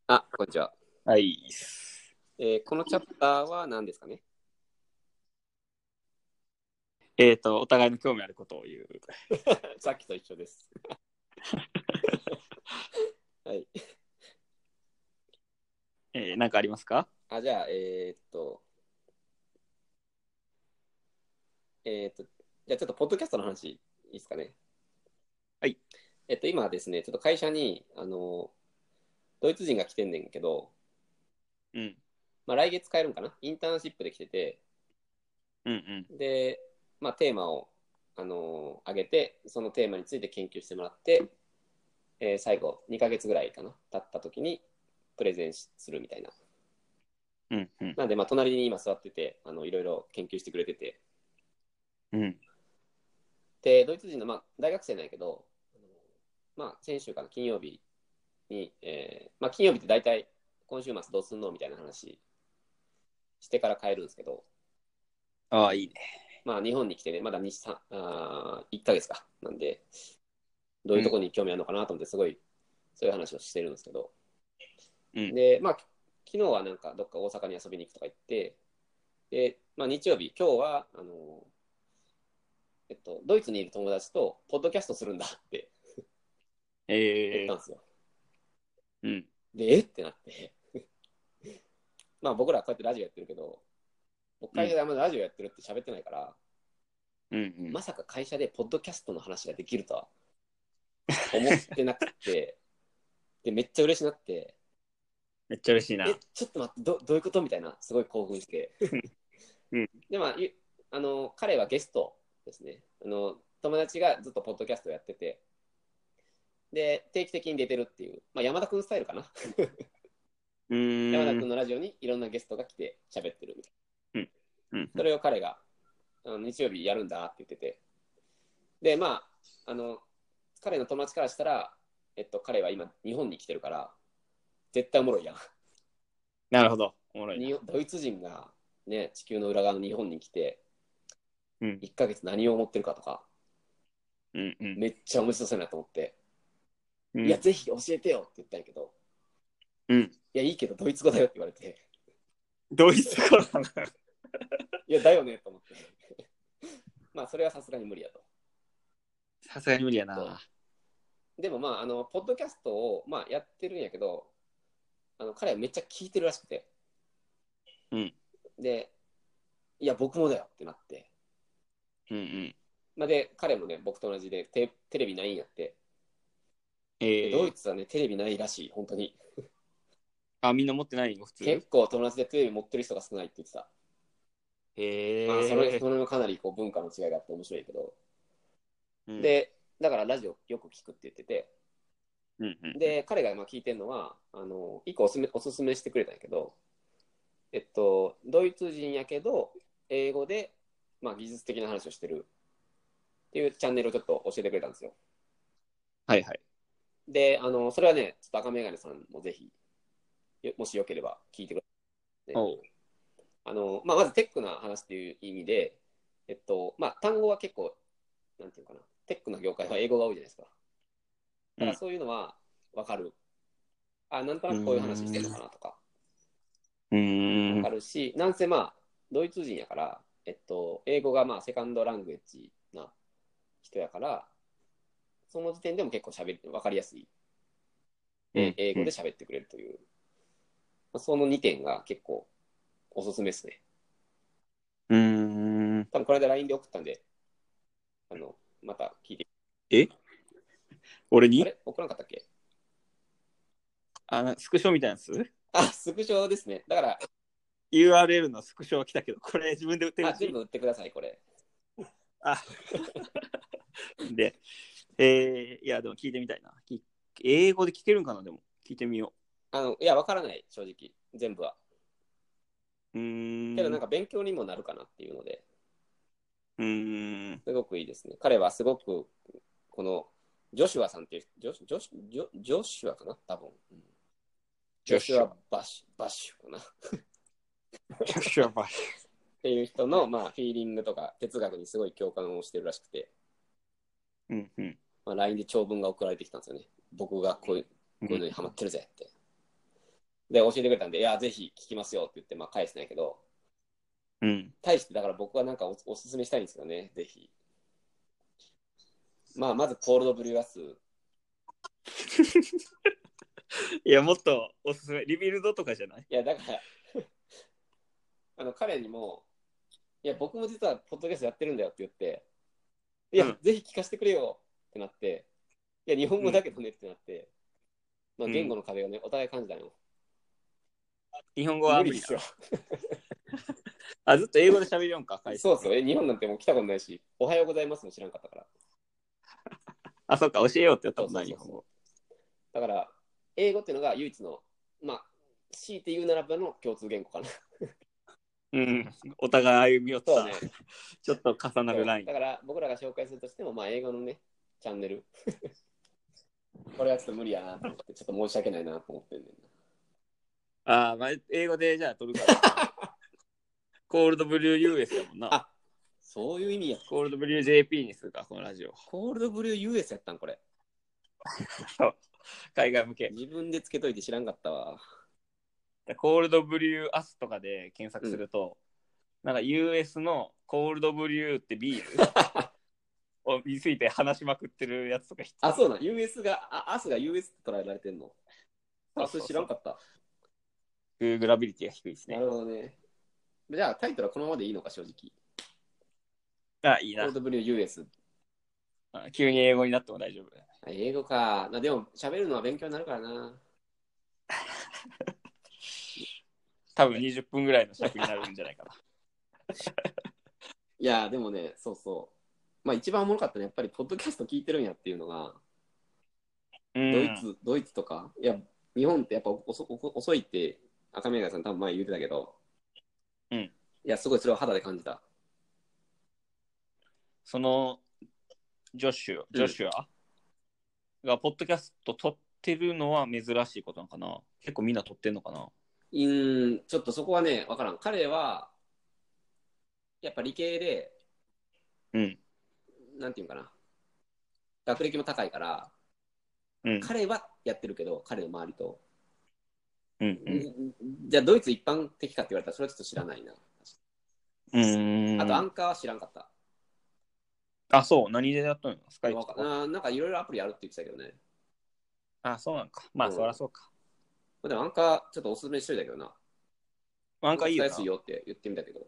Speaker 1: あ、こんにちは。
Speaker 2: はい。
Speaker 1: えーこのチャプターは何ですかね
Speaker 2: えっ、と、お互いの興味あることを言う。
Speaker 1: さっきと一緒です。はい。
Speaker 2: えー、なんかありますか
Speaker 1: あ、じゃあ、えーっと。えーっと、じゃあちょっと、ポッドキャストの話、いいですかね。
Speaker 2: はい。
Speaker 1: えっと、今ですね、ちょっと会社に、あの、ドイツ人が来てんねんけど、
Speaker 2: うん。
Speaker 1: まあ、来月帰るんかなインターンシップで来てて、
Speaker 2: うんうん。
Speaker 1: で、まあ、テーマを、あのー上げて、そのテーマについて研究してもらって、えー最後、2ヶ月ぐらいかな、経った時に、プレゼンしするみたいな。
Speaker 2: うんうん。
Speaker 1: なんで、まあ、隣に今座ってて、あの、いろいろ研究してくれてて、
Speaker 2: うん。
Speaker 1: で、ドイツ人の、まあ、大学生なんやけど、あのまあ、先週かな、金曜日に、えーまあ、金曜日って大体、今週末どうすんのみたいな話してから帰るんですけど、
Speaker 2: ああ、いいね。
Speaker 1: まあ、日本に来てね、まだ2、3あー1ヶ月か。なんで、どういうところに興味あるのかなと思って、すごい、そういう話をしてるんですけど。
Speaker 2: うん
Speaker 1: で、まあ、き昨日はなんか、どっか大阪に遊びに行くとか言って、で、まあ、日曜日、今日は、あの、えっと、ドイツにいる友達と、ポッドキャストするんだって言
Speaker 2: え
Speaker 1: っ
Speaker 2: え
Speaker 1: たんですよ。
Speaker 2: うん。
Speaker 1: で、えってなって。 (laughs) まあ、僕らはこうやってラジオやってるけど、僕会社であんまりラジオやってるって喋ってないから、
Speaker 2: うんうん。
Speaker 1: まさか会社でポッドキャストの話ができ
Speaker 2: (laughs)
Speaker 1: るとは思ってなくて、で、めっちゃ嬉しなって、
Speaker 2: めっちゃ嬉しいな。
Speaker 1: え、ちょっと待って、どどういうことみたいな、すごい興奮して。
Speaker 2: うん
Speaker 1: で、まあ、ゆあの、彼はゲストですね。あの、友達がずっとポッドキャストやってて、で、定期的に出てるっていう、まあ、山田くんスタイルかな。
Speaker 2: うーん。
Speaker 1: 山田くんのラジオにいろんなゲストが来て喋ってるみたい
Speaker 2: うん
Speaker 1: な。それを彼が、あの日曜日やるんだって言ってて。で、まあ、あの、彼の友達からしたら、えっと、彼は今、日本に来てるから、絶対おもろいやん。
Speaker 2: なるほど。おもろいな。
Speaker 1: にドイツ人が、ね、地球の裏側の日本に来て、
Speaker 2: うん
Speaker 1: 1ヶ月何を思ってるかとか、
Speaker 2: うんうん。
Speaker 1: めっちゃ面白そうやなと思って、
Speaker 2: うん
Speaker 1: いや、ぜひ教えてよって言ったんやけど、
Speaker 2: うん。
Speaker 1: いや、いいけど、ドイツ語だよって言われて、
Speaker 2: ドイツからなの。
Speaker 1: いや、だよねと思って。 (laughs) まあ、それはさすがに無理やと。
Speaker 2: さすがに無理や
Speaker 1: そう
Speaker 2: な。
Speaker 1: でもまあ、あの、ポッドキャストを、まあ、やってるんやけど、あの、彼はめっちゃ聞いてるらしくて。
Speaker 2: うん
Speaker 1: で、いや、僕もだよってなって。
Speaker 2: うんうん。
Speaker 1: まあ、で、彼もね、僕と同じで、テテレビないんやって。
Speaker 2: え
Speaker 1: で
Speaker 2: え
Speaker 1: ドイツはね、テレビないらしい、本当に。
Speaker 2: あ、みんな持ってないよ、普通。
Speaker 1: 結構友達でテレビ持ってる人が少ないって言ってた。
Speaker 2: へえ。
Speaker 1: まあ、それ、それもかなりこう文化の違いがあって面白いけど。
Speaker 2: うん、
Speaker 1: で、だからラジオよく聞くって言ってて。
Speaker 2: うんうん、
Speaker 1: で、彼がまあ聞いてるのは、あの、一個おすすめおすすめしてくれたんやけど、えっと、ドイツ人やけど、英語で、まあ、技術的な話をしてるっていうチャンネルをちょっと教えてくれたんですよ。
Speaker 2: はいはい。
Speaker 1: で、あの、それはね、ちょっと赤メガネさんもぜひ、よもしよければ聞いてくださいね、
Speaker 2: おう
Speaker 1: あの、まあ、まずテックな話っていう意味で、えっと、まあ、単語は結構、なんていうかな、テックな業界は英語が多いじゃないですか。だからそういうのは分かる。あ、なんとなくこういう話してるのかなとか。
Speaker 2: うー
Speaker 1: わ
Speaker 2: ん
Speaker 1: か。るし、なんせまあ、ドイツ人やから、えっと、英語がまあ、セカンドラングエッジな人やから、その時点でも結構喋り、わかりやすい。え
Speaker 2: うん
Speaker 1: 英語で喋ってくれるという。まあその2点が結構おすすめですね。
Speaker 2: うーん。
Speaker 1: 多分これで LINE で送ったんで、あの、また聞いて。
Speaker 2: 俺
Speaker 1: あ
Speaker 2: に
Speaker 1: れ送らなかったっけ (laughs)
Speaker 2: あのスクショみたいなやつ
Speaker 1: あ、スクショですね。だから、
Speaker 2: ?URL のスクショは来たけど、これ自分で打って
Speaker 1: あ、
Speaker 2: る
Speaker 1: 全部売ってください、これ。
Speaker 2: んで。えー、いや、でも聞いてみたいな。き英語で聞けるんかな、でも。聞いてみよ
Speaker 1: あの、いや、わからない、正直。全部は。
Speaker 2: う。うーん。
Speaker 1: けどなんか勉強にもなるかなっていうので。
Speaker 2: うーん。
Speaker 1: すごくいいですね。彼はすごく、この、ジョシュアさんっていう、ジョシュジョシュジョジョシュアかな多分。うんジョシュア・バッシュ、バッシュかなっ
Speaker 2: めちゃくちゃやばい。
Speaker 1: ていう人の、まあ、フィーリングとか哲学にすごい共感をしてるらしくて、
Speaker 2: うんうん。
Speaker 1: まあ、LINE で長文が送られてきたんですよね。僕がこういう
Speaker 2: うん
Speaker 1: こういうのにハマってるぜって。で、教えてくれたんで、いや、ぜひ聞きますよって言って、まあ、返してないけど、
Speaker 2: うん。
Speaker 1: 対して、だから僕はなんかおおすすめしたいんですよね、ぜひ。まあ、まずコールドブリュアス。
Speaker 2: いや、もっとおすすめ。リビルドとかじゃない
Speaker 1: いや、だから、 (laughs) あの、彼にも、いや、僕も実は、ポッドキャストやってるんだよって言って、いや、
Speaker 2: うん
Speaker 1: ぜひ聞かせてくれよってなって、いや、日本語だけどねってなって、ま
Speaker 2: う
Speaker 1: あ、
Speaker 2: ん
Speaker 1: 言語の壁をね、お互い感じたの。
Speaker 2: 日本語は
Speaker 1: 無理ですよ。
Speaker 2: あ、ずっと英語で喋りよんか、会社
Speaker 1: そうですよ。え、日本なんてもう来たことないし、おはようございますも知らんかったから。
Speaker 2: あ、そっか、教えようってやったことない、日
Speaker 1: そうそう
Speaker 2: 本
Speaker 1: そう
Speaker 2: 語。
Speaker 1: だから、英語っていうのが唯一の、まあ、強いて言うならばの共通言語かな。
Speaker 2: うん。お互い歩み寄った、
Speaker 1: そうね
Speaker 2: ちょっと重なるライン
Speaker 1: だ。から、僕らが紹介するとしても、まあ、英語のね、チャンネル。 (laughs) これはちょっと無理やなと思って、ちょっと申し訳ないなと思ってんねんな。
Speaker 2: あー、まあ、英語でじゃあ撮るから。
Speaker 1: (laughs)
Speaker 2: コールドブリュー US やもんな。
Speaker 1: あそういう意味や。
Speaker 2: コールドブリュー JP にするか、このラジオ。
Speaker 1: コールドブリュー US やったん、これ。
Speaker 2: 海外向け。
Speaker 1: 自分でつけといて知らんかったわ。
Speaker 2: コールドブリューアスとかで検索すると、なんか US のコールドブリューってビール
Speaker 1: (laughs)
Speaker 2: をについて話しまくってるやつとか必
Speaker 1: あ、そうなん。US が、あ、アスが US って捉えられてんの。あ、それ知らんかった。
Speaker 2: グラビリティが低いです
Speaker 1: な
Speaker 2: ね。
Speaker 1: るほどね。じゃあ、タイトルはこのままでいいのか、正直。
Speaker 2: あ、いい
Speaker 1: コー
Speaker 2: な
Speaker 1: ル。ドブリュー US。
Speaker 2: あ急に英語になっても大丈夫。
Speaker 1: あ英語か。なでも、喋るのは勉強になるからな。
Speaker 2: 多分20分ぐらいの尺になるんじゃ
Speaker 1: (laughs)
Speaker 2: ないかな。
Speaker 1: いや、でもね、そうそう。まあ、一番おもろかったのは、やっぱり、ポッドキャスト聞いてるんやっていうのが、
Speaker 2: うん
Speaker 1: ドイツ、ドイツとか、いや、日本ってやっぱ遅遅いって、赤目がさん多分前言ってたけど、
Speaker 2: うん
Speaker 1: いや、すごいそれを肌で感じた。
Speaker 2: そのジョシュア、ジョシュア、がポッドキャスト撮ってるのは珍しいことなのかな結構みんな撮ってんのかな
Speaker 1: うーん、ちょっとそこはね、わからん。彼は、やっぱ理系で、
Speaker 2: うん。
Speaker 1: なんていうんかな、学歴も高いから、
Speaker 2: うん。
Speaker 1: 彼はやってるけど、彼の周りと。
Speaker 2: うん。
Speaker 1: じゃあ、ドイツ一般的かって言われたら、それはちょっと知らないな。
Speaker 2: うん。うん
Speaker 1: あと、アンカーは知らんかった。
Speaker 2: あ、そう。何でやったのスカイプ
Speaker 1: わ
Speaker 2: と
Speaker 1: か
Speaker 2: か。
Speaker 1: あーなんかいろいろアプリあるって言ってたけどね。
Speaker 2: あ、そうなんか。まあ、
Speaker 1: うん
Speaker 2: そりゃそうか。
Speaker 1: まあでもアンカーちょっとおすすめしといたけどな。
Speaker 2: なんかいいよ
Speaker 1: 使
Speaker 2: な。
Speaker 1: やすいよって言ってみたけど、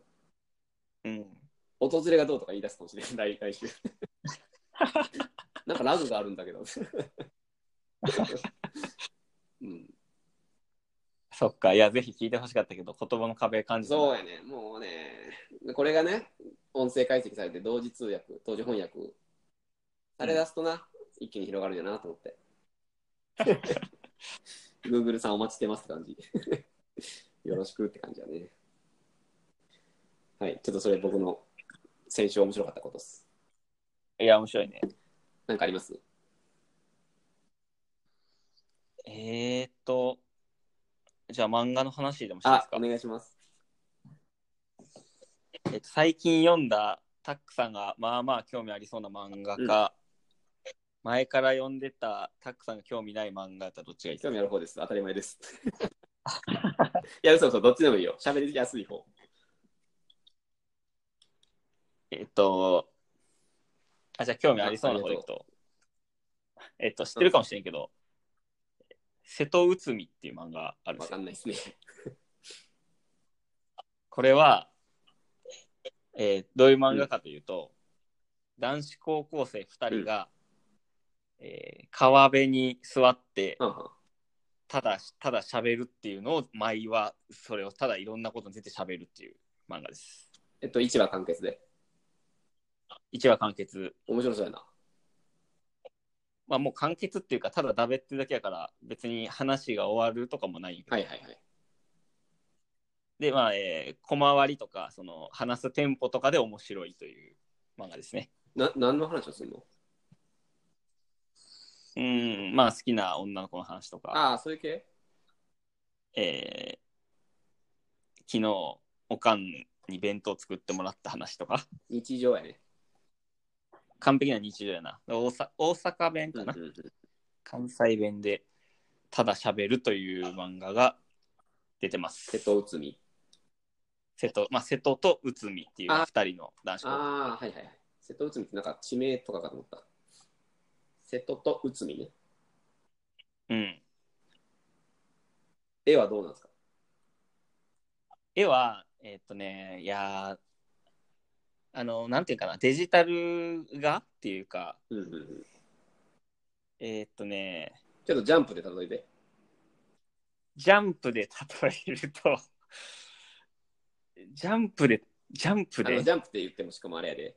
Speaker 2: うん。
Speaker 1: 訪れがどうとか言い出すかもしれない、来来
Speaker 2: (laughs)
Speaker 1: 週。なんかラグがあるんだけど。 (laughs) うん、
Speaker 2: そっか。いや、ぜひ聞いてほしかったけど、言葉の壁感じたな
Speaker 1: そうやね、もうね、これがね、音声解析されて同時通訳、同時翻訳され出すとな、一気に広がるんやなと思 (laughs) って。Google さんお待ちしてますって感じ。よろしくって感じだね。はい、ちょっとそれ僕の先週面白かったことです。
Speaker 2: いや、面白いね。
Speaker 1: なんかあります
Speaker 2: えーっと、じゃあ漫画の話でもしていいで
Speaker 1: あ
Speaker 2: す、か
Speaker 1: お。願いします。
Speaker 2: えっと、最近読んだタックさんがまあまあ興味ありそうな漫画か、前から読んでたタックさんが興味ない漫画だったらどっちがいいです
Speaker 1: 興
Speaker 2: か
Speaker 1: 味ある方です。当たり前です。 (laughs) いや、嘘嘘、どっちでもいいよ。喋りやすい方。
Speaker 2: えっと、あ、じゃあ興味ありそうな方でいくと、えっと、知ってるかもしれんけど、瀬戸内海っていう漫画あるんで
Speaker 1: わ
Speaker 2: す
Speaker 1: か
Speaker 2: よ。
Speaker 1: んないですね。 (laughs)
Speaker 2: これは、えーどういう漫画かというと、男子高校生2人が、えー川辺に座って、
Speaker 1: うんうん
Speaker 2: ただただ喋るっていうのを毎はそれをただいろんなことについて喋るっていう漫画です
Speaker 1: えっと、一話完結で。
Speaker 2: 一話完結
Speaker 1: 面白そうやな。
Speaker 2: まあもう完結っていうかただだべってるだけやから別に話が終わるとかもないんやけど
Speaker 1: はいはいはい。
Speaker 2: でまあ、えー小回りとかその話すテンポとかで面白いという漫画ですね
Speaker 1: な、何の話をするの
Speaker 2: うんまあ好きな女の子の話とか、
Speaker 1: ああ、そういう系
Speaker 2: えー昨日おかんに弁当作ってもらった話とか
Speaker 1: 日常やね。
Speaker 2: 完璧な日常やな大阪大阪弁
Speaker 1: う
Speaker 2: か
Speaker 1: んう
Speaker 2: なん
Speaker 1: うん
Speaker 2: 関西弁でただ喋るという漫画が出てます。
Speaker 1: 瀬戸内海。
Speaker 2: 瀬戸、まあ、瀬戸と内海っていう
Speaker 1: あ
Speaker 2: 二人の男子高校。
Speaker 1: ああ、はいはいはい。瀬戸内海ってなんか地名とかかと思った。瀬戸と内海ね。
Speaker 2: うん。
Speaker 1: 絵はどうなんですか
Speaker 2: 絵は、えーっとね、いやーあの、なんていうかな、デジタル画っていうか、
Speaker 1: うんうんうん。
Speaker 2: えーっとね、
Speaker 1: ちょっとジャンプで例えて。
Speaker 2: ジャンプで例えると、ジャンプで、ジャンプ
Speaker 1: あの
Speaker 2: で
Speaker 1: ジ、ャンプって言ってもしかもあれやで。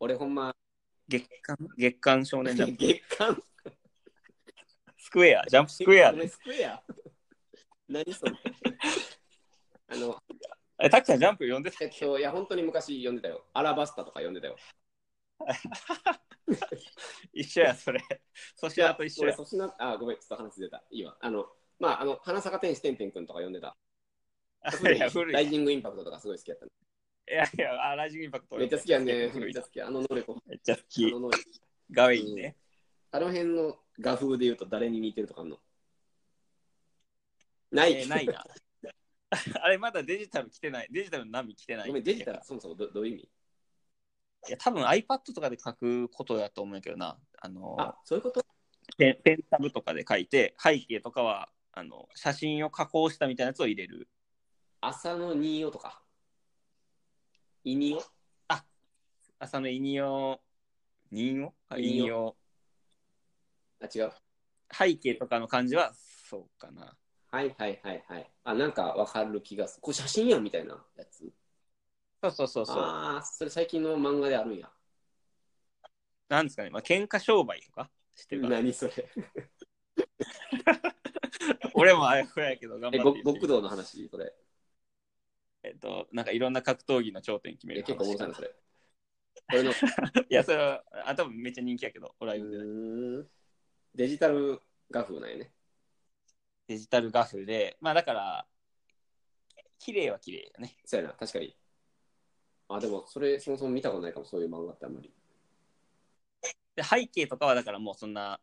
Speaker 1: 俺ほんま、
Speaker 2: 月刊、月刊少年ジャンプ、
Speaker 1: 月刊
Speaker 2: スクエア、ジャンプスクエア
Speaker 1: ごめんスクエア。何それ。 (laughs) あの、
Speaker 2: え、たきさんジャンプ読んでた
Speaker 1: えっと、いや、本当に昔読んでたよ。アラバスタとか読んでたよ。
Speaker 2: 一緒や、それ。粗
Speaker 1: い
Speaker 2: 品と一緒や。
Speaker 1: 俺粗品あ、ごめん、ちょっと話出た。いいわ。あの、まあ、あの、花坂天使てんてんくんとか読んでた。
Speaker 2: いや、古
Speaker 1: ラ
Speaker 2: い。い
Speaker 1: イジングインパクトとかすごい好きやった、
Speaker 2: やいや、あラジオインパクト。
Speaker 1: めっちゃ好きやね。め
Speaker 2: 古
Speaker 1: っ
Speaker 2: い
Speaker 1: ちゃ好きや。あの能力、あ
Speaker 2: めっちゃ好き。
Speaker 1: の能力。
Speaker 2: ガウェインね。
Speaker 1: あの辺の画風で言うと誰に似てるとかあんのない。
Speaker 2: えーないな。 (laughs) あれ、まだデジタル来てない。デジタルの波来てない。
Speaker 1: ごめん、
Speaker 2: (laughs)
Speaker 1: デジタル、そもそもどどういう意味
Speaker 2: いや、多分 iPad とかで書くことだと思うんやけどな。あの、
Speaker 1: あ、そういうこと
Speaker 2: ペンペンタブとかで書いて、背景とかは、あの、写真を加工したみたいなやつを入れる。
Speaker 1: 浅野新代とか。イニオ
Speaker 2: 浅野イニオ、ニンオあイ
Speaker 1: イニオ
Speaker 2: ニオ。
Speaker 1: あ、違う。
Speaker 2: 背景とかの感じは、そうかな。
Speaker 1: はいはいはいはい。あ、なんかわかる気がする。これ写真やんみたいなやつ。
Speaker 2: そうそうそうそう。
Speaker 1: ああ、それ最近の漫画であるんや。
Speaker 2: なんですかね、まあ、喧嘩商売とかしてるから。
Speaker 1: 何それ。
Speaker 2: 俺もあやふややけど、頑張
Speaker 1: え、
Speaker 2: って言っ
Speaker 1: ご
Speaker 2: てみる
Speaker 1: 極道の話、それ。
Speaker 2: えっと、なんかいろんな格闘技の頂点決め
Speaker 1: え
Speaker 2: る
Speaker 1: 結構面
Speaker 2: 話かな。
Speaker 1: 白いな、それ。これの、
Speaker 2: いや、それは、あ、多分めっちゃ人気やけど、俺は
Speaker 1: う
Speaker 2: 読んでない。
Speaker 1: ーんデジタル画風なんやね。
Speaker 2: デジタル画風で、まあだから、綺麗は綺麗よね。
Speaker 1: そうやな、確かに。あ、でも、それ、そもそも見たことないかも、そういう漫画ってあんまり。
Speaker 2: で、背景とかはだからもうそんな、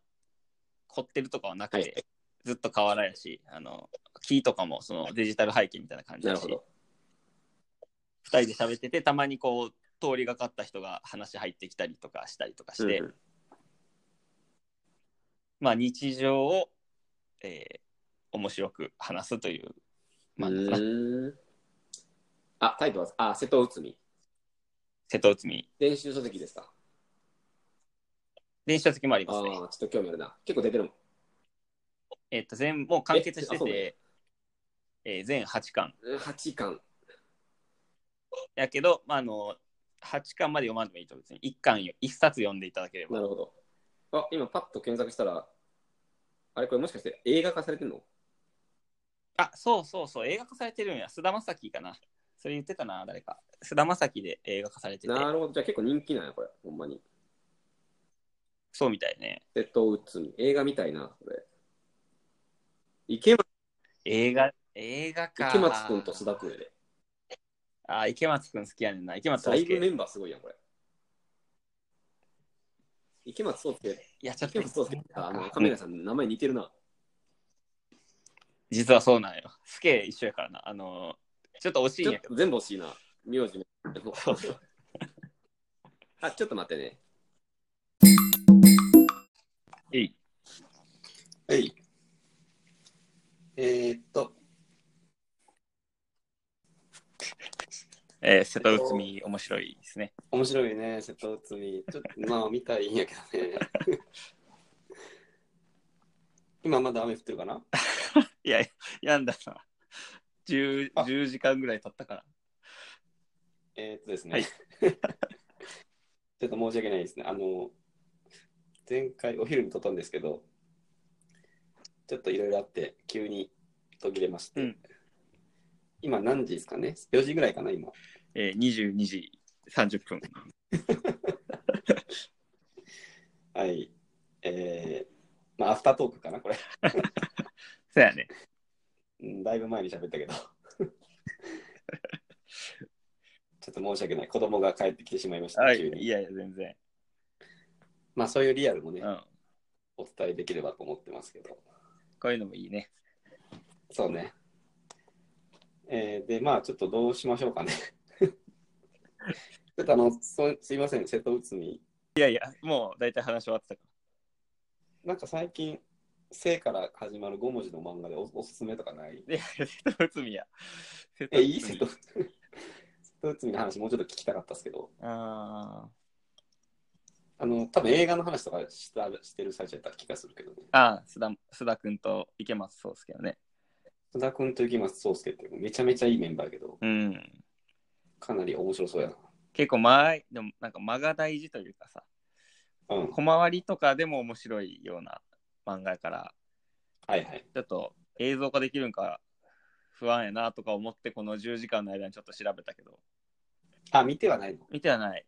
Speaker 2: 凝ってるとかはなくて、
Speaker 1: はい
Speaker 2: ずっと変わらやし、あの、木とかもそのデジタル背景みたいな感じ
Speaker 1: な
Speaker 2: だ
Speaker 1: る
Speaker 2: し
Speaker 1: ほ、ど。
Speaker 2: 二人で喋ってて、たまにこう、通りがかった人が話入ってきたりとかしたりとかして、
Speaker 1: うんうん
Speaker 2: まあ日常を、えー面白く話すという、まあ、
Speaker 1: うーんあ、タイトルは、あ、瀬戸内海。
Speaker 2: 瀬戸内海、
Speaker 1: 練習書籍ですか。
Speaker 2: 電子書籍もあり
Speaker 1: あ
Speaker 2: ます
Speaker 1: あ
Speaker 2: ね。
Speaker 1: ー、ちょっと興味あるな。結構出てるもん。
Speaker 2: えっと、全、もう完結して
Speaker 1: えあそうなんや
Speaker 2: て、えー全8巻。
Speaker 1: うん8巻。
Speaker 2: やけど、まあ、あの、8巻まで読まんでもいいと、別に1巻よ、1冊読んでいただければ。
Speaker 1: なるほど。あ、今パッと検索したら、あれこれもしかして映画化されてんの
Speaker 2: あ、そうそうそう、映画化されてるんや。菅田将暉かな。それ言ってたな、誰か。菅田将暉で映画化されてて、
Speaker 1: なるほど。じゃあ結構人気なんや、これ。ほんまに。
Speaker 2: そうみたいね。
Speaker 1: 瀬戸内海。映画みたいな、これ。池松
Speaker 2: 映画、映画か。
Speaker 1: 池松くんと須田くんやで。
Speaker 2: あ、池松くん好きやねんな。池松
Speaker 1: だ
Speaker 2: 壮
Speaker 1: いぶ
Speaker 2: 介。
Speaker 1: メンバーすごいやん、これ。池松壮介、
Speaker 2: いや、ちょっ
Speaker 1: 池
Speaker 2: と
Speaker 1: 松、壮介、あの、カメラさんの名前似てるな。
Speaker 2: 実はそうなんよ。スケ一緒やからな。あの、ちょっと惜しい
Speaker 1: ち
Speaker 2: ん
Speaker 1: ょ
Speaker 2: や
Speaker 1: っ
Speaker 2: け
Speaker 1: と全部欲しいな。名
Speaker 2: (laughs)
Speaker 1: 字も。あ、ちょっと待ってね。
Speaker 2: ど。いい
Speaker 1: はい。えー、っと、
Speaker 2: えー瀬戸内海、面白いですね。
Speaker 1: 面白いね、瀬戸内海。ちょっと、まあ、見たいんやけど (laughs) ね。今まだ雨降ってるかない
Speaker 2: や、やんだな。10,
Speaker 1: あ
Speaker 2: 10時間ぐらい経ったから。
Speaker 3: えーっとですね、
Speaker 2: はい
Speaker 3: (laughs) ちょっと申し訳ないですね。あの、前回お昼に撮ったんですけど、ちょっといろいろあって、急に途切れまして、
Speaker 2: うん
Speaker 3: 今何時ですかね ?4 時ぐらいかな、今。
Speaker 2: えー、22時30分。
Speaker 3: はい。えー、まあ、アフタートークかな、これ。
Speaker 2: そうやね。
Speaker 3: うんだいぶ前に喋ったけど。 (laughs) ちょっと申し訳ない。子供が帰ってきてしまいました、
Speaker 2: はい。
Speaker 3: 急
Speaker 2: い
Speaker 3: に。
Speaker 2: やいや、全然。
Speaker 3: まあ、そういうリアルもね、
Speaker 2: うん。
Speaker 3: お伝えできればと思ってますけど。
Speaker 2: こういうのもいいね。
Speaker 3: そうね。
Speaker 1: えーで、まあ、ちょっとどうしましょうかね。 (laughs) ちょっとあの、そすいません、瀬戸内海。
Speaker 2: いやいや、もう大体話終わってたか
Speaker 1: なんか最近、生から始まる5文字の漫画でおおすすめとかない
Speaker 2: ら。いや、瀬戸内海や。瀬
Speaker 1: え、いい瀬
Speaker 2: 海
Speaker 1: 戸内海。瀬戸内海の話、もうちょっと聞きたかったですけど、
Speaker 2: あ
Speaker 1: あの、多分映画の話とかしたしてる最初やった気がするけどね。
Speaker 2: ーあー、須田、須田君と池松そうですけどね。
Speaker 1: 須田君と雪松壮介って、めちゃめちゃいいメンバーやけど、
Speaker 2: うん。
Speaker 1: かなり面白そうやな。
Speaker 2: 結構間合い、でもなんか間が大事というかさ、
Speaker 1: うん。
Speaker 2: 小回りとかでも面白いような漫画やから、
Speaker 1: はいはい。
Speaker 2: ちょっと映像化できるんか不安やなとか思って、この10時間の間にちょっと調べたけど、
Speaker 1: あ、見てはないの
Speaker 2: 見てはない。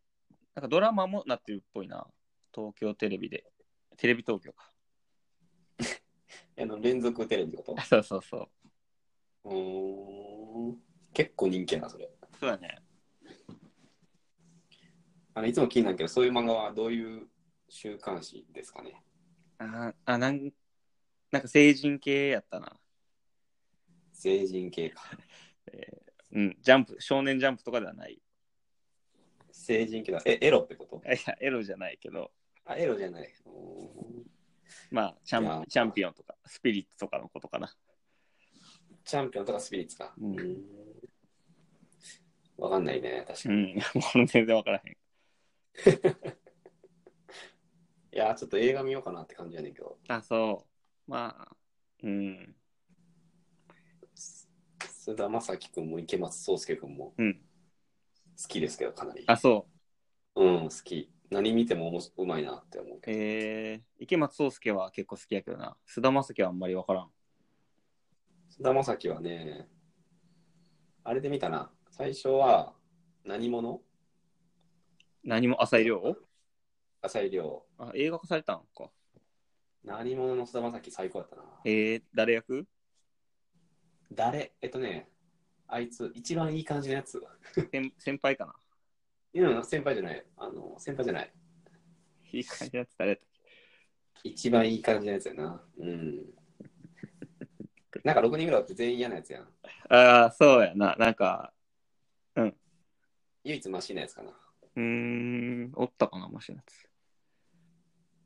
Speaker 2: なんかドラマもなってるっぽいな。東京テレビで。テレビ東京か。 (laughs)
Speaker 1: あの連続テレビってこと
Speaker 2: あそうそうそう。
Speaker 1: うーん。結構人気やな、それ。
Speaker 2: そうだね。
Speaker 1: あのいつも気になるけど、そういう漫画はどういう週刊誌ですかね。
Speaker 2: あ、あなんなんか成人系やったな。
Speaker 1: 成人系か。
Speaker 2: うん、ジャンプ、少年ジャンプとかではない。 (laughs)
Speaker 1: 成人系だ。え、エロってこと
Speaker 2: いや、エロじゃないけど、
Speaker 1: あ、エロじゃない。う
Speaker 2: まあ、チャ
Speaker 1: いや
Speaker 2: ンチャンピオンとか、スピリッツとかのことかな。
Speaker 1: ーんチャンピオンとかスピリッツか。
Speaker 2: うん
Speaker 1: うーんわかんないね、確か
Speaker 2: う
Speaker 1: に。い
Speaker 2: ん、 (laughs) もう全然わからへん。
Speaker 1: やー、ちょっと映画見ようかなって感じやねんけど、
Speaker 2: あ、そう。まあ、うん、
Speaker 1: 須田将暉君も池松壮亮君も
Speaker 2: うん。
Speaker 1: 好きですけど、かなり。
Speaker 2: あ、そう。
Speaker 1: うん、好き。何見てもおもしうまいなって思うけど。
Speaker 2: えー、池松壮亮は結構好きやけどな。菅田将暉はあんまりわからん。
Speaker 1: 菅田将暉はね、あれで見たな。最初は、何者
Speaker 2: 何も浅い量
Speaker 1: 浅井亮。
Speaker 2: あ、映画化されたんか。
Speaker 1: 何者の菅田将暉最高だったな。
Speaker 2: えー、誰役
Speaker 1: 誰えっとね、あいつ、一番いい感じのやつ。
Speaker 2: 先先輩かな。 (laughs)
Speaker 1: うん、先輩じゃない。あの、先輩じゃない。
Speaker 2: いい感じのやつ誰だっ
Speaker 1: 一番いい感じのやつやな。うん。なんか6人ぐらいおって全員嫌なやつやん。
Speaker 2: けああ、そうやな。なんか、
Speaker 1: 唯一マシなやつかな。
Speaker 2: うーん、おったかな、もしのやつ。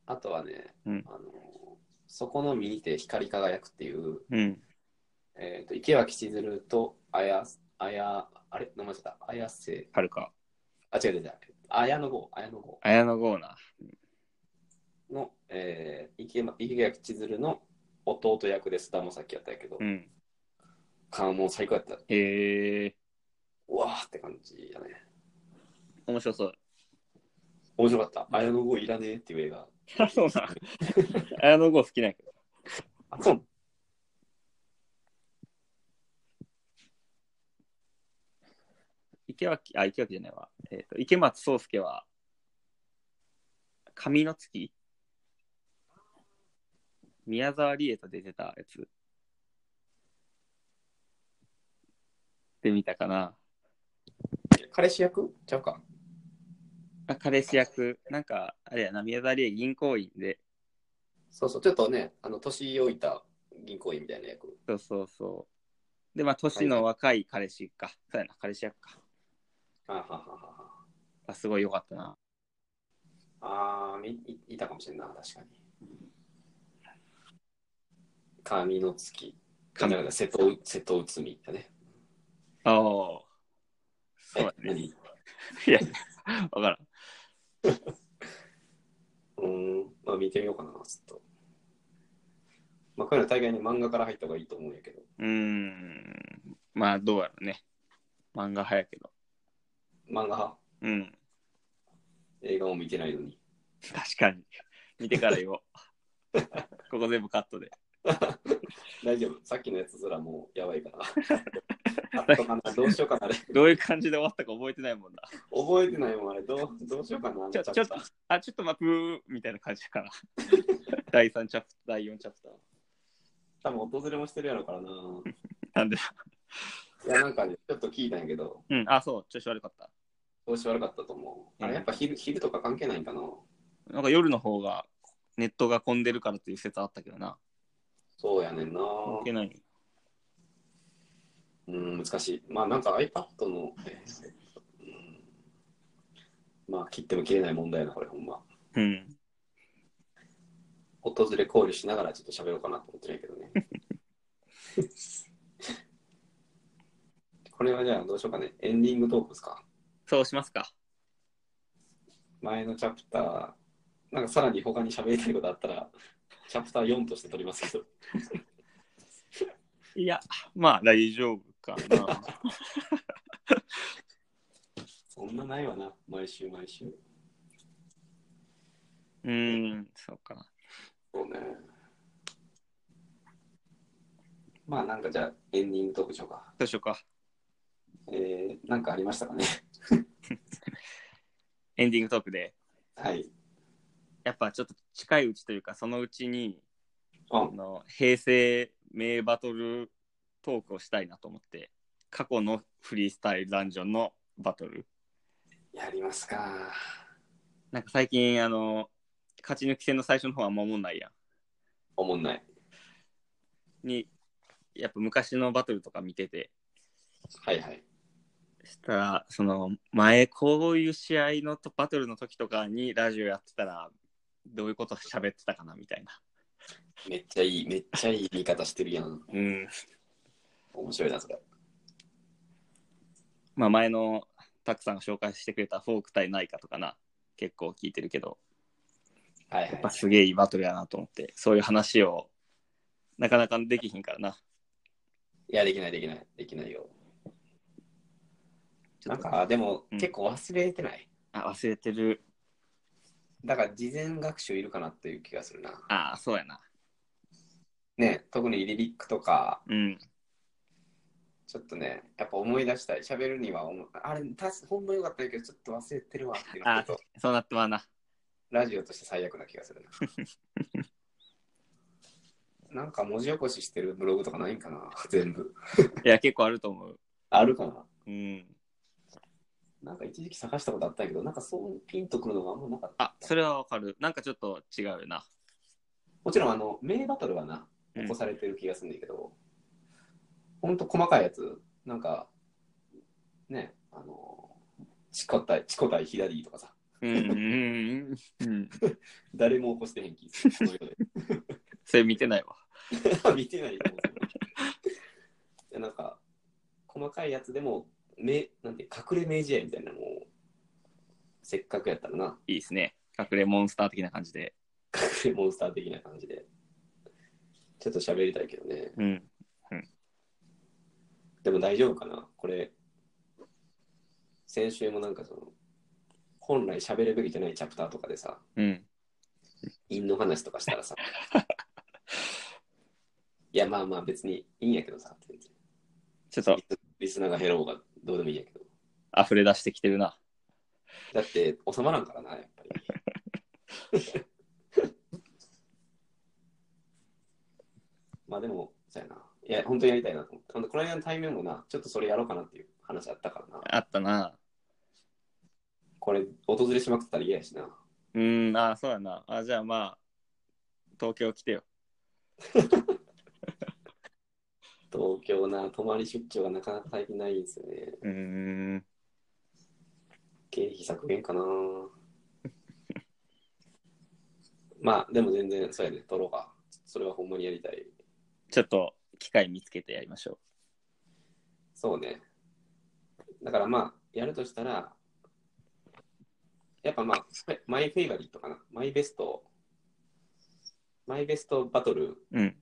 Speaker 1: あとはね、
Speaker 2: うん
Speaker 1: あの、そこの右手光り輝くっていう、
Speaker 2: うん。
Speaker 1: えっ、と、池脇千鶴と、あや、あや、あれ名前した。あやせ、
Speaker 2: はるか。
Speaker 1: あ、違う違う違う。あやの号、あやの号
Speaker 2: 綾野剛な。
Speaker 1: の、えー、池ま池垣千鶴の弟役で菅田将暉やったんやけど
Speaker 2: う、ん。
Speaker 1: 顔もう最高やった。
Speaker 2: へえ
Speaker 1: うわーって感じやね。
Speaker 2: ー、面白そう。 (laughs)
Speaker 1: 面白かった。綾野剛いらねえっていう映画。
Speaker 2: あ、そうな。綾野剛好きなんやけど。
Speaker 1: あ、そう。
Speaker 2: 池脇、あ、池脇じゃないわ。えっ、と、池松壮亮は、髪の月宮沢りえと出てたやつ。で見たかな。
Speaker 1: 彼氏役ちゃうか。
Speaker 2: あ彼氏役、なんか、あれやな、宮沢りえ銀行員で、
Speaker 1: そうそう、ちょっとね、あの、年老いた銀行員みたいな役。
Speaker 2: そうそうそう。で、まあ、年の若い彼氏か。そうやな、彼氏役か。
Speaker 1: あははは
Speaker 2: あすごい良かったな。
Speaker 1: は。あーみい、いたかもしれんな、確かに。神の月。神の瀬戸内瀬戸内海だね。
Speaker 2: ああ。そうや
Speaker 1: え
Speaker 2: ね。
Speaker 1: 何
Speaker 2: (laughs) いや、わからん。
Speaker 1: うーん、まあ見てみようかな、ちょっと。まあ、こういうの大概に漫画から入った方がいいと思うんやけど。
Speaker 2: うーん。まあ、どうやろうね。漫画派やけど。
Speaker 1: 漫画派、
Speaker 2: うん。
Speaker 1: 映画も見てないのに。
Speaker 2: 確かに。見てから言お (laughs) う。ここ全部カットで。
Speaker 1: 大丈夫。さっきのやつすらもうやばいから。あったかなどうしようかな。あれ
Speaker 2: どういう感じで終わったか覚えてないもんな。
Speaker 1: 覚えてないもん、あれ。どうどうしようかな。
Speaker 2: ちょ、
Speaker 1: あの
Speaker 2: ちょっと、あ、ちょっとまあ、プーみたいな感じかな。 (laughs) 第3チャプター、第4チャプター。
Speaker 1: 多分訪れもしてるやろからな。
Speaker 2: なんでだ
Speaker 1: いや、なんかね、ちょっと聞いたんやけど、
Speaker 2: うん、あ、そう、調子悪かった。
Speaker 1: 調子悪かったと思う。あれ、やっぱ昼昼とか関係ないんかな。
Speaker 2: なんか夜の方が、ネットが混んでるからっていう説あったけどな。
Speaker 1: そうやねんな。
Speaker 2: 関係ない。
Speaker 1: うん、難しい。まあなんか iPad の、えーうんまあ切っても切れない問題やな、これほんま。
Speaker 2: うん。
Speaker 1: 訪れ考慮しながらちょっと喋ろうかなと思ってるんやけどね。 (laughs) これはじゃあどうしようかね。エンディングトークですか。
Speaker 2: そうしますか。
Speaker 1: 前のチャプター、なんかさらに他に喋りたいことあったら、チャプター4として取りますけど。
Speaker 2: いや、まあ大丈夫かな。
Speaker 1: そんなないわな、毎週毎週。
Speaker 2: うん、そうかな。
Speaker 1: そうね。まあなんかじゃあエンディングトークしようか。
Speaker 2: どうしようか。
Speaker 1: えー、なんかありましたかね。 (laughs)
Speaker 2: エンディングトークで。
Speaker 1: はい。
Speaker 2: やっぱちょっと近いうちというか、そのうちに、
Speaker 1: あ
Speaker 2: あの平成名バトルトークをしたいなと思って、過去のフリースタイルダンジョンのバトル。
Speaker 1: やりますか。
Speaker 2: なんか最近、あの、勝ち抜き戦の最初の方はあんま思んないや
Speaker 1: おもんない。
Speaker 2: ん。に、やっぱ昔のバトルとか見てて、
Speaker 1: はいはい。
Speaker 2: したら、その、前こういう試合のとバトルの時とかにラジオやってたら、どういうこと喋ってたかなみたいな。
Speaker 1: めっちゃいい、めっちゃいい言い方してるやん。
Speaker 2: うん。
Speaker 1: 面白いな、それ。
Speaker 2: まあ前のたくさんが紹介してくれたフォーク対ナイカとかな、結構聞いてるけど、
Speaker 1: はい
Speaker 2: やっ
Speaker 1: は
Speaker 2: ぱ
Speaker 1: い。
Speaker 2: すげえいいバトルやなと思って、そういう話をなかなかできひんからな。
Speaker 1: いや、できない、できない、できないよ。
Speaker 2: ちょ
Speaker 1: な
Speaker 2: っ
Speaker 1: ん
Speaker 2: と
Speaker 1: か、でも、
Speaker 2: うん
Speaker 1: 結構忘れてない。
Speaker 2: あ忘れてる。
Speaker 1: だから、事前学習いるかなっていう気がするな。
Speaker 2: ああ、そうやな。
Speaker 1: ね、特にリリックとか、
Speaker 2: うん。
Speaker 1: ちょっとね、やっぱ思い出したい。喋るには思う、あれ、たすほんまよかったんやけど、ちょっと忘れてるわっていうの
Speaker 2: あ
Speaker 1: は
Speaker 2: あ
Speaker 1: ちょっと、
Speaker 2: そうなってまうな。
Speaker 1: ラジオとして最悪な気がする
Speaker 2: (laughs)
Speaker 1: な。なんか、文字起こししてるブログとかないんかな、全部。
Speaker 2: いや、結構あると思う。
Speaker 1: あるかな。
Speaker 2: うん。
Speaker 1: なんか一時期探したことあったんやけど、なんかそうピンとくるのがあんまなかった。
Speaker 2: あ、それはわかる。なんかちょっと違うよな。
Speaker 1: もちろんあの、名バトルはな、
Speaker 2: うん
Speaker 1: 起こされてる気がするんだけど、ほんと細かいやつ、なんか、ね、あの、チコ対、チコ対ヒダリーとかさ、
Speaker 2: うんうんうんうん。うん。
Speaker 1: 誰も起こしてへん気する。この世で
Speaker 2: それ見てないわ。
Speaker 1: 見てないと思う (laughs) けど。なんか、細かいやつでも、めなんて隠れ名試合みたいなのを、せっかくやったらな、
Speaker 2: いいですね。隠れモンスター的な感じで。
Speaker 1: 隠れモンスター的な感じで、ちょっと喋りたいけどね。
Speaker 2: うん。
Speaker 1: でも大丈夫かなこれ、先週もなんかその、本来喋るべきじゃないチャプターとかでさ、
Speaker 2: うん。
Speaker 1: 陰の話とかしたらさ、いやまあまあ別にいいんやけどさ、全然
Speaker 2: ちょっと
Speaker 1: リスナーが減ろうがどうでもいいんやけど。
Speaker 2: 溢れ出してきてるな。
Speaker 1: だって収まらんからな、やっぱり。 (laughs) まあでも、そうやな。いや、本当にやりたいなと思って。あのこの間の対面もな、ちょっとそれやろうかなっていう話あったからな。
Speaker 2: あったな。
Speaker 1: これ、訪れしまくったら嫌やしな。
Speaker 2: うん、あそうやな。あじゃあまあ、東京来てよ。
Speaker 1: 東京な、泊まり出張がなかなか最近ないんですよね。
Speaker 2: うん。
Speaker 1: 経費削減かな。 (laughs) まあ、でも全然、そうやね、取ろうか。それはほんまにやりたい。
Speaker 2: ちょっと機会見つけてやりましょ
Speaker 1: そうね。だからまあ、やるとしたら、やっぱまあ、マイフェイバリットかな。マイベスト、マイベストバトル。
Speaker 2: う。うん。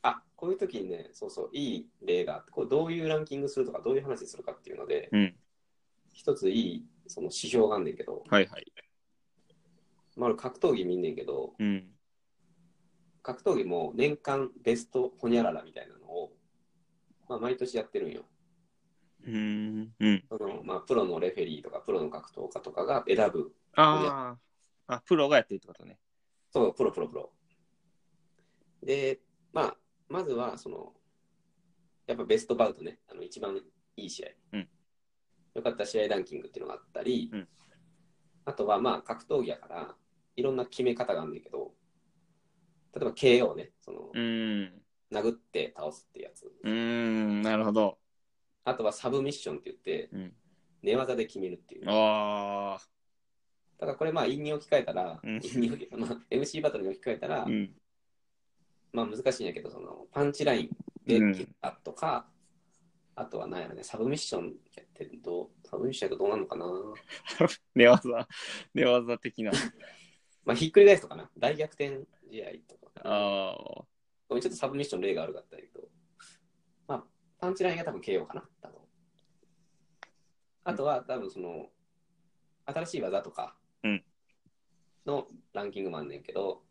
Speaker 1: あ、こういう時にね、そうそう、いい例があって、こうどういうランキングするとか、どういう話するかっていうので、
Speaker 2: うん。
Speaker 1: 一ついいその指標があんねんけど、
Speaker 2: はいはい。
Speaker 1: まあ、俺格闘技見んねんけど、
Speaker 2: うん。
Speaker 1: 格闘技も年間ベストホニャララみたいなのを、まあ、毎年やってるんよ。
Speaker 2: うん。うん。
Speaker 1: そのまあ、プロのレフェリーとか、プロの格闘家とかが選ぶ。
Speaker 2: ああ。あ、プロがやってるってことね。
Speaker 1: そう、プロプロプロ。で、まあ、まずは、その、やっぱベストバウトね、あの一番いい試合。
Speaker 2: うん
Speaker 1: 良かった試合ランキングっていうのがあったり、
Speaker 2: うん
Speaker 1: あとは、まあ、格闘技やから、いろんな決め方があるんだけど、例えば KO ね、その、
Speaker 2: うん。
Speaker 1: 殴って倒すってやつ。
Speaker 2: うん。なるほど。
Speaker 1: あとはサブミッションって言って、
Speaker 2: うん
Speaker 1: 寝技で決めるっていう。
Speaker 2: ああ。
Speaker 1: ただこれまあ、陰に置き換えたら、
Speaker 2: うん
Speaker 1: 韻に置きまあ、MC バトルに置き換えたら、
Speaker 2: うん。
Speaker 1: まあ難しいんやけど、そのパンチラインで
Speaker 2: うん
Speaker 1: 切ったとか、あとは何やろね、サブミッションやってると、サブミッションやとどうなるのかな。
Speaker 2: (laughs) 寝技、寝技的な。
Speaker 1: まあひっくり返すとかな、大逆転試合とか。
Speaker 2: ああ。
Speaker 1: ごめんちょっとサブミッションの例が悪かったけど、まあ、パンチラインが多分 KO かな、多分。あとは多分その、新しい技とか
Speaker 2: うん
Speaker 1: のランキングもあんねんけど、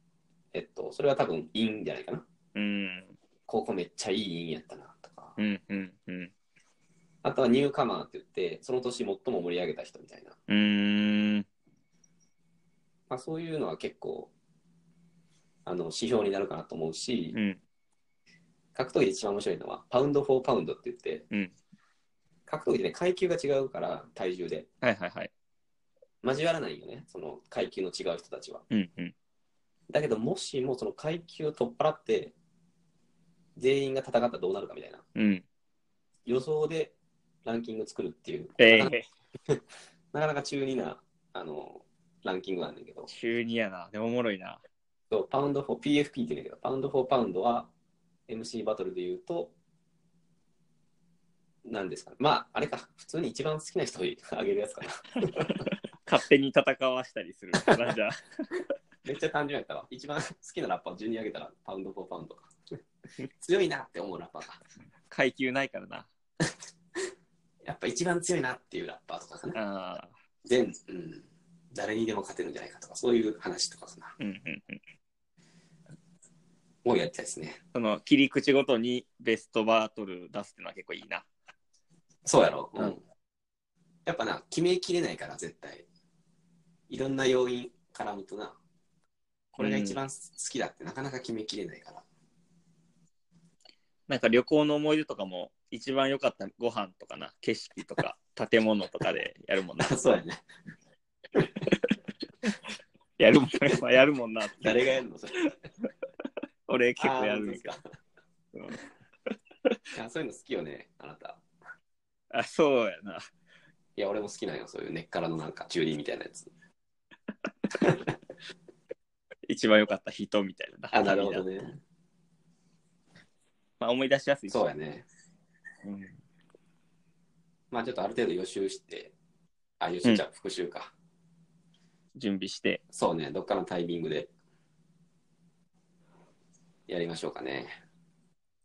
Speaker 1: えっと、それは多分いいんじゃないかな。
Speaker 2: うん。
Speaker 1: ここめっちゃいいインやったなとか。
Speaker 2: うん。うん。うん。
Speaker 1: あとはニューカマーって言って、その年最も盛り上げた人みたいな。
Speaker 2: うーん。
Speaker 1: まあそういうのは結構、あの、指標になるかなと思うし、
Speaker 2: うん。
Speaker 1: 格闘技で一番面白いのはパウンド・フォー・パウンドって言って、
Speaker 2: うん
Speaker 1: 格闘技で、ね、階級が違うから体重で
Speaker 2: はいはいはい。
Speaker 1: 交わらないよねその階級の違う人たちは
Speaker 2: うん。うん。
Speaker 1: だけどもしもその階級を取っ払って全員が戦ったらどうなるかみたいな
Speaker 2: うん。
Speaker 1: 予想でランキング作るっていう、
Speaker 2: え
Speaker 1: なか
Speaker 2: え
Speaker 1: ななかなか中二なあのランキングなんだけど
Speaker 2: 中二やな。でもおもろいな。
Speaker 1: そうパウンド・フォー PFP って言うんだけどパウンド・フォー・パウンドは MC バトルで言うと何ですかねまああれか普通に一番好きな人を (laughs) あげるやつかな
Speaker 2: 勝手に戦わしたりす (laughs) る。じゃあ。
Speaker 1: めっちゃ単純やったわ。一番好きなラッパーを順に上げたら、パウンド・フォー・パウンドか。強いなって思うラッパーか。
Speaker 2: 階級ないからな。
Speaker 1: やっぱ一番強いなっていうラッパーとかかな。
Speaker 2: ああ。
Speaker 1: 全、うん、誰にでも勝てるんじゃないかとか、そういう話とかかな。
Speaker 2: うん。うん。うん。
Speaker 1: もうやりたいですね。
Speaker 2: その切り口ごとにベストバトル出すってのは結構いいな。
Speaker 1: そうやろ。うん。
Speaker 2: うん
Speaker 1: やっぱな、決めきれないから、絶対。いろんな要因絡むとな、これが一番好きだってなかなか決めきれないから。
Speaker 2: なんか旅行の思い出とかも一番良かったご飯とかな景色と (laughs) か建物とかでやるもんな
Speaker 1: (laughs) そうやね。
Speaker 2: (laughs) やるもん (laughs) なやるもんなって
Speaker 1: 誰がやるの (laughs) それ。
Speaker 2: 俺結構やるん
Speaker 1: ん
Speaker 2: で
Speaker 1: ですす
Speaker 2: けど
Speaker 1: か。
Speaker 2: うん
Speaker 1: いやそういうの好きよね、あなた。
Speaker 2: あそうやない
Speaker 1: や、俺も好きなんよ、そういう根っからのなんか中二みたいなやつ。
Speaker 2: 一番良かった人みたいな
Speaker 1: あ、なるほどね。
Speaker 2: まあ、思い出しやすいし
Speaker 1: そうやね。
Speaker 2: うん
Speaker 1: まあちょっとある程度予習して、あ、予習じゃん、復習か。
Speaker 2: 準備して
Speaker 1: そうね、どっかのタイミングでやりましょうかね。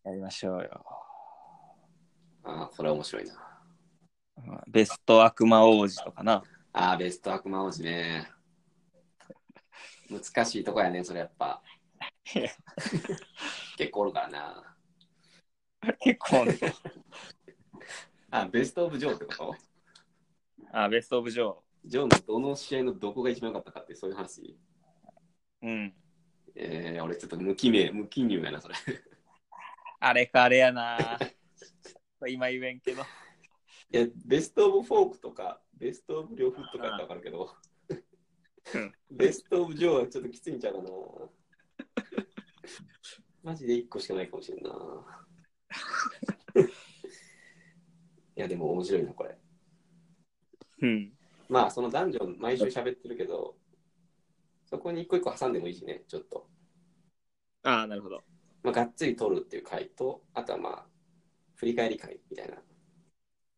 Speaker 2: やりましょうよ
Speaker 1: あーこれ面白いな。
Speaker 2: うんベスト悪魔王子とかな
Speaker 1: あーベスト悪魔王子ね。難しいとこやね、それやっ (laughs) ぱ
Speaker 2: いや。
Speaker 1: 結構おるからな。
Speaker 2: 結構ね
Speaker 1: あ、ベストオブジョーってこと
Speaker 2: あベストオブジョ
Speaker 1: ジョーのどの試合のどこが一番良かったかってそういう話。
Speaker 2: ーうん
Speaker 1: えー、俺ちょっと無記名、無記入やな、それ。
Speaker 2: あれかあれやな今言えんけど
Speaker 1: いや、ベスト・オブ・フォークとか、ベスト・オブ・両フとかってわかるけど
Speaker 2: うん、
Speaker 1: ベスト・オブ・ジョーはちょっときついんちゃうかな。マジで1個しかないかもしれんな。いや、でも面白いな、これ。
Speaker 2: うん
Speaker 1: まあ、そのダンジョン、毎週喋ってるけど、そこに一個一個挟んでもいいしね、ちょっと。
Speaker 2: ああなるほど
Speaker 1: まあ、がっつり取るっていう回と、あとはまあ、振り返り回みたいな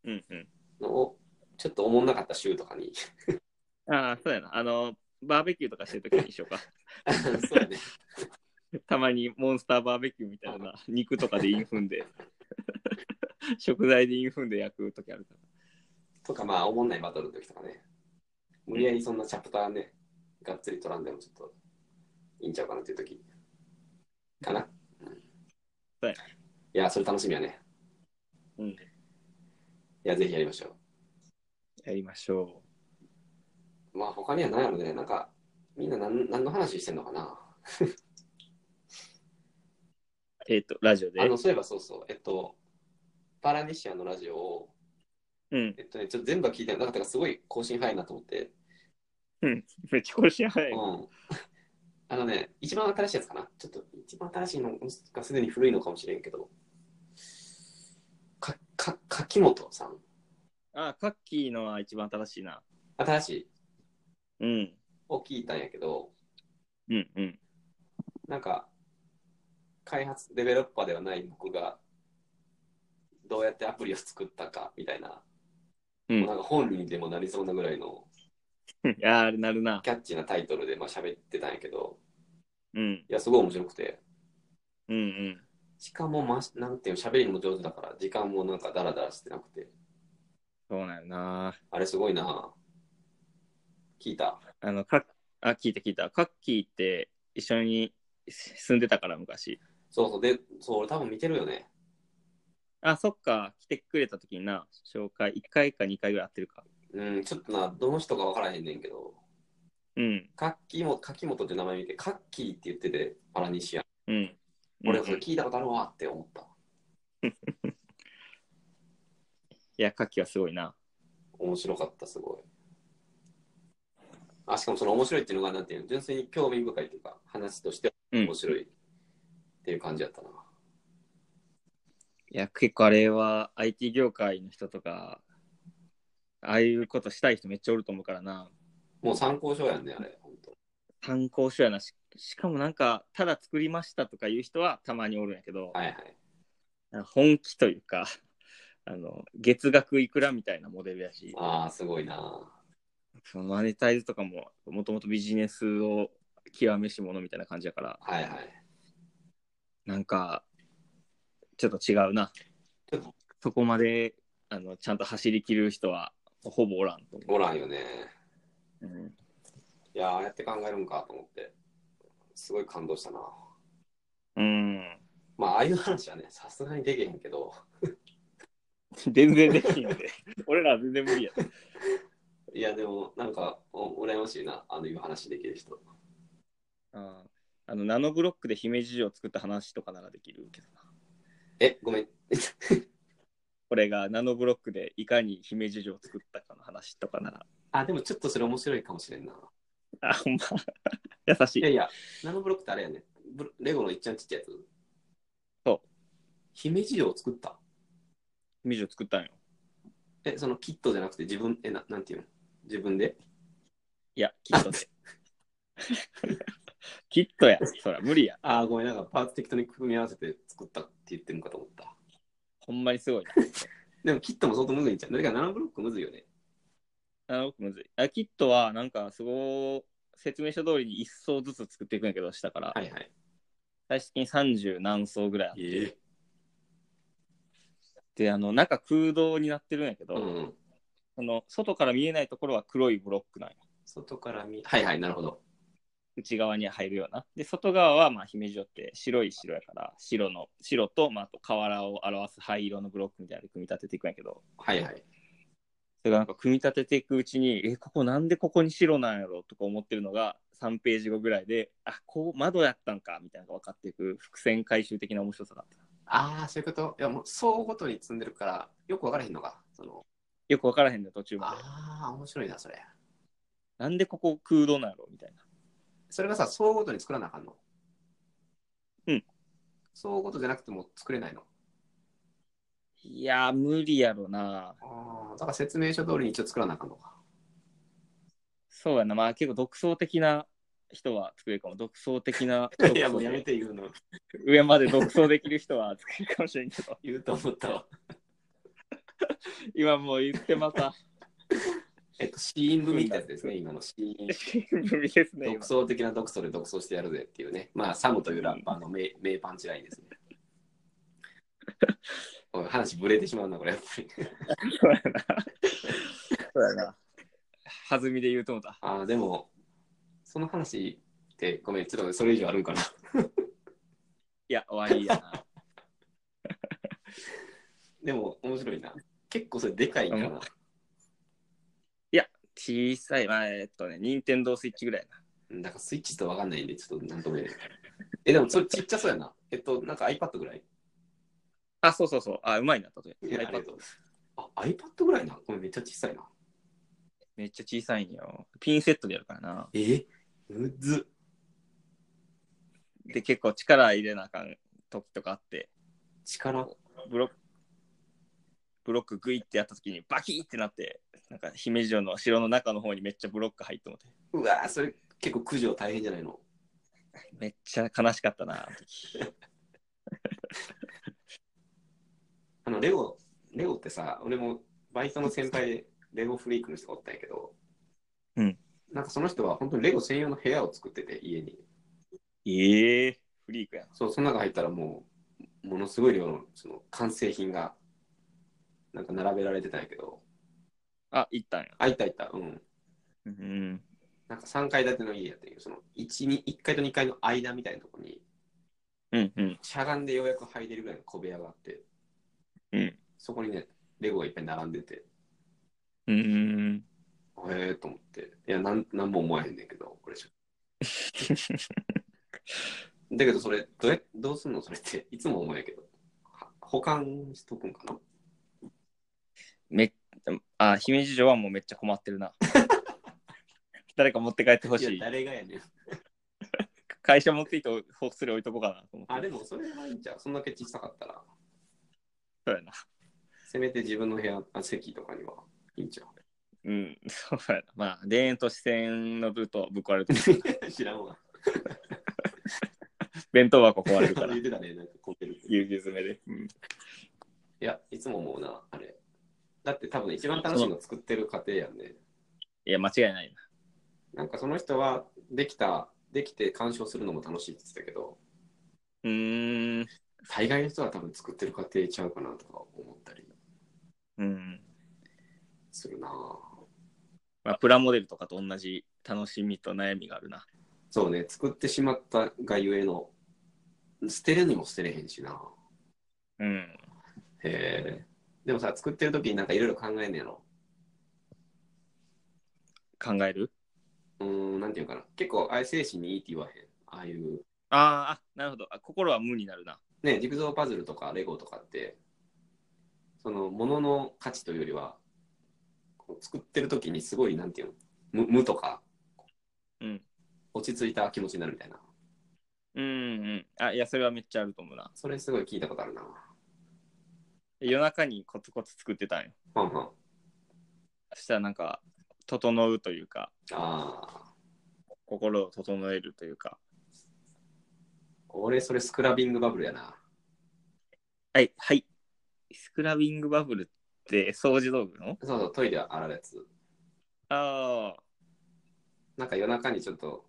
Speaker 2: うんうん
Speaker 1: のを、ちょっとおもんなかった週とかに (laughs)
Speaker 2: ああ、そうやな。あの、バーベキューとかしてるときにしようか。
Speaker 1: そうやね。
Speaker 2: たまにモンスターバーベキューみたいな、肉とかでインフンで、 (laughs) 食材でインフンで焼くときあるか
Speaker 1: とか、まあ、おもんないバトルの時とかね。無理やりそんなチャプターね、がっつり取らんでもちょっといいんちゃうかなっていう時かな。
Speaker 2: はい
Speaker 1: いや、それ楽しみやね。
Speaker 2: ら。うん。
Speaker 1: いや、ぜひやりましょ
Speaker 2: やりましょ
Speaker 1: う。まあ、他にはないので、なんか、みんな何何の話してんのかな。
Speaker 2: う。えっ、と、ラジオで
Speaker 1: あ。の、そういえばそうそう、えっと、パラニシアのラジオを、
Speaker 2: うん。
Speaker 1: えっとね、ちょっと全部は聞いてなかったから、すごい更新早いなと思って、
Speaker 2: めっちゃ腰早い。
Speaker 1: うん。あのね、一番新しいやつかな。ちょっと、一番新しいのがすでに古いのかもしれんけど、か、か、柿本さん。
Speaker 2: あ、カッキーのは一番正しいな。
Speaker 1: 新しい
Speaker 2: うん。
Speaker 1: を聞いたんやけど、
Speaker 2: うんうん。 (laughs)
Speaker 1: なんか、開発デベロッパーではない僕が、どうやってアプリを作ったかみたいな、
Speaker 2: うん
Speaker 1: なんか本人でもなりそうなぐらいの
Speaker 2: いやー、あれなるな。
Speaker 1: キャッチーなタイトルでまあ喋ってたんやけど、
Speaker 2: うん。
Speaker 1: いや、すごい面白くて、
Speaker 2: うんうん。
Speaker 1: しかも、まし、なんていうの、喋りも上手だから、時間もなんかダラダラしてなくて、
Speaker 2: そうなんやな。
Speaker 1: あれすごいな聞いた。
Speaker 2: あの、かあ、聞いた聞いた。カッキーって一緒に住んでたから、昔。
Speaker 1: そうそう、で、そう、俺多分見てるよね。
Speaker 2: あ、そっか。来てくれた時にな、紹介、1回か2回ぐらい会ってるか。
Speaker 1: うん、ちょっとな、どの人かわからへんねんけど、
Speaker 2: うん。
Speaker 1: カッキーも、柿本って名前見て、カッキーって言ってて、パラニシアン。
Speaker 2: うん。
Speaker 1: 俺、
Speaker 2: うん
Speaker 1: それ
Speaker 2: い
Speaker 1: 聞いたことあるわって思った。
Speaker 2: や、カッキーはすごいな。
Speaker 1: 面白かった、すごい。あ、しかもその面白いっていうのが、なんていうの、純粋に興味深いというか、話として
Speaker 2: うん
Speaker 1: 面白いっていう感じやったな。
Speaker 2: いや、結構あれは IT 業界の人とか、ああいうことしたい人めっちゃおると思うからな。
Speaker 1: もう参考書やんね、あれ、本当。
Speaker 2: 参考書やなし。しかもなんか、ただ作りましたとかいう人はたまにおるんやけど、
Speaker 1: はいはい。
Speaker 2: あの本気というか、あの、月額いくらみたいなモデルやし、
Speaker 1: ああ、すごいな。
Speaker 2: そのマネタイズとかも、もともとビジネスを極めし者みたいな感じやから、
Speaker 1: はいはい。
Speaker 2: なんか、ちょっと違うな
Speaker 1: ちょっと。
Speaker 2: そこまで、あの、ちゃんと走り切る人は、ほぼおらんと思
Speaker 1: おらんよね。
Speaker 2: う。うん
Speaker 1: いやー、ああやって考えるんかと思って、すごい感動したな。
Speaker 2: うん
Speaker 1: まあ、ああいう話はね、さすがにできへんけど、
Speaker 2: 全然できんで。 (laughs) 俺らは全然無理や。
Speaker 1: いや、でも、なんか、お羨ましいな、あのいう話できる人。
Speaker 2: ああの、ナノブロックで姫路城を作った話とかならできるけどな。
Speaker 1: え、ごめん。
Speaker 2: 俺がナノブロックでいかに姫路城を作ったかの話とかなら。
Speaker 1: あ、でもちょっとそれ面白いかもしれんな。
Speaker 2: あ、ほんま。優し
Speaker 1: いや
Speaker 2: い。
Speaker 1: いや、ナノブロックってあれやね。ブロレゴのいっちゃんちっちゃいやつ。
Speaker 2: そう。
Speaker 1: 姫路城を作った。
Speaker 2: 姫路城作ったんよ。
Speaker 1: え、そのキットじゃなくて自分、え、ななんていうの自分で。
Speaker 2: いや、きっとで。 (laughs) きっとや。そら、無理や。
Speaker 1: ああ、ごめん、なんかパーツ適当に組み合わせて作ったって言ってるんかと思った。
Speaker 2: ほんまにすごいな。
Speaker 1: でもキットも相当むずいんちゃうだからナノブロックむずいよね。
Speaker 2: ナノブロックむずい。あ、きっとは、なんか、すごい、説明書通りに一層ずつ作っていくんやけど、したから。
Speaker 1: はいはい。
Speaker 2: 最終的に30何層ぐらいあっ
Speaker 1: ええ
Speaker 2: て、あの、中空洞になってるんやけど、
Speaker 1: うん。
Speaker 2: その外から見えないところは黒いブロックなんよ
Speaker 1: 外から見、はいはい、なるほど。
Speaker 2: 内側に入るようなで外側はまあ姫路城って白い城やから白の白と、まあ、あと瓦を表す灰色のブロックみたいなので組み立てていくんやけど
Speaker 1: はいはい。
Speaker 2: それがなんか組み立てていくうちにえここなんでここに白なんやろとか思ってるのが3ページ後ぐらいであこう窓やったんかみたいなのが分かっていく伏線回収的な面白さだった
Speaker 1: ああ、そういうこと。いや、もう、層ごとに積んでるから、よくわからへんのか。その、
Speaker 2: よく分からへんの途中まで
Speaker 1: ああ、面白いな、それ。
Speaker 2: なんでここ空洞なんやろみたいな
Speaker 1: それがさ、層ごとに作らなあかんの。
Speaker 2: うん。
Speaker 1: 層ごとじゃなくても作れないの。
Speaker 2: いやー無理やろな
Speaker 1: ああ、だから説明書通りに一応作らなあかんのか。
Speaker 2: そうやな、まあ結構独創的な人は作れるかも。独創的 (laughs) な独創
Speaker 1: (laughs) いや、もうやめて言うの。
Speaker 2: 上まで独創できる人は作れるかもしれんけど、 (laughs)
Speaker 1: 言うと思ったわ。
Speaker 2: 今もう言ってま (laughs) た、
Speaker 1: えっと、シーン組みってやつですね、今のシーン。
Speaker 2: 新聞ですね、
Speaker 1: 独
Speaker 2: 今。
Speaker 1: 創的な独創で独創してやるぜっていうね。まあ、サムというラッパーの名名パンチラインですね。 (laughs) おい話ぶれてしまうな、これ、やっぱり。
Speaker 2: そうやな。そうやな。弾みで言うと思った。
Speaker 1: ああ、でも、その話って、ごめん、ちょっとそれ以上あるんかな。 (laughs)
Speaker 2: いや、終わりやな。
Speaker 1: でも、面白いな。結構それでかいんか
Speaker 2: う
Speaker 1: な。
Speaker 2: 小さい、まあ、えっとね、任天堂スイッチぐらいやな。
Speaker 1: うんだからスイッチちょっとわかんないんで、ちょっとなんとも言えない。え、でも、それちっちゃそうやな。えっと、なんか iPad ぐらい。
Speaker 2: あ、そうそうそう。あ、うまいな、例
Speaker 1: い
Speaker 2: え
Speaker 1: や
Speaker 2: ば。
Speaker 1: ありが
Speaker 2: iPad
Speaker 1: とうあ、iPad ぐらいな。これめっちゃ小さいな。
Speaker 2: めっちゃ小さいんよ。ピンセットでやるからな。
Speaker 1: えむずっ
Speaker 2: で、結構力入れなあかん時とかあって、
Speaker 1: 力
Speaker 2: ブロック、ブロックグイってやった時にバキーってなって、なんか姫路城の城の中の方にめっちゃブロック入ってもて、
Speaker 1: うわーそれ結構駆除大変じゃないの
Speaker 2: めっちゃ悲しかったな、あの (laughs) 時。
Speaker 1: あのレオレオってさ俺もバイトの先輩でレゴフリークの人がおったんやけど、
Speaker 2: うん、
Speaker 1: なんかその人は本当にレゴ専用の部屋を作ってて家に
Speaker 2: ええフリークやな。
Speaker 1: そうその中入ったらもうものすごい量のその完成品がなんか並べられてたんやけど
Speaker 2: あ、行ったんや。
Speaker 1: あいたいたうん
Speaker 2: うん。
Speaker 1: なんか3階建ての家やっていうその 1, に1階と2階の間みたいなとこに
Speaker 2: うんうん。
Speaker 1: しゃがんでようやく入れるぐらいの小部屋があって、
Speaker 2: うん
Speaker 1: そこにねレゴがいっぱい並んでて
Speaker 2: うん。
Speaker 1: へえと思って。いや、なんなんも思わへんねんけど、これじゃ。だけど、それ、どれどうすんのそれって、いつも思うんやけど。は保管しとくんかな
Speaker 2: めっあ、姫路城はもうめっちゃ困ってる (laughs) な。誰か持って帰ってほし
Speaker 1: い
Speaker 2: い
Speaker 1: や、。誰がやねん。
Speaker 2: 会社持っていって、ほっそり置いとこうかなと思って。
Speaker 1: あ、でも、それはいいんちゃうそんだけ小さかったら。
Speaker 2: そうやな。
Speaker 1: せめて自分の部屋、あ席とかにはいいんちゃ
Speaker 2: うん、そうやな。まあ、田園都市線のルートぶっ壊れてる。 (laughs)
Speaker 1: う (laughs) 知らんわ。
Speaker 2: 弁当箱壊れるから。
Speaker 1: 言ってたね、なんか混んでるって。い
Speaker 2: ぎゅうぎゅう詰めで。うん
Speaker 1: や、いつも思うな、あれ。だって多分一番楽しいの作ってる過程やんね。
Speaker 2: いや、間違いないな。
Speaker 1: なんかその人は、できた、できて鑑賞するのも楽しいって言ってたけど、
Speaker 2: うーん。
Speaker 1: 大概の人は多分作ってる過程ちゃうかなとか思ったり
Speaker 2: うん。
Speaker 1: するなぁ
Speaker 2: まあ、プラモデルとかと同じ楽しみと悩みがあるな。
Speaker 1: そうね作ってしまったがゆえの捨てるにも捨てれへんしな
Speaker 2: うん。
Speaker 1: へえでもさ作ってる時になんかいろいろ考えんねやろ
Speaker 2: 考える
Speaker 1: うーんなんていうかな結構愛生心にいいって言わへんああいう
Speaker 2: あーあ、なるほど。あ心は無になるな。
Speaker 1: ねジグゾーパズルとかレゴとかってそのものの価値というよりはこう作ってる時にすごいなんていうの無無とか
Speaker 2: うん。
Speaker 1: 落ち着いた気持ちになるみたいな
Speaker 2: うんうん。あ、いや、それはめっちゃあると思うな。
Speaker 1: それすごい聞いたことあるな
Speaker 2: 夜中にコツコツ作ってたんよ。
Speaker 1: はんはんあ
Speaker 2: そしたらなんか、整うというか、
Speaker 1: あー
Speaker 2: 心を整えるというか。
Speaker 1: 俺、それスクラビングバブルやな。
Speaker 2: はい、はい。スクラビングバブルって掃除道具の
Speaker 1: そうそう、トイレ洗うやつ。
Speaker 2: ああ、
Speaker 1: なんか夜中にちょっと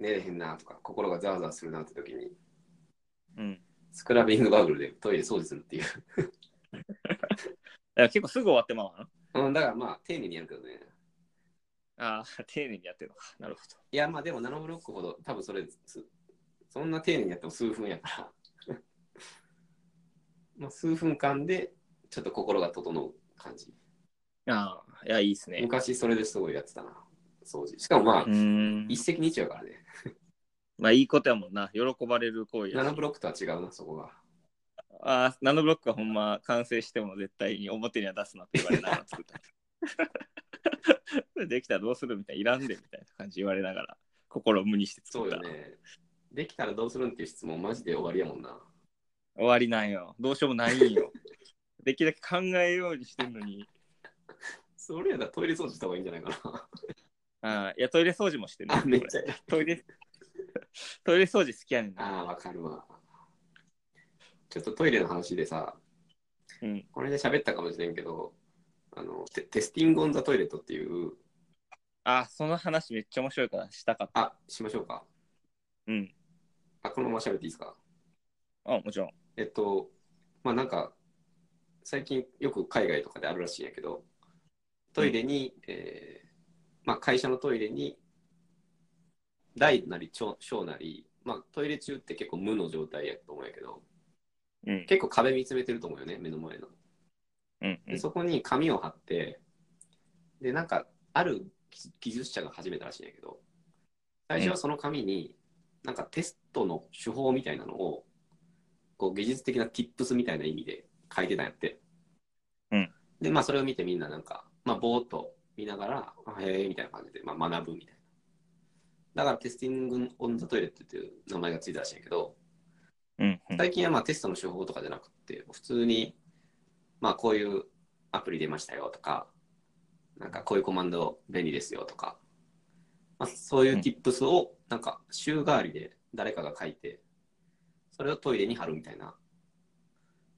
Speaker 1: 寝れへんなとか、心がざわざわするなって時に、
Speaker 2: うん。
Speaker 1: スクラビングバブルでトイレ掃除するっていう。
Speaker 2: だから結構すぐ終わってまうの
Speaker 1: うん、だからまあ、丁寧にやるけどね。
Speaker 2: ああ、丁寧にやってるのか。なるほど。
Speaker 1: いや、まあでもナノブロックほど、多分それ、すそんな丁寧にやっても数分やから。 (laughs) まあ、数分間で、ちょっと心が整う感じ。
Speaker 2: ああ、いや、いいですね。
Speaker 1: 昔それですごいやってたな、掃除。しかもまあ、
Speaker 2: うーん。
Speaker 1: 一石二鳥やからね。
Speaker 2: まあ、いいことやもんな。喜ばれる行為
Speaker 1: ナ
Speaker 2: や
Speaker 1: ノ
Speaker 2: し
Speaker 1: ブ。ロックとは違うな、そこが。
Speaker 2: ああ、ナノブロックはほんま完成しても絶対に表には出すなって言われながら作った。 (laughs) できたらどうするみたいな、いらんでみたいな感じ言われながら、心を無にして
Speaker 1: そ
Speaker 2: 作
Speaker 1: う
Speaker 2: った。
Speaker 1: よね。できたらどうするんっていう質問、マジで終わりやもんな。
Speaker 2: 終わりなんよ。どうしようもないんよ。 (laughs) できるだけ考えようにしてんのに。
Speaker 1: それやったらトイレ掃除した方がいいんじゃないかな。
Speaker 2: ああ、いや、トイレ掃除もしてる、
Speaker 1: (laughs) あ、めっちゃ。
Speaker 2: トイレ、トイレ掃除好きやねんな。
Speaker 1: ああ、わかるわ。ちょっとトイレの話でさ、
Speaker 2: うん。
Speaker 1: これで喋ったかもしれんけど、あの、テテスティング・オン・ザ・トイレットっていう、
Speaker 2: あ、その話めっちゃ面白いからしたかった。
Speaker 1: あ、しましょうか。
Speaker 2: うん。
Speaker 1: あ、このまま喋っていいですか。
Speaker 2: あ、もちろん。
Speaker 1: えっと、まあなんか、最近よく海外とかであるらしいんやけど、トイレに、えーまあ会社のトイレに、大なり小小なり、まあトイレ中って結構無の状態やと思うんやけど、
Speaker 2: うん。
Speaker 1: 結構壁見つめてると思うよね、目の前の。
Speaker 2: うん、う
Speaker 1: で
Speaker 2: ん。
Speaker 1: そこに紙を貼って、で、なんか、ある技技術者が始めたらしいんやけど、最初はその紙に、なんかテストの手法みたいなのを、こう、技術的な tips みたいな意味で書いてたんやって。
Speaker 2: うん
Speaker 1: で、まあ、それを見てみんななんか、まあ、ぼーっと見ながら、あへえ、みたいな感じで、まあ、学ぶみたいな。だから、テスティング・オン・ザ・トイレットっていう名前がついたらしいんやけど、
Speaker 2: うん、うん。
Speaker 1: 最近はまあテストの手法とかじゃなくて、普通に、まあこういうアプリ出ましたよとか、なんかこういうコマンド便利ですよとか、まあ、そういう tips をなんか週替わりで誰かが書いて、それをトイレに貼るみたいな、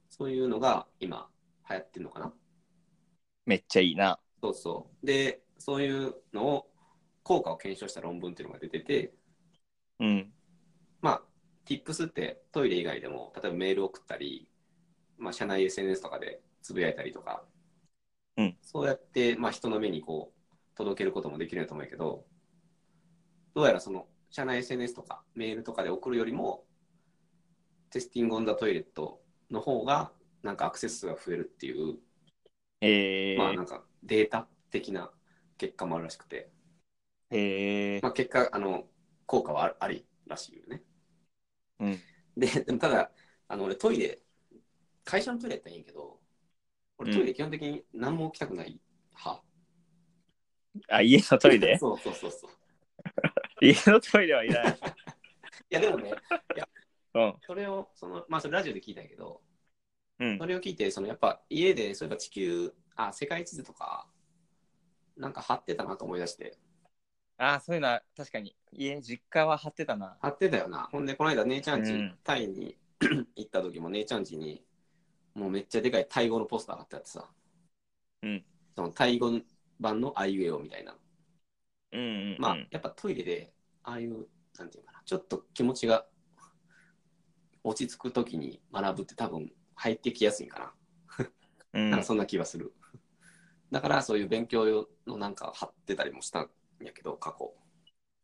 Speaker 1: そういうのが今流行ってるのかな。
Speaker 2: めっちゃいいな。
Speaker 1: そうそう。で、そういうのを効果を検証した論文っていうのが出てて、
Speaker 2: うん。
Speaker 1: まあ、Tips ってトイレ以外でも、例えばメール送ったり、まあ、社内 SNS とかでつぶやいたりとか、
Speaker 2: うん
Speaker 1: そうやって、まあ、人の目にこう届けることもできるんやと思うけど、どうやらその社内 SNS とかメールとかで送るよりも、テスティングオンザトイレットの方が、なんかアクセス数が増えるっていう、
Speaker 2: えー
Speaker 1: まあなんかデータ的な結果もあるらしくて、
Speaker 2: えー
Speaker 1: まあ、結果、あの効果はあありらしいよね。
Speaker 2: うん
Speaker 1: で、でもただ、あの俺トイレ、会社のトイレやったらいいんやけど、俺トイレ基本的に何も起きたくない派。
Speaker 2: あ、家のトイレ
Speaker 1: (laughs) そうそうそうそう。い
Speaker 2: 家のトイレはいらない。
Speaker 1: やでもね、
Speaker 2: うん。
Speaker 1: それを、そのまあそれラジオで聞いたんやけど、
Speaker 2: うん
Speaker 1: そ。れを聞いて、そのやっぱ家で、そういえば地球、あ、世界地図とか、なんか貼ってたなと思い出して、
Speaker 2: ああ、そういうのは確かに。家、実家は張ってたな。
Speaker 1: 貼ってたよな。ほんで、この間、姉ちゃんち、
Speaker 2: うん
Speaker 1: タイに (clears throat) 行った時も、姉ちゃんちに、もうめっちゃでかいタイ語のポスター貼ってあってさ、
Speaker 2: うん
Speaker 1: そのタイ語版のあいうえおみたいな。
Speaker 2: うんうん、うん。
Speaker 1: まあ、やっぱトイレで、ああいう、なんていうかな、ちょっと気持ちが落ち着く時に学ぶって多分入ってきやすいんかな。
Speaker 2: う
Speaker 1: な
Speaker 2: ん
Speaker 1: んか。そんな気がする。だから、そういう勉強用のなんか貼ってたりもしたんやけど、過去。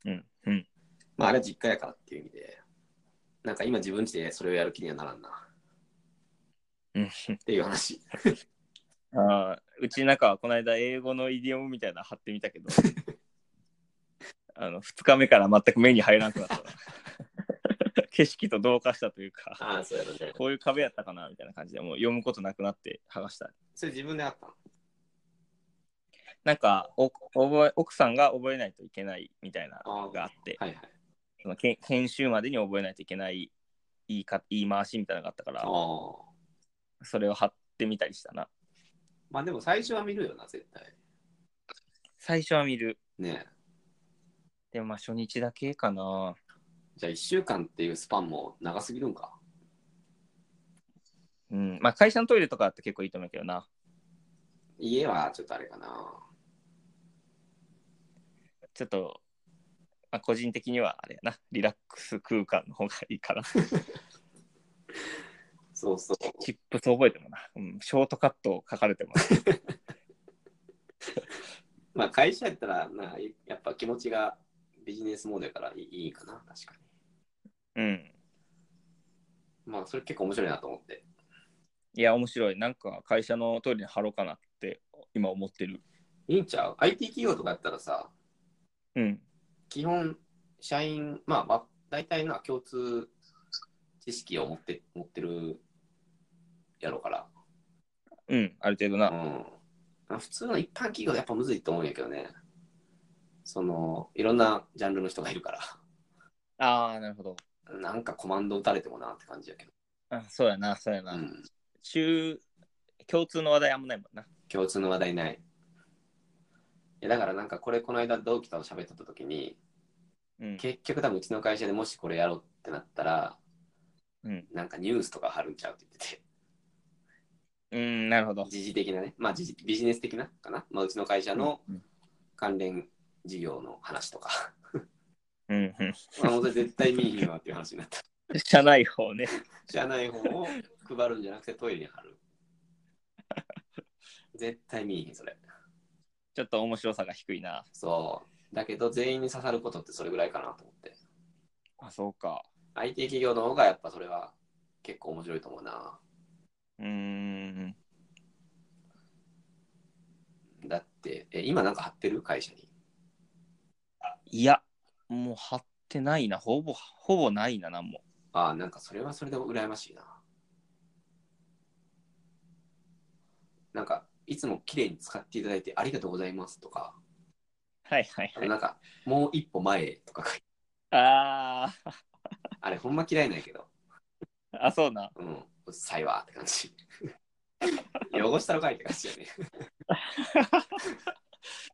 Speaker 2: うん。うん。
Speaker 1: まあ、あれは実家やからっていう意味で、なんか今自分ちでそれをやる気にはならんな。
Speaker 2: うん
Speaker 1: っていう話。
Speaker 2: ああ、うちなんかはこの間英語のイディオムみたいなの貼ってみたけど、あの、2日目から全く目に入らなくなったな。 (laughs) 景色と同化したというか、
Speaker 1: ああ、そうやろね。
Speaker 2: こういう壁やったかなみたいな感じで、もう読むことなくなって剥がした。
Speaker 1: それ自分であったの
Speaker 2: なんかお覚え、奥さんが覚えないといけないみたいなのがあって、
Speaker 1: はいはい。
Speaker 2: そのけ研修までに覚えないといけない言いか言い回しみたいなのがあったか
Speaker 1: あ
Speaker 2: ら、
Speaker 1: あ。
Speaker 2: それを貼ってみたりしたな。
Speaker 1: まあでも最初は見るよな、絶対。
Speaker 2: 最初は見る。
Speaker 1: ねえ
Speaker 2: でもまあ初日だけかな。
Speaker 1: じゃあ1週間っていうスパンも長すぎるんか。
Speaker 2: うん。まあ会社のトイレとかだって結構いいと思うけどな。
Speaker 1: 家はちょっとあれかな。
Speaker 2: ちょっと、まあ、個人的にはあれやな。リラックス空間の方がいいから。
Speaker 1: そうそう。
Speaker 2: (laughs) チップス覚えてもな。うん。ショートカットを書かれてもな。
Speaker 1: まあ会社やったらな、やっぱ気持ちがビジネスモードやからいいいいかな、確か
Speaker 2: うん。
Speaker 1: に。まあそれ結構面白いなと思って。
Speaker 2: いや、面白い。なんか会社のトイレに貼ろうかなって今思ってる。
Speaker 1: いいんちゃう ?IT 企業とかやったらさ、
Speaker 2: うん。
Speaker 1: 基本、社員、まあ、まあ、大体な、共通知識を持って、持ってるやろうから。
Speaker 2: うん。ある程度な。
Speaker 1: うん。普通の一般企業はやっぱむずいと思うんやけどね。その、いろんなジャンルの人がいるか
Speaker 2: ああ、なるほど。
Speaker 1: ら、なんかコマンド打たれてもなって感じやけど。
Speaker 2: あそうやな、そうやな。
Speaker 1: うん。
Speaker 2: 中、共通の話題あんまないもんな。
Speaker 1: 共通の話題ない。いや、だからなんかこれ、この間同期と喋ってた時に、
Speaker 2: うん。
Speaker 1: 結局多分うちの会社でもしこれやろうってなったら、
Speaker 2: うん、
Speaker 1: なんかニュースとか貼るんちゃうって言ってて。
Speaker 2: うん、なるほど。
Speaker 1: 時事的なね、まあ時事ビジネス的なかな、まあ、うちの会社の
Speaker 2: うん
Speaker 1: 関連事業の話とか、
Speaker 2: うん、うん。
Speaker 1: まあ本当に絶対見に行わっていう話になった。
Speaker 2: 社内法ね。
Speaker 1: 社内本を配るんじゃなくてトイレに
Speaker 2: (laughs)
Speaker 1: 貼る。絶対見にんそれ。
Speaker 2: ちょっと面白さが低いな。
Speaker 1: そう。だけど全員に刺さることってそれぐらいかなと思って。
Speaker 2: あ、そうか。
Speaker 1: IT 企業の方がやっぱそれは結構面白いと思うな。
Speaker 2: うーん。
Speaker 1: だって、え今なんか貼ってる会社に。
Speaker 2: いや、もう貼ってないな。ほぼ、ほぼないな、なんも。
Speaker 1: ああ、なんかそれはそれでも羨ましいな。なんか、いつも綺麗に使っていただいてありがとうございますとか、
Speaker 2: はいはい
Speaker 1: あ
Speaker 2: は
Speaker 1: と
Speaker 2: い。
Speaker 1: なんか、もう一歩前へとか、 (laughs)
Speaker 2: あー
Speaker 1: あれほんま嫌いなんやけど、
Speaker 2: あ、そうな。
Speaker 1: うん、うっさいわって感じ。 (laughs) 汚したのかいって感じやね。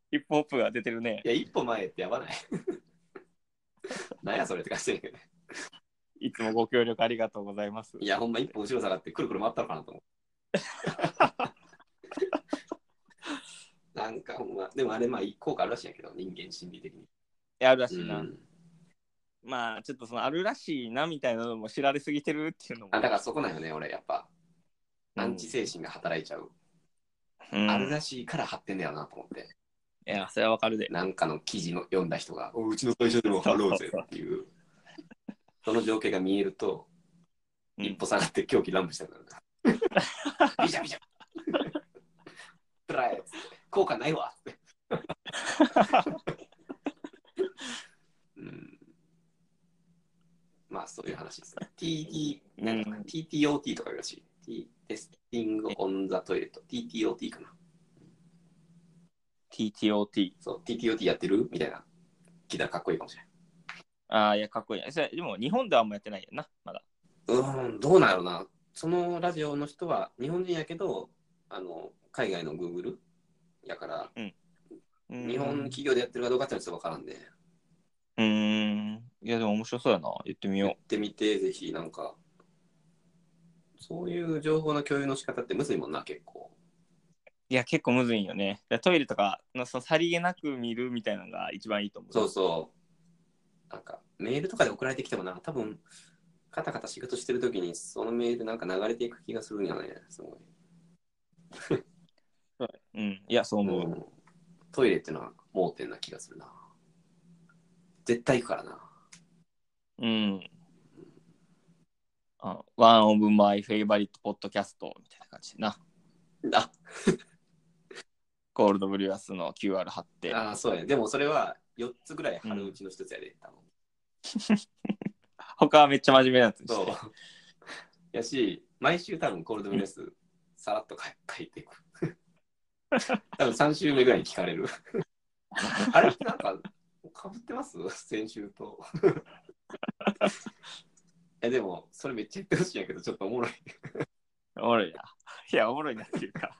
Speaker 2: ヒップホップが出てるね
Speaker 1: い。や、一歩前ってやばない。 (laughs) なんやそれって感じやけどね。
Speaker 2: いつもご協力ありがとうございます。
Speaker 1: いや、ほんま一歩後ろ下がってくるくる回ったのかな
Speaker 2: (laughs)
Speaker 1: と思う。なんかほんま、でもあれまあ効果あるらしいんやけど、人間心理的に。
Speaker 2: いやあるらしいうな。
Speaker 1: ん
Speaker 2: まあ、ちょっとそのあるらしいなみたいなのも知られすぎてるっていうのも。
Speaker 1: あだからそこなんよね、俺やっぱ。
Speaker 2: うん
Speaker 1: アンチ精神が働いちゃう。
Speaker 2: うん
Speaker 1: あるらしいから貼ってんだよなと思って。
Speaker 2: いや、それはわかる (laughs) で。
Speaker 1: なんかの記事の読んだ人が、おうちの会社でも貼ろうぜっていう。 (laughs) その情景が見えると、
Speaker 2: うん
Speaker 1: 一歩下がって狂気乱舞したくなるな。ビシャビ (laughs) シャ。暗い。効果ないわ。うん、まあそういう話ですね。TT、なんか
Speaker 2: うん
Speaker 1: TTOT とかいうらしい。T、テスティングオンザトイレット。TTOT かな。
Speaker 2: TTOT。
Speaker 1: そう、TTOT やってるみたいな。聞いたらかっこいいかもしれない。
Speaker 2: ああ、いや、かっこいい。それでも、日本ではあんまやってないよな、まだ。
Speaker 1: うーん、どうなんやろな。そのラジオの人は日本人やけど、あの、海外の Google やから、
Speaker 2: うん
Speaker 1: 日本企業でやってるかどうかってのはちょっとわからんで、
Speaker 2: うーん。いや、でも面白そうやな。言ってみ
Speaker 1: やっ
Speaker 2: よ
Speaker 1: てみて、ぜひなんか、そういう情報の共有の仕方ってむずいもんな、結構。
Speaker 2: う。いや、結構むずいんよね。でトイレとかの、そのさりげなく見るみたいなのが一番いいと思う。
Speaker 1: そうそう。なんか、メールとかで送られてきてもな、多分、カタカタ仕事してるときに、そのメールなんか流れていく気がするんやね、すごい。
Speaker 2: うん。いや、そう思う。
Speaker 1: うんトイレってのは盲点な気がするな。絶対行くからな。
Speaker 2: うん。あワンオブマイフェイバリットポッドキャストみたいな感じでな。
Speaker 1: あ
Speaker 2: コールドブリュアスの QR 貼って。
Speaker 1: あーそうやね。でもそれは4つぐらい貼るうちの一つやで、多分。
Speaker 2: 他はめっちゃ真面目なやつにし
Speaker 1: そう (laughs)
Speaker 2: て。。
Speaker 1: やし、毎週多分コールドブレス、さらっと書い書いてい (laughs) く。多分3週目ぐらいに聞かれる。 (laughs) あれなんか、かぶってます先週と。 (laughs) えでも、それめっちゃ言ってほしいんやけど、ちょっとおもろい。
Speaker 2: おもろいな。いや、おもろいなっていうか。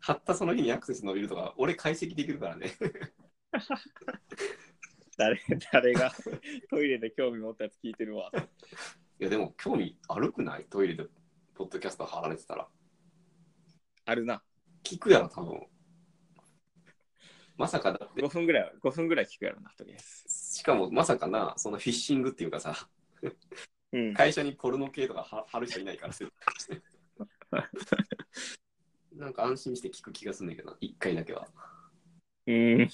Speaker 1: 貼ったその日にアクセス伸びるとか、俺解析できるからね。
Speaker 2: (laughs) 誰誰が (laughs) トイレで興味持ったやつ聞いてるわ。
Speaker 1: いや、でも興味あるくないトイレで、ポッドキャスト貼られてたら。
Speaker 2: あるな。
Speaker 1: 聞くやろ、多分。まさかだって
Speaker 2: 5、分ぐらいは、5分ぐらい聞くやろな、とりあえず。
Speaker 1: しかもまさかな、そのフィッシングっていうかさ、
Speaker 2: うん。
Speaker 1: 会社にポルノ系とかは貼る人いないから絶対 (laughs) なんか安心して聞く気がするんだけどな、一回だけは。
Speaker 2: うん。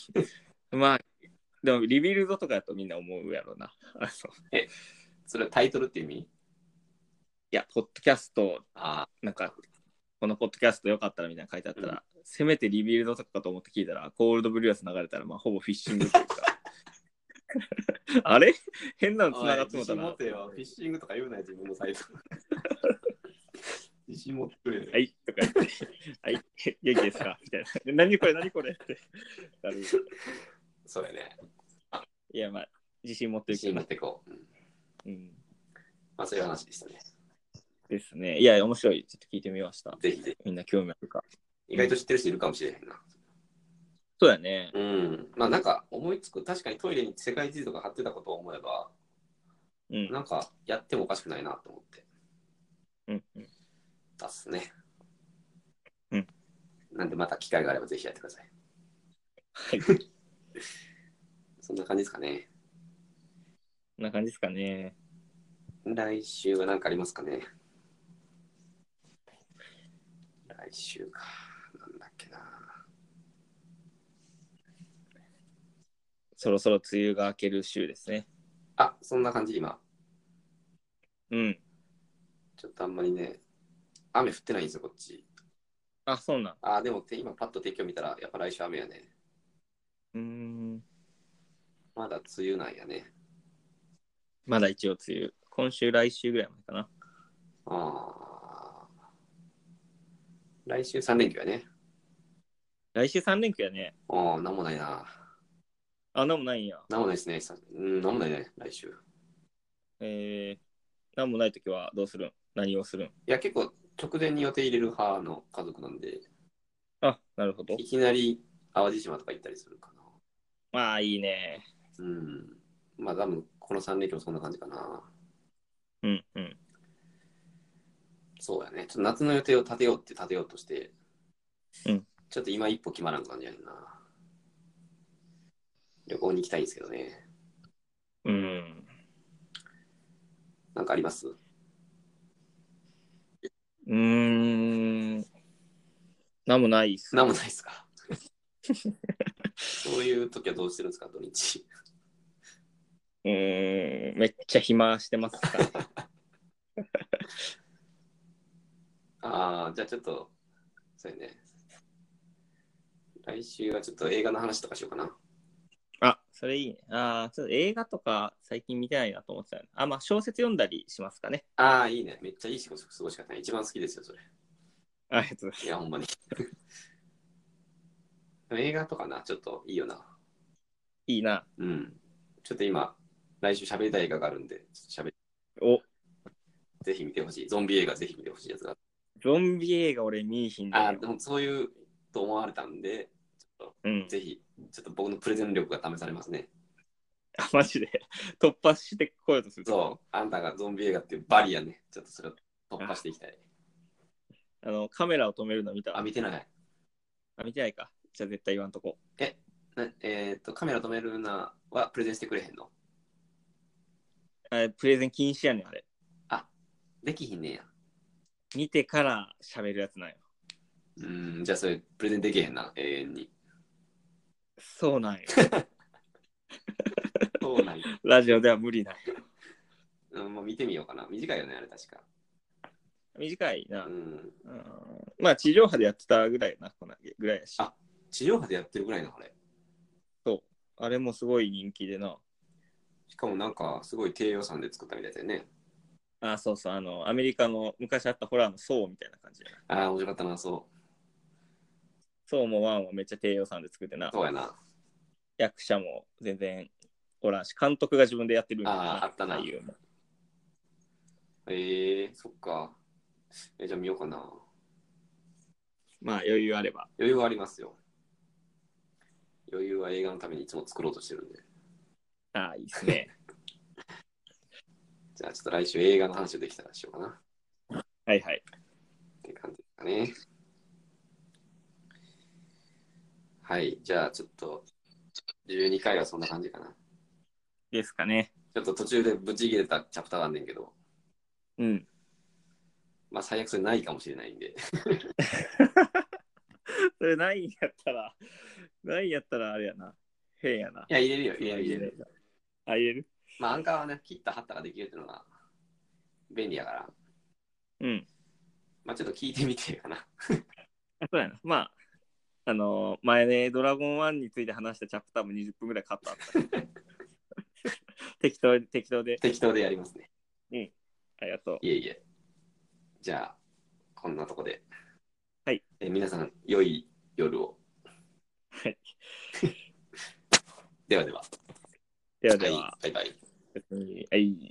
Speaker 2: まあ、でもリビルドとかだとみんな思うやろな。あそう
Speaker 1: それはタイトルって意味
Speaker 2: いや、ポッドキャスト、
Speaker 1: あ
Speaker 2: なんか、このポッドキャストよかったらみたいな書いてあったら、せめてリビルドとかかと思って聞いたら、コールドブリュアス流れたら、まあ、ほぼフィッシングっていうか。 (laughs) あれ変な
Speaker 1: あ。
Speaker 2: の繋がってもうた
Speaker 1: おい自信持
Speaker 2: な。
Speaker 1: てよフィッシングとか言うなよ、自分
Speaker 2: (laughs)
Speaker 1: のサイト。自信持ってくれよ、
Speaker 2: はい、とか言って、はい、元気ですかみたいな。何これ、何これってなる。
Speaker 1: それね。
Speaker 2: いや、まあ、自信持ってる
Speaker 1: 自
Speaker 2: け
Speaker 1: 信
Speaker 2: ど
Speaker 1: 持っ
Speaker 2: な。
Speaker 1: ていこう。うん
Speaker 2: うん、
Speaker 1: まあ、そういう話でしたね。
Speaker 2: ですね。いや、面白い。ちょっと聞いてみました。
Speaker 1: ぜひぜ
Speaker 2: みんな興味あるか。
Speaker 1: ひ。意外と知ってる人いるかもしれへんな。
Speaker 2: そうやね。
Speaker 1: うん。まあ、なんか思いつく、確かにトイレに世界地図とか貼ってたことを思えば、
Speaker 2: うん。
Speaker 1: なんかやってもおかしくないなと思って
Speaker 2: うん、うん
Speaker 1: たっすね。
Speaker 2: うん。
Speaker 1: なんでまた機会があればぜひやってください。
Speaker 2: はい。こ
Speaker 1: (laughs) そんな感じですかね。
Speaker 2: んな感じですかね。
Speaker 1: 来週は何かありますかね。来週か。なんだっけな。
Speaker 2: そろそろ梅雨が明ける週ですね。
Speaker 1: あ、そんな感じ今。
Speaker 2: うん。
Speaker 1: ちょっとあんまりね、雨降ってないんですよ、こっち。
Speaker 2: あ、そうなん。
Speaker 1: あ、でもて今パッと天気を見たら、やっぱ来週雨やね。
Speaker 2: うーん。
Speaker 1: まだ梅雨なんやね。
Speaker 2: まだ一応梅雨。今週、来週ぐらいまでかな。
Speaker 1: ああ。来週3連休やね。
Speaker 2: 来週3連休やね。
Speaker 1: ああ、なんもないな。
Speaker 2: あ、なんもないんや。
Speaker 1: なんもないですね。さうん、なんもないね、来週。い
Speaker 2: えー、なんもないときはどうするん何をするん
Speaker 1: や、結構直前に予定入れる派の家族なんで、
Speaker 2: あ、なるほど。
Speaker 1: いきなり淡路島とか行ったりするかな。
Speaker 2: まあいいね。
Speaker 1: うん。まあ多分この3連休そんな感じかな。
Speaker 2: うんうん。
Speaker 1: そうやね。ちょっと夏の予定を立てようって立てようとして、
Speaker 2: うん
Speaker 1: ちょっと今一歩決まらん感じやねんな。旅行に行きたいんですけどね。
Speaker 2: うん。
Speaker 1: なんかあります
Speaker 2: うーん。なんもないっす。
Speaker 1: なんもないで
Speaker 2: (laughs)
Speaker 1: すかそういう時はどうしてるんですか土日。
Speaker 2: うーん。めっちゃ暇してますから。
Speaker 1: (laughs) ああ、じゃあちょっと、そうやね。来週はちょっと映画の話とかしようかな。
Speaker 2: あ、それいいね。ああ、ちょっと映画とか最近見てないなと思ってたよねあ、まあ小説読んだりしますかね。
Speaker 1: ああ、いいね。めっちゃいい仕事過ごし方。一番好きですよ、それ。
Speaker 2: ありがとうございます。
Speaker 1: いや、ほんまに。 (laughs) 映画とかな、ちょっといいよな。
Speaker 2: いいな。
Speaker 1: うん。ちょっと今、来週喋りたい映画があるんで、ちょっと喋り
Speaker 2: お、
Speaker 1: ぜひ見てほしい。ゾンビ映画ぜひ見てほしいやつが
Speaker 2: ゾンビ映画俺見いひん
Speaker 1: あ
Speaker 2: だ
Speaker 1: あ、
Speaker 2: よ
Speaker 1: で。もそういうと思われたんで、
Speaker 2: うん。
Speaker 1: ぜひ、ちょっと僕のプレゼン力が試されますね。
Speaker 2: あ、マジで。 (laughs) 突破してこようとする。
Speaker 1: そう、あんたがゾンビ映画っていうバリアね、ちょっとそれを突破していきたい。
Speaker 2: あの、カメラを止めるの見た
Speaker 1: あ、
Speaker 2: あ
Speaker 1: 見てない。
Speaker 2: 見てないか。じゃあ絶対言わんとこ。
Speaker 1: なえーっと、カメラ止めるなはプレゼンしてくれへんの
Speaker 2: あプレゼン禁止やねん、あれ。
Speaker 1: できひんねんや。
Speaker 2: 見てから喋るやつなんよ。
Speaker 1: うん、じゃあそれプレゼンできへんな、永遠に。
Speaker 2: そうなんよ。
Speaker 1: そうなんや。
Speaker 2: (laughs) ラジオでは無理ない。
Speaker 1: (laughs) うん、もう見てみようかな。短いよね、あれ確か。
Speaker 2: 短いな
Speaker 1: う。ん。
Speaker 2: うんまあ、地上波でやってたぐらいな、このぐらいやし。
Speaker 1: あ地上波でやってるぐらいのあれ。
Speaker 2: あれもすごい人気でな。
Speaker 1: しかもなんか、すごい低予算で作ったみたいだよね。
Speaker 2: あ、そうそう、あの、アメリカの昔あったホラーのソーみたいな感じやな。
Speaker 1: ああ、面白かったな、そう。
Speaker 2: ソーもワンはめっちゃ低予算で作ってな。
Speaker 1: そうやな。
Speaker 2: 役者も全然おらんし、監督が自分でやってるみたい
Speaker 1: あーあったな
Speaker 2: 俳優も
Speaker 1: ええー、そっか。えじゃあ見ようかな。
Speaker 2: まあ、余裕あれば。
Speaker 1: 余裕はありますよ。余裕は映画のためにいつも作ろうとしてるんで。
Speaker 2: ああ、いいです
Speaker 1: (laughs)
Speaker 2: ね。
Speaker 1: じゃあちょっと来週映画の話をできたらしようかな。っ
Speaker 2: はいはい。
Speaker 1: て感じですかね。はい。じゃあちょっと、12回はそんな感じかな。
Speaker 2: ですかね。
Speaker 1: ちょっと途中でブチ切れたチャプターがあんねんけど、
Speaker 2: うん。
Speaker 1: まあ最悪それないかもしれないんで。
Speaker 2: それないんやったら、ないんやったらあれやな。変やな。
Speaker 1: いや、入れるよ、入れる、入れる。
Speaker 2: あ、言える
Speaker 1: まあ、アンカーはね、切った、貼ったができるっていうのが便利やから、
Speaker 2: うん。
Speaker 1: まあ、ちょっと聞いてみてかな。 (laughs)
Speaker 2: あ、そうやな。まあ、あのー前ね、ドラゴン1について話したチャプターも20分ぐらいカットあった。
Speaker 1: (laughs)
Speaker 2: 適当で、適当で。
Speaker 1: 適当でやりますね。
Speaker 2: ありがとう。
Speaker 1: いえいえ。じゃあ、こんなとこで。
Speaker 2: はい。
Speaker 1: え皆さん、良い夜を。
Speaker 2: はい。
Speaker 1: (laughs) ではでは。
Speaker 2: ではでは、
Speaker 1: いバイバイ。
Speaker 2: 別にはい